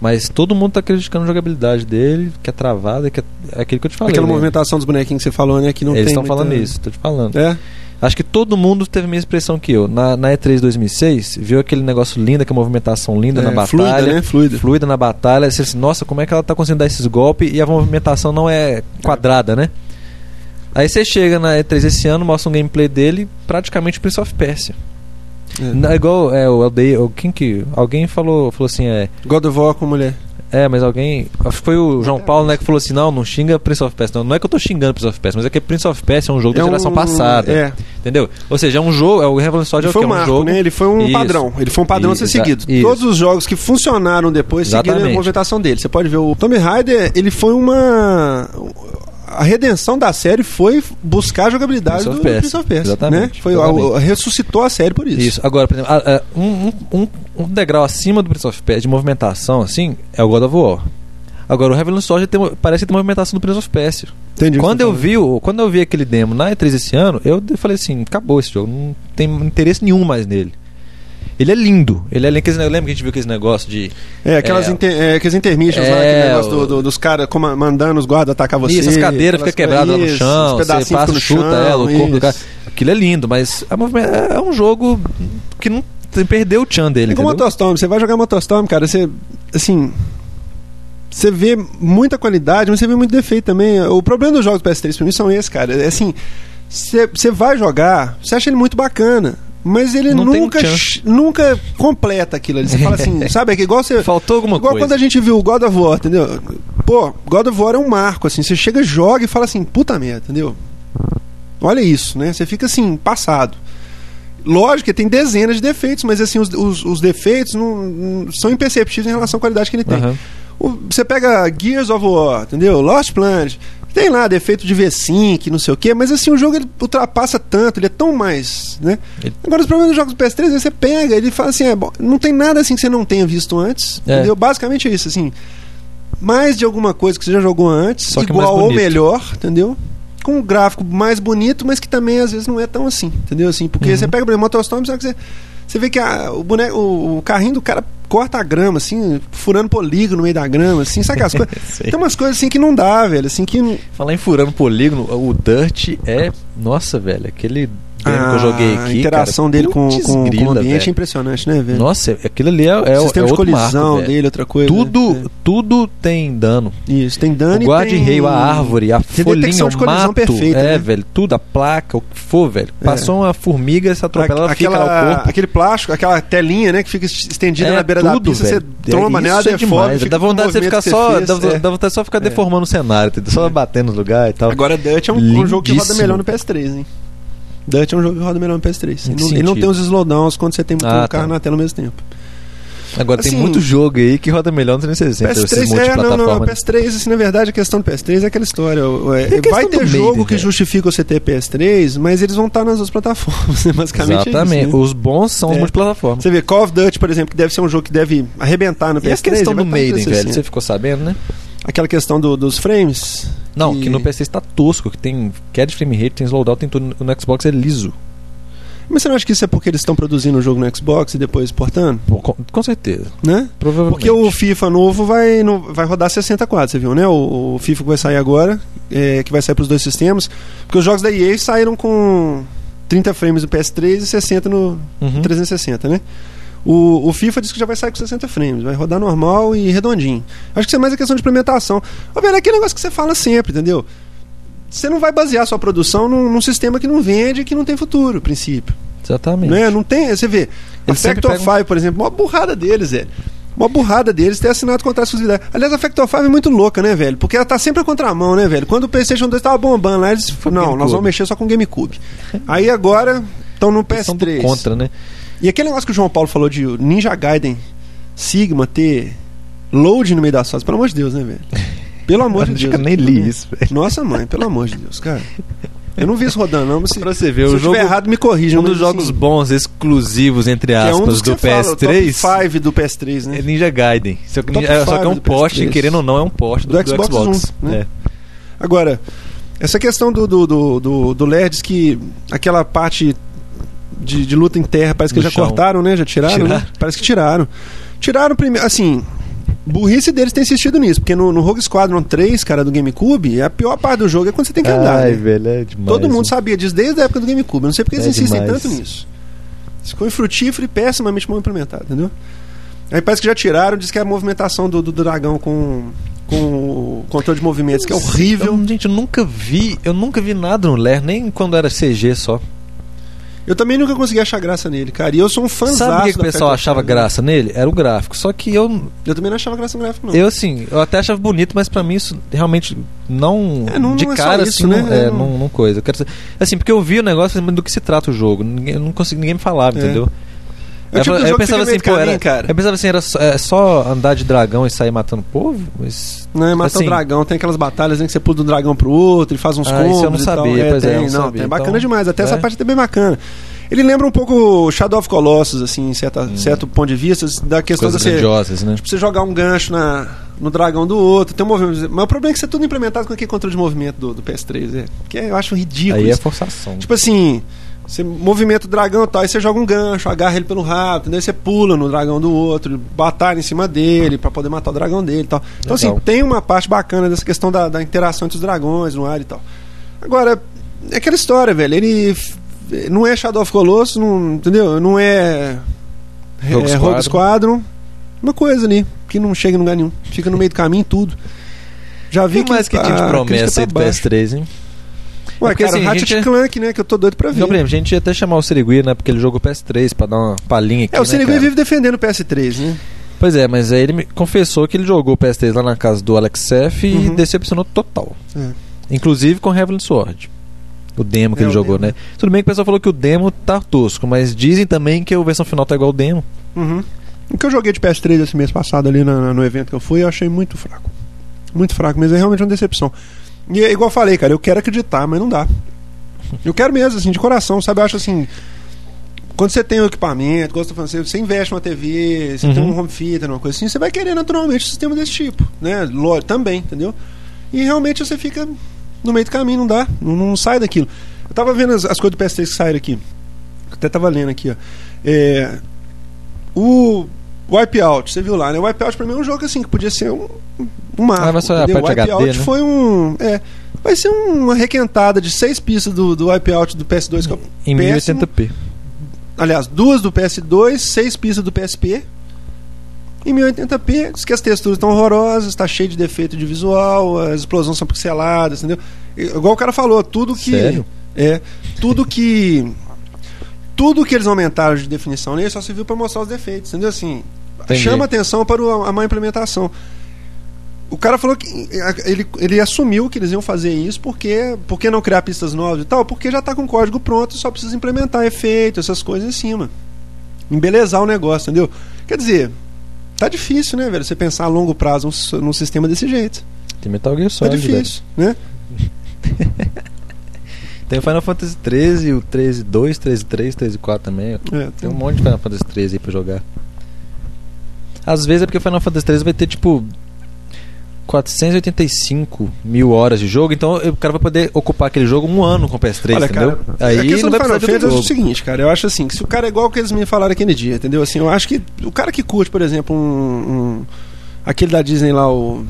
[SPEAKER 2] Mas todo mundo tá criticando a jogabilidade dele, que é travada, que é, é aquilo que eu te falei.
[SPEAKER 3] Aquela
[SPEAKER 2] né?
[SPEAKER 3] movimentação dos bonequinhos que você falou, né? Que não
[SPEAKER 2] Eles
[SPEAKER 3] tem
[SPEAKER 2] estão
[SPEAKER 3] muita-
[SPEAKER 2] falando isso, tô te falando.
[SPEAKER 3] É.
[SPEAKER 2] Acho que todo mundo teve a mesma expressão que eu. Na, na E3 2006, viu aquele negócio lindo, que a movimentação linda na
[SPEAKER 3] É,
[SPEAKER 2] batalha.
[SPEAKER 3] fluida, né? Fluida.
[SPEAKER 2] Fluida na batalha. Você assim, nossa, como é que ela tá conseguindo dar esses golpes e a movimentação não é quadrada, né? Aí você chega na E3 esse ano, mostra um gameplay dele, praticamente Prince of Persia.
[SPEAKER 3] É.
[SPEAKER 2] Não, é igual é, o LDA, o quem que. Alguém falou, falou assim, é.
[SPEAKER 3] God of War com mulher.
[SPEAKER 2] É, mas alguém. acho que Foi o João Paulo, né, que falou assim: não, não xinga Prince of Persia. Não, não é que eu tô xingando Prince of Persia, mas é que Prince of Persia é um jogo da geração passada.
[SPEAKER 3] É.
[SPEAKER 2] Entendeu? Ou seja, é um jogo, é o Revolution Soldier é o
[SPEAKER 3] foi
[SPEAKER 2] quê?
[SPEAKER 3] um
[SPEAKER 2] É
[SPEAKER 3] marco,
[SPEAKER 2] jogo.
[SPEAKER 3] né? Ele foi um
[SPEAKER 2] Isso.
[SPEAKER 3] padrão. Ele foi um padrão a ser
[SPEAKER 2] Isso,
[SPEAKER 3] seguido.
[SPEAKER 2] isso.
[SPEAKER 3] Todos os jogos que funcionaram depois seguiram a
[SPEAKER 2] Exatamente.
[SPEAKER 3] movimentação dele. Você pode ver o Tommy Raider, ele foi uma a redenção da série foi buscar a jogabilidade
[SPEAKER 2] Prince of
[SPEAKER 3] do
[SPEAKER 2] Persia.
[SPEAKER 3] Prince of Persia, né?
[SPEAKER 2] Exatamente,
[SPEAKER 3] Foi
[SPEAKER 2] exatamente.
[SPEAKER 3] a- ressuscitou a série por isso.
[SPEAKER 2] Isso. Agora, por exemplo, a- a- um, um- um- um degrau acima do Prince of Persia de movimentação, assim, é o God of War. Agora, o Revolution Soldier tem, mo- parece que tem movimentação do Prince of Persia.
[SPEAKER 3] Entendi. o que
[SPEAKER 2] Quando
[SPEAKER 3] você
[SPEAKER 2] eu,
[SPEAKER 3] tá
[SPEAKER 2] vi, o- quando eu vi aquele demo na E3 esse ano, eu de- falei assim: acabou esse jogo, não tem interesse nenhum mais nele. Ele é lindo. Ele é lindo. aqueles ne- Lembra que a gente viu aqueles negócio de.
[SPEAKER 3] É, aquelas
[SPEAKER 2] É.
[SPEAKER 3] inter, é, aqueles intermissions lá,
[SPEAKER 2] É,
[SPEAKER 3] aquele negócio
[SPEAKER 2] o-
[SPEAKER 3] do- do- dos caras como- mandando os guardas atacar você.
[SPEAKER 2] isso, as cadeiras ficam
[SPEAKER 3] aquelas
[SPEAKER 2] quebradas lá no
[SPEAKER 3] coisas,
[SPEAKER 2] chão,
[SPEAKER 3] os
[SPEAKER 2] você
[SPEAKER 3] pedacinhos
[SPEAKER 2] passa,
[SPEAKER 3] ficam no
[SPEAKER 2] chuta
[SPEAKER 3] chão,
[SPEAKER 2] ela, o corpo do
[SPEAKER 3] isso.
[SPEAKER 2] cara. Aquilo é lindo, mas a movime- é um jogo que não tem- perdeu o tchan dele.
[SPEAKER 3] É como
[SPEAKER 2] entendeu?
[SPEAKER 3] Motostorm, você vai jogar Motostorm, cara, você. Assim. Você vê muita qualidade, mas você vê muito defeito também. O problema dos jogos do PS3 pra mim são esses, cara. É assim. Você você vai jogar, você acha ele muito bacana. Mas ele
[SPEAKER 2] Não tem
[SPEAKER 3] nunca,
[SPEAKER 2] chance.
[SPEAKER 3] nunca completa aquilo. ali. Você fala assim, sabe? É que igual você.
[SPEAKER 2] Faltou alguma
[SPEAKER 3] Igual
[SPEAKER 2] coisa.
[SPEAKER 3] quando a gente viu o God of War, entendeu? Pô, God of War é um marco, assim. Você chega, joga e fala assim, puta merda, entendeu? Olha isso, né? Você fica assim, passado. Lógico que tem dezenas de defeitos, mas assim, os, os- os defeitos não, não- são imperceptíveis em relação à qualidade que ele tem.
[SPEAKER 2] Aham.
[SPEAKER 3] O- Você pega Gears of War, entendeu? Lost Planet. Tem lá defeito de V5, não sei o quê, mas assim, o jogo ele ultrapassa tanto, ele é tão mais, né?
[SPEAKER 2] Ele-
[SPEAKER 3] Agora, os problemas dos jogos do PS3, aí você pega, ele fala assim, é, bom, não tem nada assim que você não tenha visto antes,
[SPEAKER 2] É.
[SPEAKER 3] entendeu? Basicamente é isso, assim, mais de alguma coisa que você já jogou antes,
[SPEAKER 2] Só que mais
[SPEAKER 3] igual ou
[SPEAKER 2] bonito.
[SPEAKER 3] melhor, entendeu? Com um gráfico mais bonito, mas que também às vezes não é tão assim, entendeu? Assim, porque
[SPEAKER 2] Uhum.
[SPEAKER 3] você pega, por exemplo, Motorstorm, só que você, você vê que a- o, boneco, o, o carrinho do cara corta a grama, assim, furando polígono no meio da grama, assim, sabe aquelas coisas?
[SPEAKER 2] Sei. um
[SPEAKER 3] Tem umas coisas assim que não dá, velho, assim, que...
[SPEAKER 2] Falar em furando polígono, o Dirt é. Nossa, velho, aquele game que eu joguei aqui.
[SPEAKER 3] ah, a interação
[SPEAKER 2] cara,
[SPEAKER 3] dele com,
[SPEAKER 2] putz
[SPEAKER 3] com- com
[SPEAKER 2] grila,
[SPEAKER 3] o ambiente é
[SPEAKER 2] velho.
[SPEAKER 3] impressionante, né, velho?
[SPEAKER 2] Nossa, aquilo ali é, é,
[SPEAKER 3] o
[SPEAKER 2] é
[SPEAKER 3] sistema de
[SPEAKER 2] outro
[SPEAKER 3] colisão
[SPEAKER 2] marco, velho.
[SPEAKER 3] dele, outra coisa.
[SPEAKER 2] Tudo,
[SPEAKER 3] né?
[SPEAKER 2] tudo tem dano.
[SPEAKER 3] É. Isso, tem
[SPEAKER 2] O
[SPEAKER 3] dano e
[SPEAKER 2] guarda
[SPEAKER 3] tem-
[SPEAKER 2] rail, a árvore, a
[SPEAKER 3] tem
[SPEAKER 2] folhinha,
[SPEAKER 3] detecção
[SPEAKER 2] o
[SPEAKER 3] de colisão
[SPEAKER 2] mato.
[SPEAKER 3] perfeita,
[SPEAKER 2] é,
[SPEAKER 3] né?
[SPEAKER 2] velho, tudo, a placa, o que for, velho.
[SPEAKER 3] É.
[SPEAKER 2] Passou uma formiga, se atropela, ela fica lá o corpo.
[SPEAKER 3] Aquele plástico, aquela telinha, né, que fica est- estendida
[SPEAKER 2] É,
[SPEAKER 3] na beira da pista,
[SPEAKER 2] velho.
[SPEAKER 3] você tromba
[SPEAKER 2] é,
[SPEAKER 3] nela,
[SPEAKER 2] isso é
[SPEAKER 3] deforma,
[SPEAKER 2] demais.
[SPEAKER 3] fica
[SPEAKER 2] Dá
[SPEAKER 3] com o
[SPEAKER 2] vontade de você ficar
[SPEAKER 3] movimento que
[SPEAKER 2] só.
[SPEAKER 3] fez,
[SPEAKER 2] Dá,
[SPEAKER 3] é.
[SPEAKER 2] dá vontade só ficar deformando o cenário, entendeu? só batendo no lugar e tal.
[SPEAKER 3] Agora, Dutch é um, um jogo que roda
[SPEAKER 2] Lindíssimo.
[SPEAKER 3] melhor no PS3, hein? Dutch é um jogo que roda melhor no PS3.
[SPEAKER 2] Em
[SPEAKER 3] Ele
[SPEAKER 2] que
[SPEAKER 3] não, ele não
[SPEAKER 2] sentido?
[SPEAKER 3] tem os slowdowns quando você tem muito um
[SPEAKER 2] Ah, tá.
[SPEAKER 3] carro na tela ao mesmo tempo.
[SPEAKER 2] Agora tem
[SPEAKER 3] assim,
[SPEAKER 2] muito jogo aí que roda melhor no 360. esses
[SPEAKER 3] PS3, é, não,
[SPEAKER 2] multiplataforma.
[SPEAKER 3] não, PS3, assim, na verdade, a questão do PS3 é aquela história. o- é,
[SPEAKER 2] Tem a questão
[SPEAKER 3] vai
[SPEAKER 2] do
[SPEAKER 3] ter
[SPEAKER 2] meio,
[SPEAKER 3] jogo que
[SPEAKER 2] velho.
[SPEAKER 3] justifica você ter PS3, mas eles vão estar nas outras plataformas, né? basicamente. é isso,
[SPEAKER 2] Exatamente.
[SPEAKER 3] né?
[SPEAKER 2] Os bons são os
[SPEAKER 3] É.
[SPEAKER 2] multiplataformas.
[SPEAKER 3] Você vê, Call of Duty, por exemplo, que deve ser um jogo que deve arrebentar no
[SPEAKER 2] E a
[SPEAKER 3] PS3.
[SPEAKER 2] questão
[SPEAKER 3] ele vai
[SPEAKER 2] do
[SPEAKER 3] estar no
[SPEAKER 2] Maiden,
[SPEAKER 3] 360.
[SPEAKER 2] velho? Você ficou sabendo, né?
[SPEAKER 3] Aquela questão do- dos frames.
[SPEAKER 2] Não,
[SPEAKER 3] E-
[SPEAKER 2] que no PS3 está tá tosco, que tem queda de frame rate, tem slowdown, tem tudo. No Xbox é liso.
[SPEAKER 3] Mas você não acha que isso é porque eles estão produzindo o jogo no Xbox e depois exportando?
[SPEAKER 2] Pô, com, com certeza.
[SPEAKER 3] Né?
[SPEAKER 2] Provavelmente.
[SPEAKER 3] Porque o FIFA novo vai, no- vai rodar 60 quadros, você viu, né? O, o FIFA que vai sair agora, é, que vai sair para os dois sistemas. Porque os jogos da EA saíram com 30 frames no PS3 e 60 no
[SPEAKER 2] Uhum.
[SPEAKER 3] 360, né? O, o FIFA diz que já vai sair com 60 frames, vai rodar normal e redondinho. Acho que isso é mais a questão de implementação. Ô, velho, é aquele negócio que você fala sempre, entendeu? Você não vai basear sua produção num, num sistema que não vende e que não tem futuro, a princípio.
[SPEAKER 2] Exatamente.
[SPEAKER 3] Né? Não tem. Você vê, a
[SPEAKER 2] Eles sempre
[SPEAKER 3] Factor
[SPEAKER 2] pegam-
[SPEAKER 3] 5, por exemplo, uma burrada deles, velho. Uma burrada deles ter assinado contrato de exclusividade. Aliás, a Factor 5 é muito louca, né, velho? Porque ela tá sempre a contramão, né, velho? Quando o PlayStation 2 tava bombando lá, eles falaram: não, nós
[SPEAKER 2] GameCube.
[SPEAKER 3] vamos mexer só com o GameCube. Aí agora estão no
[SPEAKER 2] Eles são do
[SPEAKER 3] PS3.
[SPEAKER 2] Contra, né?
[SPEAKER 3] E aquele negócio que o João Paulo falou de Ninja Gaiden Sigma ter load no meio das fases, pelo amor de Deus, né, velho? Pelo amor
[SPEAKER 2] Eu
[SPEAKER 3] de
[SPEAKER 2] acho
[SPEAKER 3] Deus.
[SPEAKER 2] que eu nem li isso, velho.
[SPEAKER 3] Nossa mãe, pelo amor de Deus, cara. Eu não vi isso rodando, não, mas se,
[SPEAKER 2] Pra você ver,
[SPEAKER 3] se
[SPEAKER 2] o
[SPEAKER 3] eu
[SPEAKER 2] jogo-
[SPEAKER 3] tiver errado, me corrija.
[SPEAKER 2] Um dos
[SPEAKER 3] mas,
[SPEAKER 2] jogos
[SPEAKER 3] assim,
[SPEAKER 2] bons, exclusivos, entre
[SPEAKER 3] que é um
[SPEAKER 2] aspas,
[SPEAKER 3] que
[SPEAKER 2] do
[SPEAKER 3] você fala, o
[SPEAKER 2] PS3
[SPEAKER 3] top 5 do PS3, né?
[SPEAKER 2] é Ninja Gaiden. Só que,
[SPEAKER 3] Top
[SPEAKER 2] Ninja- só que é um
[SPEAKER 3] five do
[SPEAKER 2] poste,
[SPEAKER 3] PS3.
[SPEAKER 2] querendo ou não, é um poste do, É.
[SPEAKER 3] Do Xbox One, né? Agora, essa questão do, do, do, do, do Lerdes que aquela parte de, de luta em terra parece que
[SPEAKER 2] Do
[SPEAKER 3] já
[SPEAKER 2] chão.
[SPEAKER 3] cortaram, né? Já tiraram, né?
[SPEAKER 2] Tiraram.
[SPEAKER 3] Parece que tiraram. Tiraram primeiro, assim. Burrice deles ter insistido nisso, porque no, no Rogue Squadron 3, cara, do GameCube, a pior parte do jogo é quando você tem que
[SPEAKER 2] É.
[SPEAKER 3] andar.
[SPEAKER 2] Ai,
[SPEAKER 3] né?
[SPEAKER 2] velho, é demais.
[SPEAKER 3] Todo
[SPEAKER 2] né?
[SPEAKER 3] mundo sabia disso desde a época do GameCube. Eu não sei porque eles
[SPEAKER 2] É
[SPEAKER 3] insistem
[SPEAKER 2] demais.
[SPEAKER 3] tanto nisso. Isso Ficou infrutífero e pessimamente mal implementado, entendeu? Aí parece que já tiraram, diz que é a movimentação do, do dragão com, com o controle de movimentos, que é horrível.
[SPEAKER 2] Eu, gente, eu nunca vi, eu nunca vi nada no Ler, nem quando era CG só.
[SPEAKER 3] Eu também nunca consegui achar graça nele, cara. E eu sou um fãzão
[SPEAKER 2] Sabe o que, que o
[SPEAKER 3] da
[SPEAKER 2] pessoal
[SPEAKER 3] Factor
[SPEAKER 2] achava
[SPEAKER 3] Five, né?
[SPEAKER 2] graça nele? Era o gráfico. Só que eu,
[SPEAKER 3] Eu também não achava graça no gráfico, não.
[SPEAKER 2] eu assim, eu até achava bonito, mas pra mim isso realmente não,
[SPEAKER 3] É, não-
[SPEAKER 2] de
[SPEAKER 3] não é só
[SPEAKER 2] cara
[SPEAKER 3] isso,
[SPEAKER 2] assim,
[SPEAKER 3] né?
[SPEAKER 2] não- é,
[SPEAKER 3] É, não-
[SPEAKER 2] não, não coisa. Eu quero saber- assim, porque eu vi o negócio, mas do que se trata o jogo? Ninguém, eu não consegui, ninguém me falava,
[SPEAKER 3] É.
[SPEAKER 2] entendeu?
[SPEAKER 3] É o tipo do
[SPEAKER 2] eu
[SPEAKER 3] jogo que
[SPEAKER 2] pensava
[SPEAKER 3] fica
[SPEAKER 2] assim,
[SPEAKER 3] meio
[SPEAKER 2] pô, era,
[SPEAKER 3] caminho, cara.
[SPEAKER 2] eu pensava assim, era só, é só andar de dragão e sair matando povo? Mas
[SPEAKER 3] Não, é matar
[SPEAKER 2] assim,
[SPEAKER 3] o dragão, tem aquelas batalhas né, que você pula do dragão pro outro e faz uns
[SPEAKER 2] Ah,
[SPEAKER 3] combos
[SPEAKER 2] isso eu não
[SPEAKER 3] e tal.
[SPEAKER 2] sabia,
[SPEAKER 3] É,
[SPEAKER 2] pois é,
[SPEAKER 3] tem,
[SPEAKER 2] eu não
[SPEAKER 3] não,
[SPEAKER 2] sabia.
[SPEAKER 3] tem, bacana
[SPEAKER 2] Então,
[SPEAKER 3] demais, até essa
[SPEAKER 2] é.
[SPEAKER 3] parte é bem bacana. Ele lembra um pouco Shadow of Colossus, assim, em certa, certo ponto de vista, da questão da
[SPEAKER 2] coisas
[SPEAKER 3] você,
[SPEAKER 2] grandiosas, Hum. né?
[SPEAKER 3] você jogar um gancho na, no dragão do outro, tem um movimento. Mas o problema é que isso é tudo implementado com aquele controle de movimento do, do PS3, é. Que eu acho ridículo.
[SPEAKER 2] Aí é
[SPEAKER 3] isso.
[SPEAKER 2] forçação.
[SPEAKER 3] Tipo assim, você movimenta o dragão e tal, aí você joga um gancho, agarra ele pelo rabo, entendeu? Aí você pula no dragão do outro, batalha em cima dele pra poder matar o dragão dele e tal. Então,
[SPEAKER 2] Legal.
[SPEAKER 3] assim, tem uma parte bacana dessa questão da, da interação entre os dragões no ar e tal. Agora, é aquela história, velho. Ele f- não é Shadow of Colossus, não, entendeu? Não é. é,
[SPEAKER 2] Rogue
[SPEAKER 3] Rogue Squadron.
[SPEAKER 2] Squadron.
[SPEAKER 3] Uma coisa ali, que não chega em lugar nenhum. Fica no meio do caminho tudo. Já vi
[SPEAKER 2] o que mais que tinha de
[SPEAKER 3] a crítica
[SPEAKER 2] promessa
[SPEAKER 3] tá
[SPEAKER 2] aí do
[SPEAKER 3] baixa.
[SPEAKER 2] PS3, hein?
[SPEAKER 3] Ué,
[SPEAKER 2] porque,
[SPEAKER 3] cara,
[SPEAKER 2] assim, a
[SPEAKER 3] Ratchet
[SPEAKER 2] gente-
[SPEAKER 3] Clank, né? Que eu tô doido pra ver.
[SPEAKER 2] Não, por exemplo, a gente ia até chamar o Serigui, né? Porque ele jogou PS3 pra dar uma palhinha aqui.
[SPEAKER 3] é, o
[SPEAKER 2] né,
[SPEAKER 3] Serigui
[SPEAKER 2] cara?
[SPEAKER 3] vive defendendo o PS3, né?
[SPEAKER 2] Pois é, mas aí ele me confessou que ele jogou o PS3 lá na casa do Alex Seff e
[SPEAKER 3] Uhum.
[SPEAKER 2] decepcionou total.
[SPEAKER 3] É.
[SPEAKER 2] Inclusive com Heavenly Sword. O demo que
[SPEAKER 3] É,
[SPEAKER 2] ele
[SPEAKER 3] o
[SPEAKER 2] jogou,
[SPEAKER 3] demo.
[SPEAKER 2] né? Tudo bem que o pessoal falou que o demo tá tosco, mas dizem também que a versão final tá igual o demo.
[SPEAKER 3] Uhum. O que eu joguei de PS3 esse mês passado ali na- na- no evento que eu fui, eu achei muito fraco. Muito fraco, mas é realmente uma decepção. E é igual eu falei, cara, eu quero acreditar, mas não dá. Eu quero mesmo, assim, de coração, sabe? Eu acho assim. Quando você tem o equipamento, quando você, tá falando, você- você investe numa TV, você
[SPEAKER 2] Uhum.
[SPEAKER 3] tem um home theater, uma coisa assim, você vai querer naturalmente um sistema desse tipo, né? Lo- Também, entendeu? E realmente você fica no meio do caminho, não dá, não, não sai daquilo. Eu tava vendo as, as coisas do PS3 que saíram aqui. Até tava lendo aqui, ó. É, o Wipeout, você viu lá, né? O Wipeout pra mim é um jogo assim que podia ser um, um marco.
[SPEAKER 2] Ah, mas só a
[SPEAKER 3] entendeu? O
[SPEAKER 2] parte
[SPEAKER 3] Wipeout
[SPEAKER 2] HD, né?
[SPEAKER 3] foi um. É, vai ser um, uma requentada de seis pistas do, do Wipeout do PS2 que eu
[SPEAKER 2] Em
[SPEAKER 3] Péssimo.
[SPEAKER 2] 1080p.
[SPEAKER 3] Aliás, duas do PS2, seis pistas do PSP. Em 1080p, diz que as texturas estão horrorosas, está cheio de defeito de visual, as explosões são pixeladas, entendeu? E, Igual o cara falou, tudo que.
[SPEAKER 2] Sério?
[SPEAKER 3] É. Tudo que. Tudo que eles aumentaram de definição nele só serviu para mostrar os defeitos, entendeu? Assim,
[SPEAKER 2] Entendi.
[SPEAKER 3] chama atenção para o- a má implementação. O cara falou que eh, ele, ele assumiu que eles iam fazer isso porque por que não criar pistas novas e tal? Porque já está com o código pronto e só precisa implementar efeito, essas coisas em cima. Embelezar o negócio, entendeu? Quer dizer, tá difícil, né, velho? Você pensar a longo prazo num s- num sistema desse jeito.
[SPEAKER 2] Tem Metal Gear
[SPEAKER 3] Tá
[SPEAKER 2] Solid, velho.
[SPEAKER 3] difícil, né?
[SPEAKER 2] Tem o Final Fantasy 13, o 13 2, 13 3, 13 4 também.
[SPEAKER 3] É,
[SPEAKER 2] Tem um monte de Final Fantasy 13 aí pra jogar. Às vezes é porque o Final Fantasy 13 vai ter tipo 485 mil horas de jogo, então o cara vai poder ocupar aquele jogo um ano com o PS3,
[SPEAKER 3] Olha,
[SPEAKER 2] entendeu?
[SPEAKER 3] cara, a
[SPEAKER 2] aí não
[SPEAKER 3] questão do
[SPEAKER 2] vai precisar
[SPEAKER 3] Final
[SPEAKER 2] de outro
[SPEAKER 3] Fantasy é o
[SPEAKER 2] jogo.
[SPEAKER 3] seguinte, cara. Eu acho assim, que se o cara é igual que eles me falaram aquele dia, entendeu? Assim, eu acho que o cara que curte, por exemplo, um, um- aquele da Disney lá, o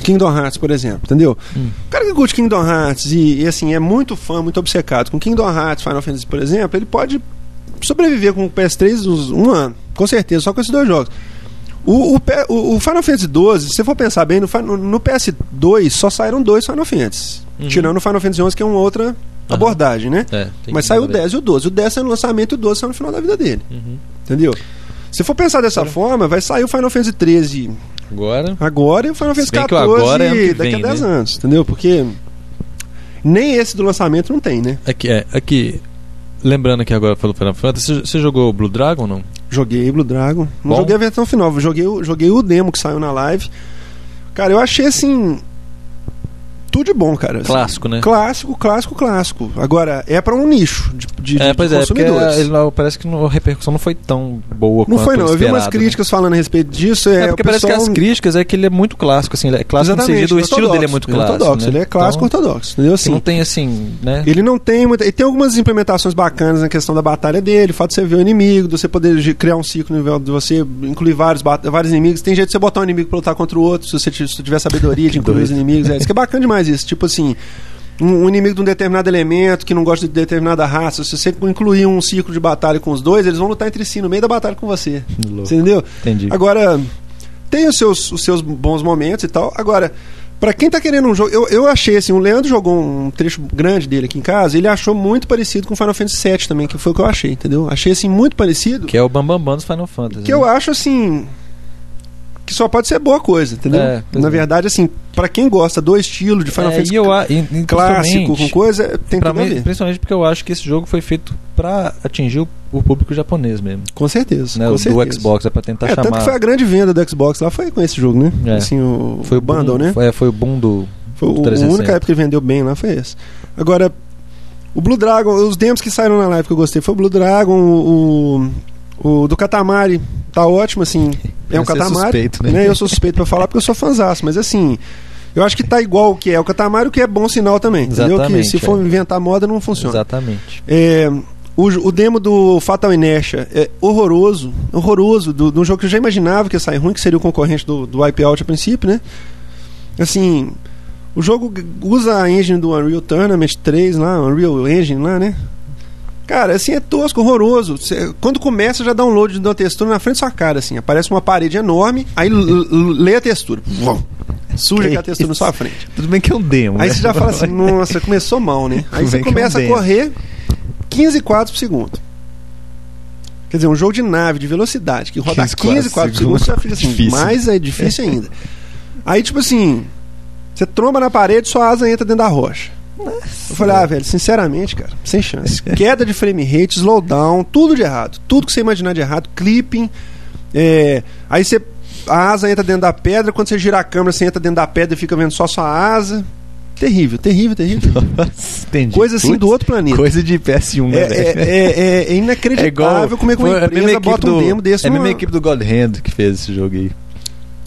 [SPEAKER 3] Kingdom Hearts, por exemplo, entendeu?
[SPEAKER 2] Hum.
[SPEAKER 3] O cara que curte Kingdom Hearts e, e, assim, é muito fã, muito obcecado com Kingdom Hearts, Final Fantasy, por exemplo, ele pode sobreviver com o PS3 uns, um ano, com certeza, só com esses dois jogos. O, o, P- o- o Final Fantasy 12, se você for pensar bem, no, Fi- no- no PS2 só saíram dois Final Fantasy.
[SPEAKER 2] Uhum.
[SPEAKER 3] Tirando o Final Fantasy 11, que é uma outra abordagem, né?
[SPEAKER 2] É, tem
[SPEAKER 3] Mas
[SPEAKER 2] que
[SPEAKER 3] saiu o
[SPEAKER 2] lembrar
[SPEAKER 3] 10 e o 12. O 10 saiu no lançamento e o 12 saiu no final da vida dele.
[SPEAKER 2] dele. Uhum.
[SPEAKER 3] Entendeu? Se for pensar dessa forma, vai sair o Final Fantasy 13
[SPEAKER 2] Agora.
[SPEAKER 3] agora e o Final Fantasy
[SPEAKER 2] bem que o
[SPEAKER 3] 14
[SPEAKER 2] agora é ano que
[SPEAKER 3] daqui
[SPEAKER 2] vem,
[SPEAKER 3] a 10
[SPEAKER 2] né?
[SPEAKER 3] anos. Entendeu? Porque nem esse do lançamento não tem, né?
[SPEAKER 2] Aqui, é, aqui. Lembrando que agora falou Final Fantasy, você- você jogou o Blue Dragon ou não?
[SPEAKER 3] Joguei Blue Dragon. Não
[SPEAKER 2] Bom.
[SPEAKER 3] joguei a versão final, joguei, o- joguei o demo que saiu na live. Cara, eu achei assim. Tudo de bom, cara.
[SPEAKER 2] Clássico, né?
[SPEAKER 3] Clássico, clássico, clássico. Agora, é pra um nicho de, de,
[SPEAKER 2] é,
[SPEAKER 3] de
[SPEAKER 2] pois é, porque
[SPEAKER 3] consumidores.
[SPEAKER 2] ele não- parece que não- a repercussão não foi tão boa
[SPEAKER 3] Não
[SPEAKER 2] quanto
[SPEAKER 3] foi, não. Eu vi
[SPEAKER 2] esperado,
[SPEAKER 3] umas
[SPEAKER 2] né?
[SPEAKER 3] críticas falando a respeito disso. É,
[SPEAKER 2] É, porque
[SPEAKER 3] o
[SPEAKER 2] parece que
[SPEAKER 3] pessoal-
[SPEAKER 2] as críticas é que ele é muito clássico, assim, ele é clássico no
[SPEAKER 3] Exatamente,
[SPEAKER 2] sentido, o estilo
[SPEAKER 3] ortodoxo,
[SPEAKER 2] dele é muito clássico.
[SPEAKER 3] ortodoxo,
[SPEAKER 2] né?
[SPEAKER 3] ele é clássico
[SPEAKER 2] Então,
[SPEAKER 3] ortodoxo, entendeu?
[SPEAKER 2] assim, não
[SPEAKER 3] Assim,
[SPEAKER 2] tem assim, né?
[SPEAKER 3] ele não tem muita. Ele tem algumas implementações bacanas na questão da batalha dele, o fato de você ver o inimigo, de você poder ge- criar um ciclo no nível de você incluir vários, bat- vários inimigos. Tem jeito de você botar um inimigo pra lutar contra o outro, se você t- se tu tiver sabedoria de incluir os
[SPEAKER 2] doido.
[SPEAKER 3] inimigos. É, isso que é bacana demais isso. Tipo assim. Um um inimigo de um determinado elemento que não gosta de determinada raça, se você incluir um ciclo de batalha com os dois, eles vão lutar entre si no meio da batalha com você.
[SPEAKER 2] Louco.
[SPEAKER 3] Você entendeu?
[SPEAKER 2] Entendi.
[SPEAKER 3] Agora, tem os seus, os seus bons momentos e tal. Agora, pra quem tá querendo um jogo. Eu, eu achei assim, o Leandro jogou um trecho grande dele aqui em casa, ele achou muito parecido com Final Fantasy VII também, que foi o que eu achei, entendeu? Achei assim muito parecido. Que,
[SPEAKER 2] Que é o Bambambam dos Final Fantasy. né?
[SPEAKER 3] eu acho assim. Que só pode ser boa coisa, entendeu?
[SPEAKER 2] É, pois
[SPEAKER 3] Na
[SPEAKER 2] é.
[SPEAKER 3] verdade, assim, pra quem gosta do estilo de Final
[SPEAKER 2] É,
[SPEAKER 3] Fantasy
[SPEAKER 2] e eu, a- e- e
[SPEAKER 3] clássico com
[SPEAKER 2] principalmente-
[SPEAKER 3] coisa, tem
[SPEAKER 2] pra
[SPEAKER 3] tudo a
[SPEAKER 2] mim,
[SPEAKER 3] ver.
[SPEAKER 2] principalmente porque eu acho que esse jogo foi feito pra atingir o, o público japonês mesmo.
[SPEAKER 3] Com certeza.
[SPEAKER 2] Né?
[SPEAKER 3] com
[SPEAKER 2] O do
[SPEAKER 3] certeza.
[SPEAKER 2] Xbox, é pra tentar
[SPEAKER 3] é,
[SPEAKER 2] chamar.
[SPEAKER 3] tanto que foi a grande venda do Xbox lá, foi com esse jogo, né?
[SPEAKER 2] É.
[SPEAKER 3] Assim, o,
[SPEAKER 2] boom-
[SPEAKER 3] o bundle, né?
[SPEAKER 2] Foi, é, foi o boom do.
[SPEAKER 3] Foi o, a
[SPEAKER 2] 360.
[SPEAKER 3] única época que vendeu bem lá foi esse. Agora, o Blue Dragon, os demos que saíram na live que eu gostei foi o Blue Dragon, o, o, o do Catamari, tá ótimo, assim. É um
[SPEAKER 2] Eu sou
[SPEAKER 3] Catamari.
[SPEAKER 2] suspeito, né?
[SPEAKER 3] Eu sou suspeito pra falar porque eu sou fanzaço, mas assim. Eu acho que tá igual o que é o Catamari, o que é bom sinal também. entendeu? Que
[SPEAKER 2] Exatamente,
[SPEAKER 3] se for
[SPEAKER 2] é.
[SPEAKER 3] inventar moda, não funciona.
[SPEAKER 2] Exatamente.
[SPEAKER 3] É, o, jo- o demo do Fatal Inertia é horroroso, horroroso, do, de um jogo que eu já imaginava que ia sair ruim, que seria o concorrente do, do Wipeout a princípio, né? Assim, o jogo g- usa a engine do Unreal Tournament 3 lá, Unreal Engine lá, né? Cara, assim, é tosco, horroroso. Cê- quando começa, já dá um load de uma textura na frente da sua cara, assim. Aparece uma parede enorme, aí l- l- lê a textura. Vum. Suja
[SPEAKER 2] Que
[SPEAKER 3] com a textura na
[SPEAKER 2] isso?
[SPEAKER 3] sua frente.
[SPEAKER 2] Tudo bem que é um demo.
[SPEAKER 3] Aí
[SPEAKER 2] né?
[SPEAKER 3] você já fala assim, nossa, começou mal, né? Aí você
[SPEAKER 2] Vem que é um
[SPEAKER 3] começa
[SPEAKER 2] não
[SPEAKER 3] a
[SPEAKER 2] deu.
[SPEAKER 3] correr 15 quadros por segundo. Quer dizer, um jogo de nave, de velocidade, que roda
[SPEAKER 2] 15 quadros
[SPEAKER 3] 15,
[SPEAKER 2] por
[SPEAKER 3] quadros por
[SPEAKER 2] segundo.
[SPEAKER 3] segundo, você já fica assim,
[SPEAKER 2] Difícil.
[SPEAKER 3] mas é difícil ainda. Aí, tipo assim, você tromba na parede, sua asa entra dentro da rocha. Eu falei, ah, velho, sinceramente, cara, sem chance. Queda de frame rate, slowdown, tudo de errado. Tudo que você imaginar de errado, clipping. é, aí você. A asa entra dentro da pedra, quando você gira a câmera, você entra dentro da pedra e fica vendo só sua asa. Terrível, terrível, terrível.
[SPEAKER 2] Nossa, entendi.
[SPEAKER 3] ah, Coisa assim do outro planeta.
[SPEAKER 2] Coisa de PS1,
[SPEAKER 3] É,
[SPEAKER 2] né, velho?
[SPEAKER 3] é, é, é, é inacreditável como é que
[SPEAKER 2] foi
[SPEAKER 3] uma
[SPEAKER 2] a mesma
[SPEAKER 3] empresa
[SPEAKER 2] equipe
[SPEAKER 3] bota um demo desse
[SPEAKER 2] É a
[SPEAKER 3] numa-
[SPEAKER 2] mesma equipe do God Hand que fez esse jogo aí.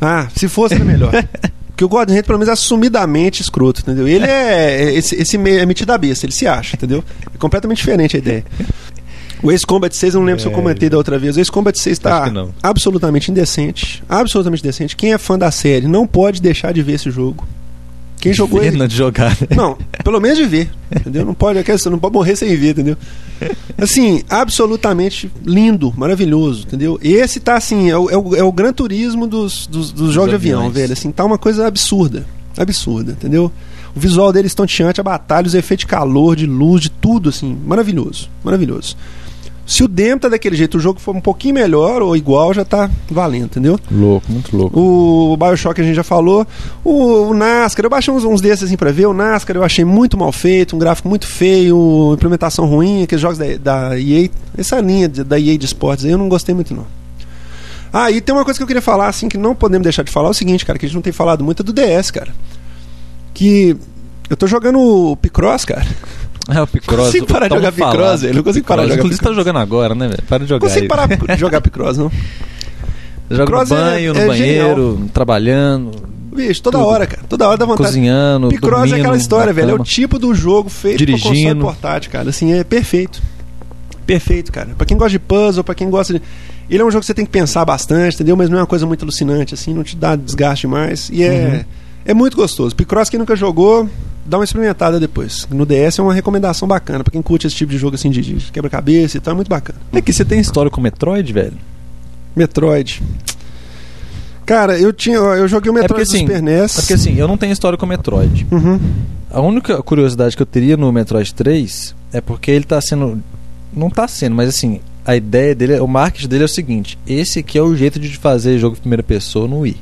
[SPEAKER 3] Ah, se fosse era melhor. Porque o God Hand, pelo menos, é assumidamente escroto, entendeu? Ele é. é- Esse, esse meio é metido a besta, ele se acha, entendeu? É completamente diferente a ideia. O Ace Combat 6, eu não lembro se eu
[SPEAKER 2] É,
[SPEAKER 3] comentei da outra vez. O Ace Combat 6
[SPEAKER 2] Acho
[SPEAKER 3] tá
[SPEAKER 2] que não.
[SPEAKER 3] absolutamente indecente. Absolutamente indecente. Quem é fã da série não pode deixar de ver esse jogo. Quem jogou ele.
[SPEAKER 2] Pena de jogar, né?
[SPEAKER 3] Não, pelo menos de ver, entendeu? Não pode, você não pode morrer sem ver, entendeu? Assim, absolutamente lindo, maravilhoso, entendeu? Esse tá assim, é o, é o, é o gran turismo dos, dos, dos jogos de avião,
[SPEAKER 2] aviões.
[SPEAKER 3] velho. Assim, tá uma coisa absurda, absurda, entendeu? O visual dele estonteante, a batalha, os efeitos de calor, de luz, de tudo, assim, maravilhoso, maravilhoso. Se o demo tá daquele jeito, o jogo for um pouquinho melhor ou igual, já tá valendo, entendeu?
[SPEAKER 2] Louco, muito louco.
[SPEAKER 3] O Bioshock a gente já falou. O, o NASCAR, eu baixei uns, uns desses assim pra ver. O NASCAR eu achei muito mal feito, um gráfico muito feio, implementação ruim, aqueles jogos da, da EA. Essa linha de- da EA de esportes aí eu não gostei muito, não. Ah, e tem uma coisa que eu queria falar, assim, que não podemos deixar de falar, é o seguinte, cara, que a gente não tem falado muito, é do DS, cara. Que eu tô jogando o Picross, cara.
[SPEAKER 2] É o Picross.
[SPEAKER 3] Não consigo parar de
[SPEAKER 2] tava
[SPEAKER 3] jogar
[SPEAKER 2] falando.
[SPEAKER 3] Picross, velho. Não consigo parar
[SPEAKER 2] Picross.
[SPEAKER 3] de jogar
[SPEAKER 2] Inclusive, você tá jogando agora, né, velho? Para de
[SPEAKER 3] Não
[SPEAKER 2] jogar
[SPEAKER 3] consigo
[SPEAKER 2] aí.
[SPEAKER 3] parar de jogar Picross, não.
[SPEAKER 2] Joga
[SPEAKER 3] Picross
[SPEAKER 2] no
[SPEAKER 3] é-
[SPEAKER 2] banho, no
[SPEAKER 3] é
[SPEAKER 2] banheiro, trabalhando,
[SPEAKER 3] Bicho, toda
[SPEAKER 2] Tudo.
[SPEAKER 3] hora, cara. Toda hora dá vontade.
[SPEAKER 2] cozinhando,
[SPEAKER 3] Picross é
[SPEAKER 2] dormindo
[SPEAKER 3] aquela história,
[SPEAKER 2] na
[SPEAKER 3] velho. É o
[SPEAKER 2] cama.
[SPEAKER 3] tipo do jogo feito pra console
[SPEAKER 2] Dirigindo.
[SPEAKER 3] portátil, cara. Assim, é perfeito. Perfeito, cara. Pra quem gosta de puzzle, pra quem gosta de. Ele é um jogo que você tem que pensar bastante, entendeu? Mas não é uma coisa muito alucinante, assim, não te dá desgaste mais.
[SPEAKER 2] Uhum.
[SPEAKER 3] E é, é muito gostoso. Picross, quem nunca jogou, dá uma experimentada depois. No DS é uma recomendação bacana, pra quem curte esse tipo de jogo assim de, de quebra-cabeça e tal, é muito bacana.
[SPEAKER 2] É que você tem história com Metroid, velho?
[SPEAKER 3] Metroid. Cara, eu tinha. Eu joguei o
[SPEAKER 2] É
[SPEAKER 3] Metroid
[SPEAKER 2] porque,
[SPEAKER 3] do
[SPEAKER 2] assim,
[SPEAKER 3] Super NES.
[SPEAKER 2] É porque assim, eu não tenho história com Metroid.
[SPEAKER 3] Uhum.
[SPEAKER 2] A única curiosidade que eu teria no Metroid 3 é porque ele tá sendo. Não tá sendo, mas assim, a ideia dele, é- o marketing dele é o seguinte: esse aqui é o jeito de fazer jogo em primeira pessoa no Wii.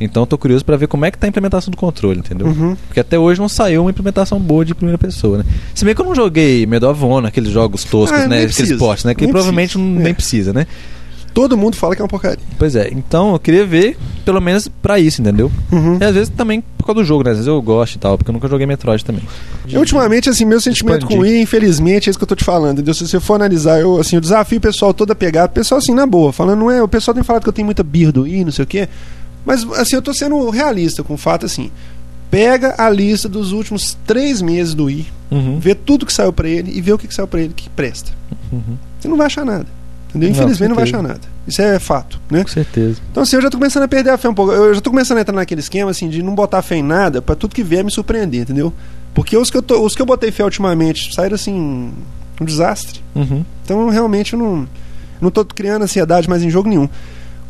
[SPEAKER 2] Então eu tô curioso pra ver como é que tá a implementação do controle, entendeu?
[SPEAKER 3] Uhum.
[SPEAKER 2] Porque até hoje não saiu uma implementação boa de primeira pessoa, né? Se bem que eu não joguei Medal of Honor, aqueles jogos toscos,
[SPEAKER 3] Ah, nem
[SPEAKER 2] né? Aqueles
[SPEAKER 3] precisa.
[SPEAKER 2] portes, né? Que
[SPEAKER 3] Nem
[SPEAKER 2] provavelmente
[SPEAKER 3] precisa.
[SPEAKER 2] não- nem
[SPEAKER 3] É.
[SPEAKER 2] precisa, né?
[SPEAKER 3] Todo mundo fala que é uma porcaria.
[SPEAKER 2] Pois é, então eu queria ver, pelo menos pra isso, entendeu?
[SPEAKER 3] Uhum.
[SPEAKER 2] E às vezes também por causa do jogo, né? Às vezes eu gosto e tal, porque eu nunca joguei Metroid também.
[SPEAKER 3] Eu, ultimamente, assim, meu sentimento
[SPEAKER 2] Expandir.
[SPEAKER 3] com o I, infelizmente, é isso que eu tô te falando, entendeu? Se você for analisar, eu, assim, o desafio pessoal todo apegado, o pessoal, assim, na boa, falando, não é, o pessoal tem falado que eu tenho muita birra do I, não sei o quê, mas, assim, eu tô sendo realista com o fato, assim, pega a lista dos últimos três meses do I,
[SPEAKER 2] Uhum.
[SPEAKER 3] vê tudo que saiu pra ele e vê o que, que saiu pra ele que presta.
[SPEAKER 2] Uhum.
[SPEAKER 3] Você não vai achar nada, entendeu?
[SPEAKER 2] Não,
[SPEAKER 3] Infelizmente não, vai achar
[SPEAKER 2] certeza.
[SPEAKER 3] nada. Isso é fato, né?
[SPEAKER 2] Com certeza.
[SPEAKER 3] Então, assim, eu já tô começando a perder a fé um pouco. Eu já tô começando a entrar naquele esquema, assim, de não botar fé em nada pra tudo que vier me surpreender, entendeu? Porque os que eu, tô- os que eu botei fé ultimamente saíram, assim, um desastre.
[SPEAKER 2] Uhum.
[SPEAKER 3] Então, eu realmente não, não tô criando ansiedade mais em jogo nenhum.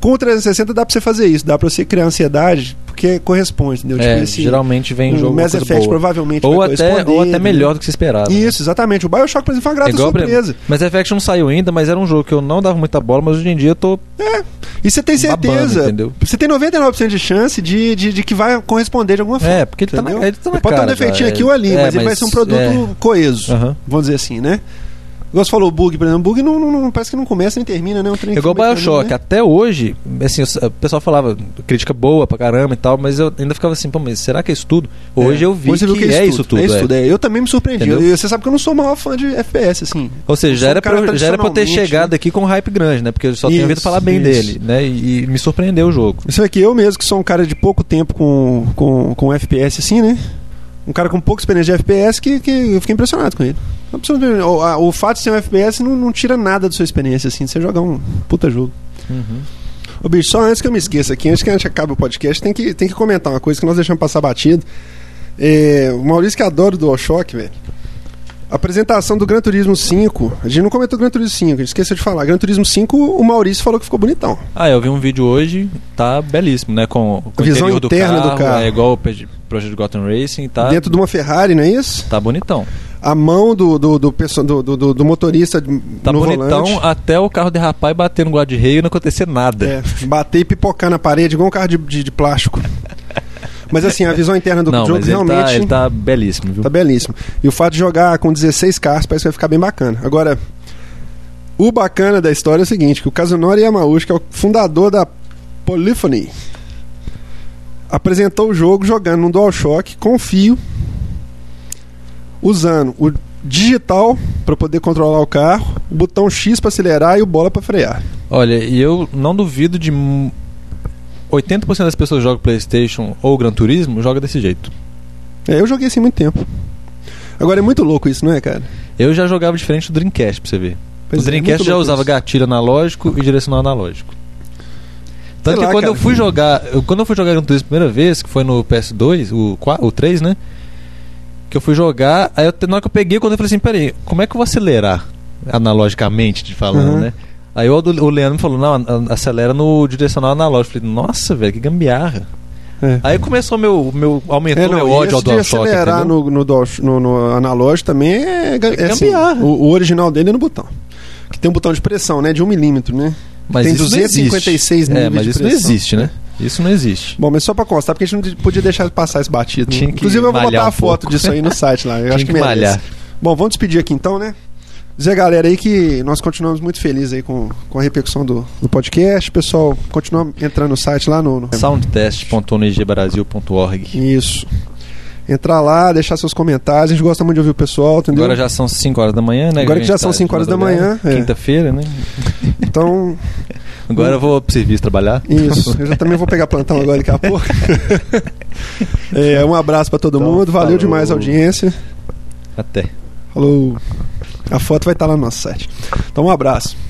[SPEAKER 3] Com o 360 dá pra você fazer isso, dá pra você criar ansiedade, porque corresponde, entendeu? Tipo,
[SPEAKER 2] É,
[SPEAKER 3] esse-
[SPEAKER 2] geralmente vem
[SPEAKER 3] assim, o
[SPEAKER 2] jogo é
[SPEAKER 3] Mass
[SPEAKER 2] coisa
[SPEAKER 3] Effect
[SPEAKER 2] boa.
[SPEAKER 3] provavelmente
[SPEAKER 2] Ou
[SPEAKER 3] vai
[SPEAKER 2] até, ou
[SPEAKER 3] corresponder,
[SPEAKER 2] até melhor do que se esperava.
[SPEAKER 3] entendeu? Isso, exatamente. O Bioshock, por exemplo, foi uma
[SPEAKER 2] É
[SPEAKER 3] grata
[SPEAKER 2] igual pra-
[SPEAKER 3] surpresa.
[SPEAKER 2] Mass Effect não saiu ainda, mas era um jogo que eu não dava muita bola, mas hoje em dia eu tô
[SPEAKER 3] E você tem
[SPEAKER 2] babando,
[SPEAKER 3] certeza.
[SPEAKER 2] entendeu?
[SPEAKER 3] você tem 99% de chance de, de, de que vai corresponder de alguma forma.
[SPEAKER 2] É, porque ele tá na,
[SPEAKER 3] Entendeu?
[SPEAKER 2] ele tá na
[SPEAKER 3] Ele pode
[SPEAKER 2] cara.
[SPEAKER 3] ter um defeitinho
[SPEAKER 2] já,
[SPEAKER 3] aqui
[SPEAKER 2] é-
[SPEAKER 3] ou ali,
[SPEAKER 2] é,
[SPEAKER 3] mas, ele vai ser um produto
[SPEAKER 2] é.
[SPEAKER 3] coeso.
[SPEAKER 2] Aham.
[SPEAKER 3] Vamos dizer assim, né? Igual você falou, o bug, por exemplo. O bug não, não- não- parece que não começa nem termina, né? Um trem
[SPEAKER 2] É igual o
[SPEAKER 3] que fica
[SPEAKER 2] Bioshock.
[SPEAKER 3] meio-
[SPEAKER 2] Até hoje, assim, eu- o pessoal falava crítica boa pra caramba e tal, mas eu ainda ficava assim, pô, mas será que é isso tudo? Hoje eu vi
[SPEAKER 3] né? Hoje você viu
[SPEAKER 2] que, é isso tudo.
[SPEAKER 3] É isso
[SPEAKER 2] é.
[SPEAKER 3] tudo. é. Eu também me surpreendi.
[SPEAKER 2] Entendeu?
[SPEAKER 3] Eu- você sabe que eu não sou o maior fã de FPS, assim.
[SPEAKER 2] Ou seja,
[SPEAKER 3] Eu
[SPEAKER 2] já
[SPEAKER 3] sou
[SPEAKER 2] era,
[SPEAKER 3] um cara
[SPEAKER 2] pra, já era pra eu ter
[SPEAKER 3] tradicionalmente,
[SPEAKER 2] chegado aqui com um hype grande, né? Porque eu só tenho
[SPEAKER 3] Isso,
[SPEAKER 2] ouvido falar bem
[SPEAKER 3] isso.
[SPEAKER 2] dele, né? E, e me surpreendeu o jogo.
[SPEAKER 3] Isso é que eu mesmo, que sou um cara de pouco tempo com, com, com FPS, assim, né? Um cara com pouca experiência de FPS que, que eu fiquei impressionado com ele. Absolutamente. O, a- o fato de ser um FPS não, não tira nada da sua experiência, assim, de você jogar um puta jogo.
[SPEAKER 2] Uhum.
[SPEAKER 3] Ô, bicho, só antes que eu me esqueça aqui, antes que a gente acabe o podcast, tem que, tem que comentar uma coisa que nós deixamos passar batido. É, o Maurício que adora o DualShock, velho. Apresentação do Gran Turismo 5. A gente não comentou Gran Turismo 5, a gente esqueceu de falar. Gran Turismo 5, o Maurício falou que ficou bonitão.
[SPEAKER 2] Ah, eu vi um vídeo hoje, tá belíssimo, né? Com, com
[SPEAKER 3] Visão
[SPEAKER 2] o interior
[SPEAKER 3] interna
[SPEAKER 2] do carro,
[SPEAKER 3] do carro.
[SPEAKER 2] É igual o pe- Project Gotham Racing, tá,
[SPEAKER 3] Dentro de uma Ferrari, não é isso?
[SPEAKER 2] tá bonitão.
[SPEAKER 3] A mão do, do, do, perso- do, do- do- do motorista
[SPEAKER 2] Tá
[SPEAKER 3] no
[SPEAKER 2] bonitão
[SPEAKER 3] volante.
[SPEAKER 2] até o carro derrapar e bater no guarda-reio e não acontecer nada.
[SPEAKER 3] É, bater e pipocar na parede, igual um carro de, de- de plástico. Mas assim, a visão interna do
[SPEAKER 2] não,
[SPEAKER 3] jogo
[SPEAKER 2] mas ele
[SPEAKER 3] realmente...
[SPEAKER 2] tá, ele tá belíssimo, viu?
[SPEAKER 3] Tá belíssimo. E o fato de jogar com 16 carros parece que vai ficar bem bacana. Agora, o bacana da história é o seguinte, que o Kazunori Yamauchi, que é o fundador da Polyphony, apresentou o jogo jogando no DualShock com fio, usando o digital para poder controlar o carro, o botão X para acelerar e o bola para frear.
[SPEAKER 2] Olha, e eu não duvido de. mu- 80% das pessoas que jogam PlayStation ou Gran Turismo joga desse jeito.
[SPEAKER 3] É, eu joguei assim muito tempo. Agora é muito louco isso, não é, cara?
[SPEAKER 2] Eu já jogava diferente do Dreamcast, pra você ver. o
[SPEAKER 3] Pois é, é muito
[SPEAKER 2] Dreamcast já
[SPEAKER 3] louco
[SPEAKER 2] usava
[SPEAKER 3] isso.
[SPEAKER 2] gatilho analógico e direcional analógico. Tanto
[SPEAKER 3] Sei
[SPEAKER 2] que
[SPEAKER 3] lá,
[SPEAKER 2] quando
[SPEAKER 3] cara.
[SPEAKER 2] eu fui jogar, eu- quando eu fui jogar Gran Turismo a primeira vez, que foi no PS2, o, qua- o 3, né? Que eu fui jogar, aí eu, te- na hora que eu peguei, quando eu falei assim, peraí, como é que eu vou acelerar? Analogicamente de falando,
[SPEAKER 3] Uhum.
[SPEAKER 2] né? Aí o, Aldo- o Leandro me falou, não, a- a- acelera no direcional analógico. Eu falei, nossa, velho, que gambiarra.
[SPEAKER 3] É.
[SPEAKER 2] Aí começou meu, meu aumentou
[SPEAKER 3] não,
[SPEAKER 2] meu
[SPEAKER 3] e
[SPEAKER 2] é ódio
[SPEAKER 3] esse
[SPEAKER 2] ao
[SPEAKER 3] de
[SPEAKER 2] DualShock,
[SPEAKER 3] acelerar
[SPEAKER 2] entendeu?
[SPEAKER 3] no, no, dual, no, no analógico também é, ga-
[SPEAKER 2] É
[SPEAKER 3] é assim,
[SPEAKER 2] gambiarra.
[SPEAKER 3] o, o original dele é no botão. Que tem um botão de pressão, né? De um milímetro, né?
[SPEAKER 2] Mas
[SPEAKER 3] tem
[SPEAKER 2] isso não
[SPEAKER 3] 256
[SPEAKER 2] existe. É,
[SPEAKER 3] níveis
[SPEAKER 2] mas
[SPEAKER 3] de
[SPEAKER 2] isso não
[SPEAKER 3] pressão.
[SPEAKER 2] existe, né? Isso não existe.
[SPEAKER 3] Bom, mas só pra constar, porque a gente não de- podia deixar passar esse batido. né?
[SPEAKER 2] Tinha que
[SPEAKER 3] Inclusive, eu vou
[SPEAKER 2] malhar
[SPEAKER 3] botar
[SPEAKER 2] um
[SPEAKER 3] a foto
[SPEAKER 2] pouco.
[SPEAKER 3] disso aí no site lá. Eu
[SPEAKER 2] Tinha
[SPEAKER 3] acho que,
[SPEAKER 2] que
[SPEAKER 3] merece.
[SPEAKER 2] malhar.
[SPEAKER 3] Bom, vamos despedir aqui então, né? Dizer a galera aí que nós continuamos muito felizes aí com, com a repercussão do, do podcast. Pessoal, continua entrando no site lá no- no
[SPEAKER 2] soundtest.onigbrasil.org.
[SPEAKER 3] Isso. Entrar lá, deixar seus comentários. A gente gosta muito de ouvir o pessoal, entendeu?
[SPEAKER 2] Agora já são 5 horas da manhã, né?
[SPEAKER 3] Agora
[SPEAKER 2] A
[SPEAKER 3] que
[SPEAKER 2] gente
[SPEAKER 3] já são 5 horas da manhã, é.
[SPEAKER 2] Quinta-feira, né?
[SPEAKER 3] Então,
[SPEAKER 2] Agora eu vou pro serviço trabalhar.
[SPEAKER 3] isso. Eu já também vou pegar plantão agora daqui a pouco. É, um abraço pra todo
[SPEAKER 2] Então,
[SPEAKER 3] mundo. Valeu
[SPEAKER 2] falou.
[SPEAKER 3] demais a audiência.
[SPEAKER 2] Até.
[SPEAKER 3] tá Falou. A foto vai estar lá no nosso site. Então, um abraço.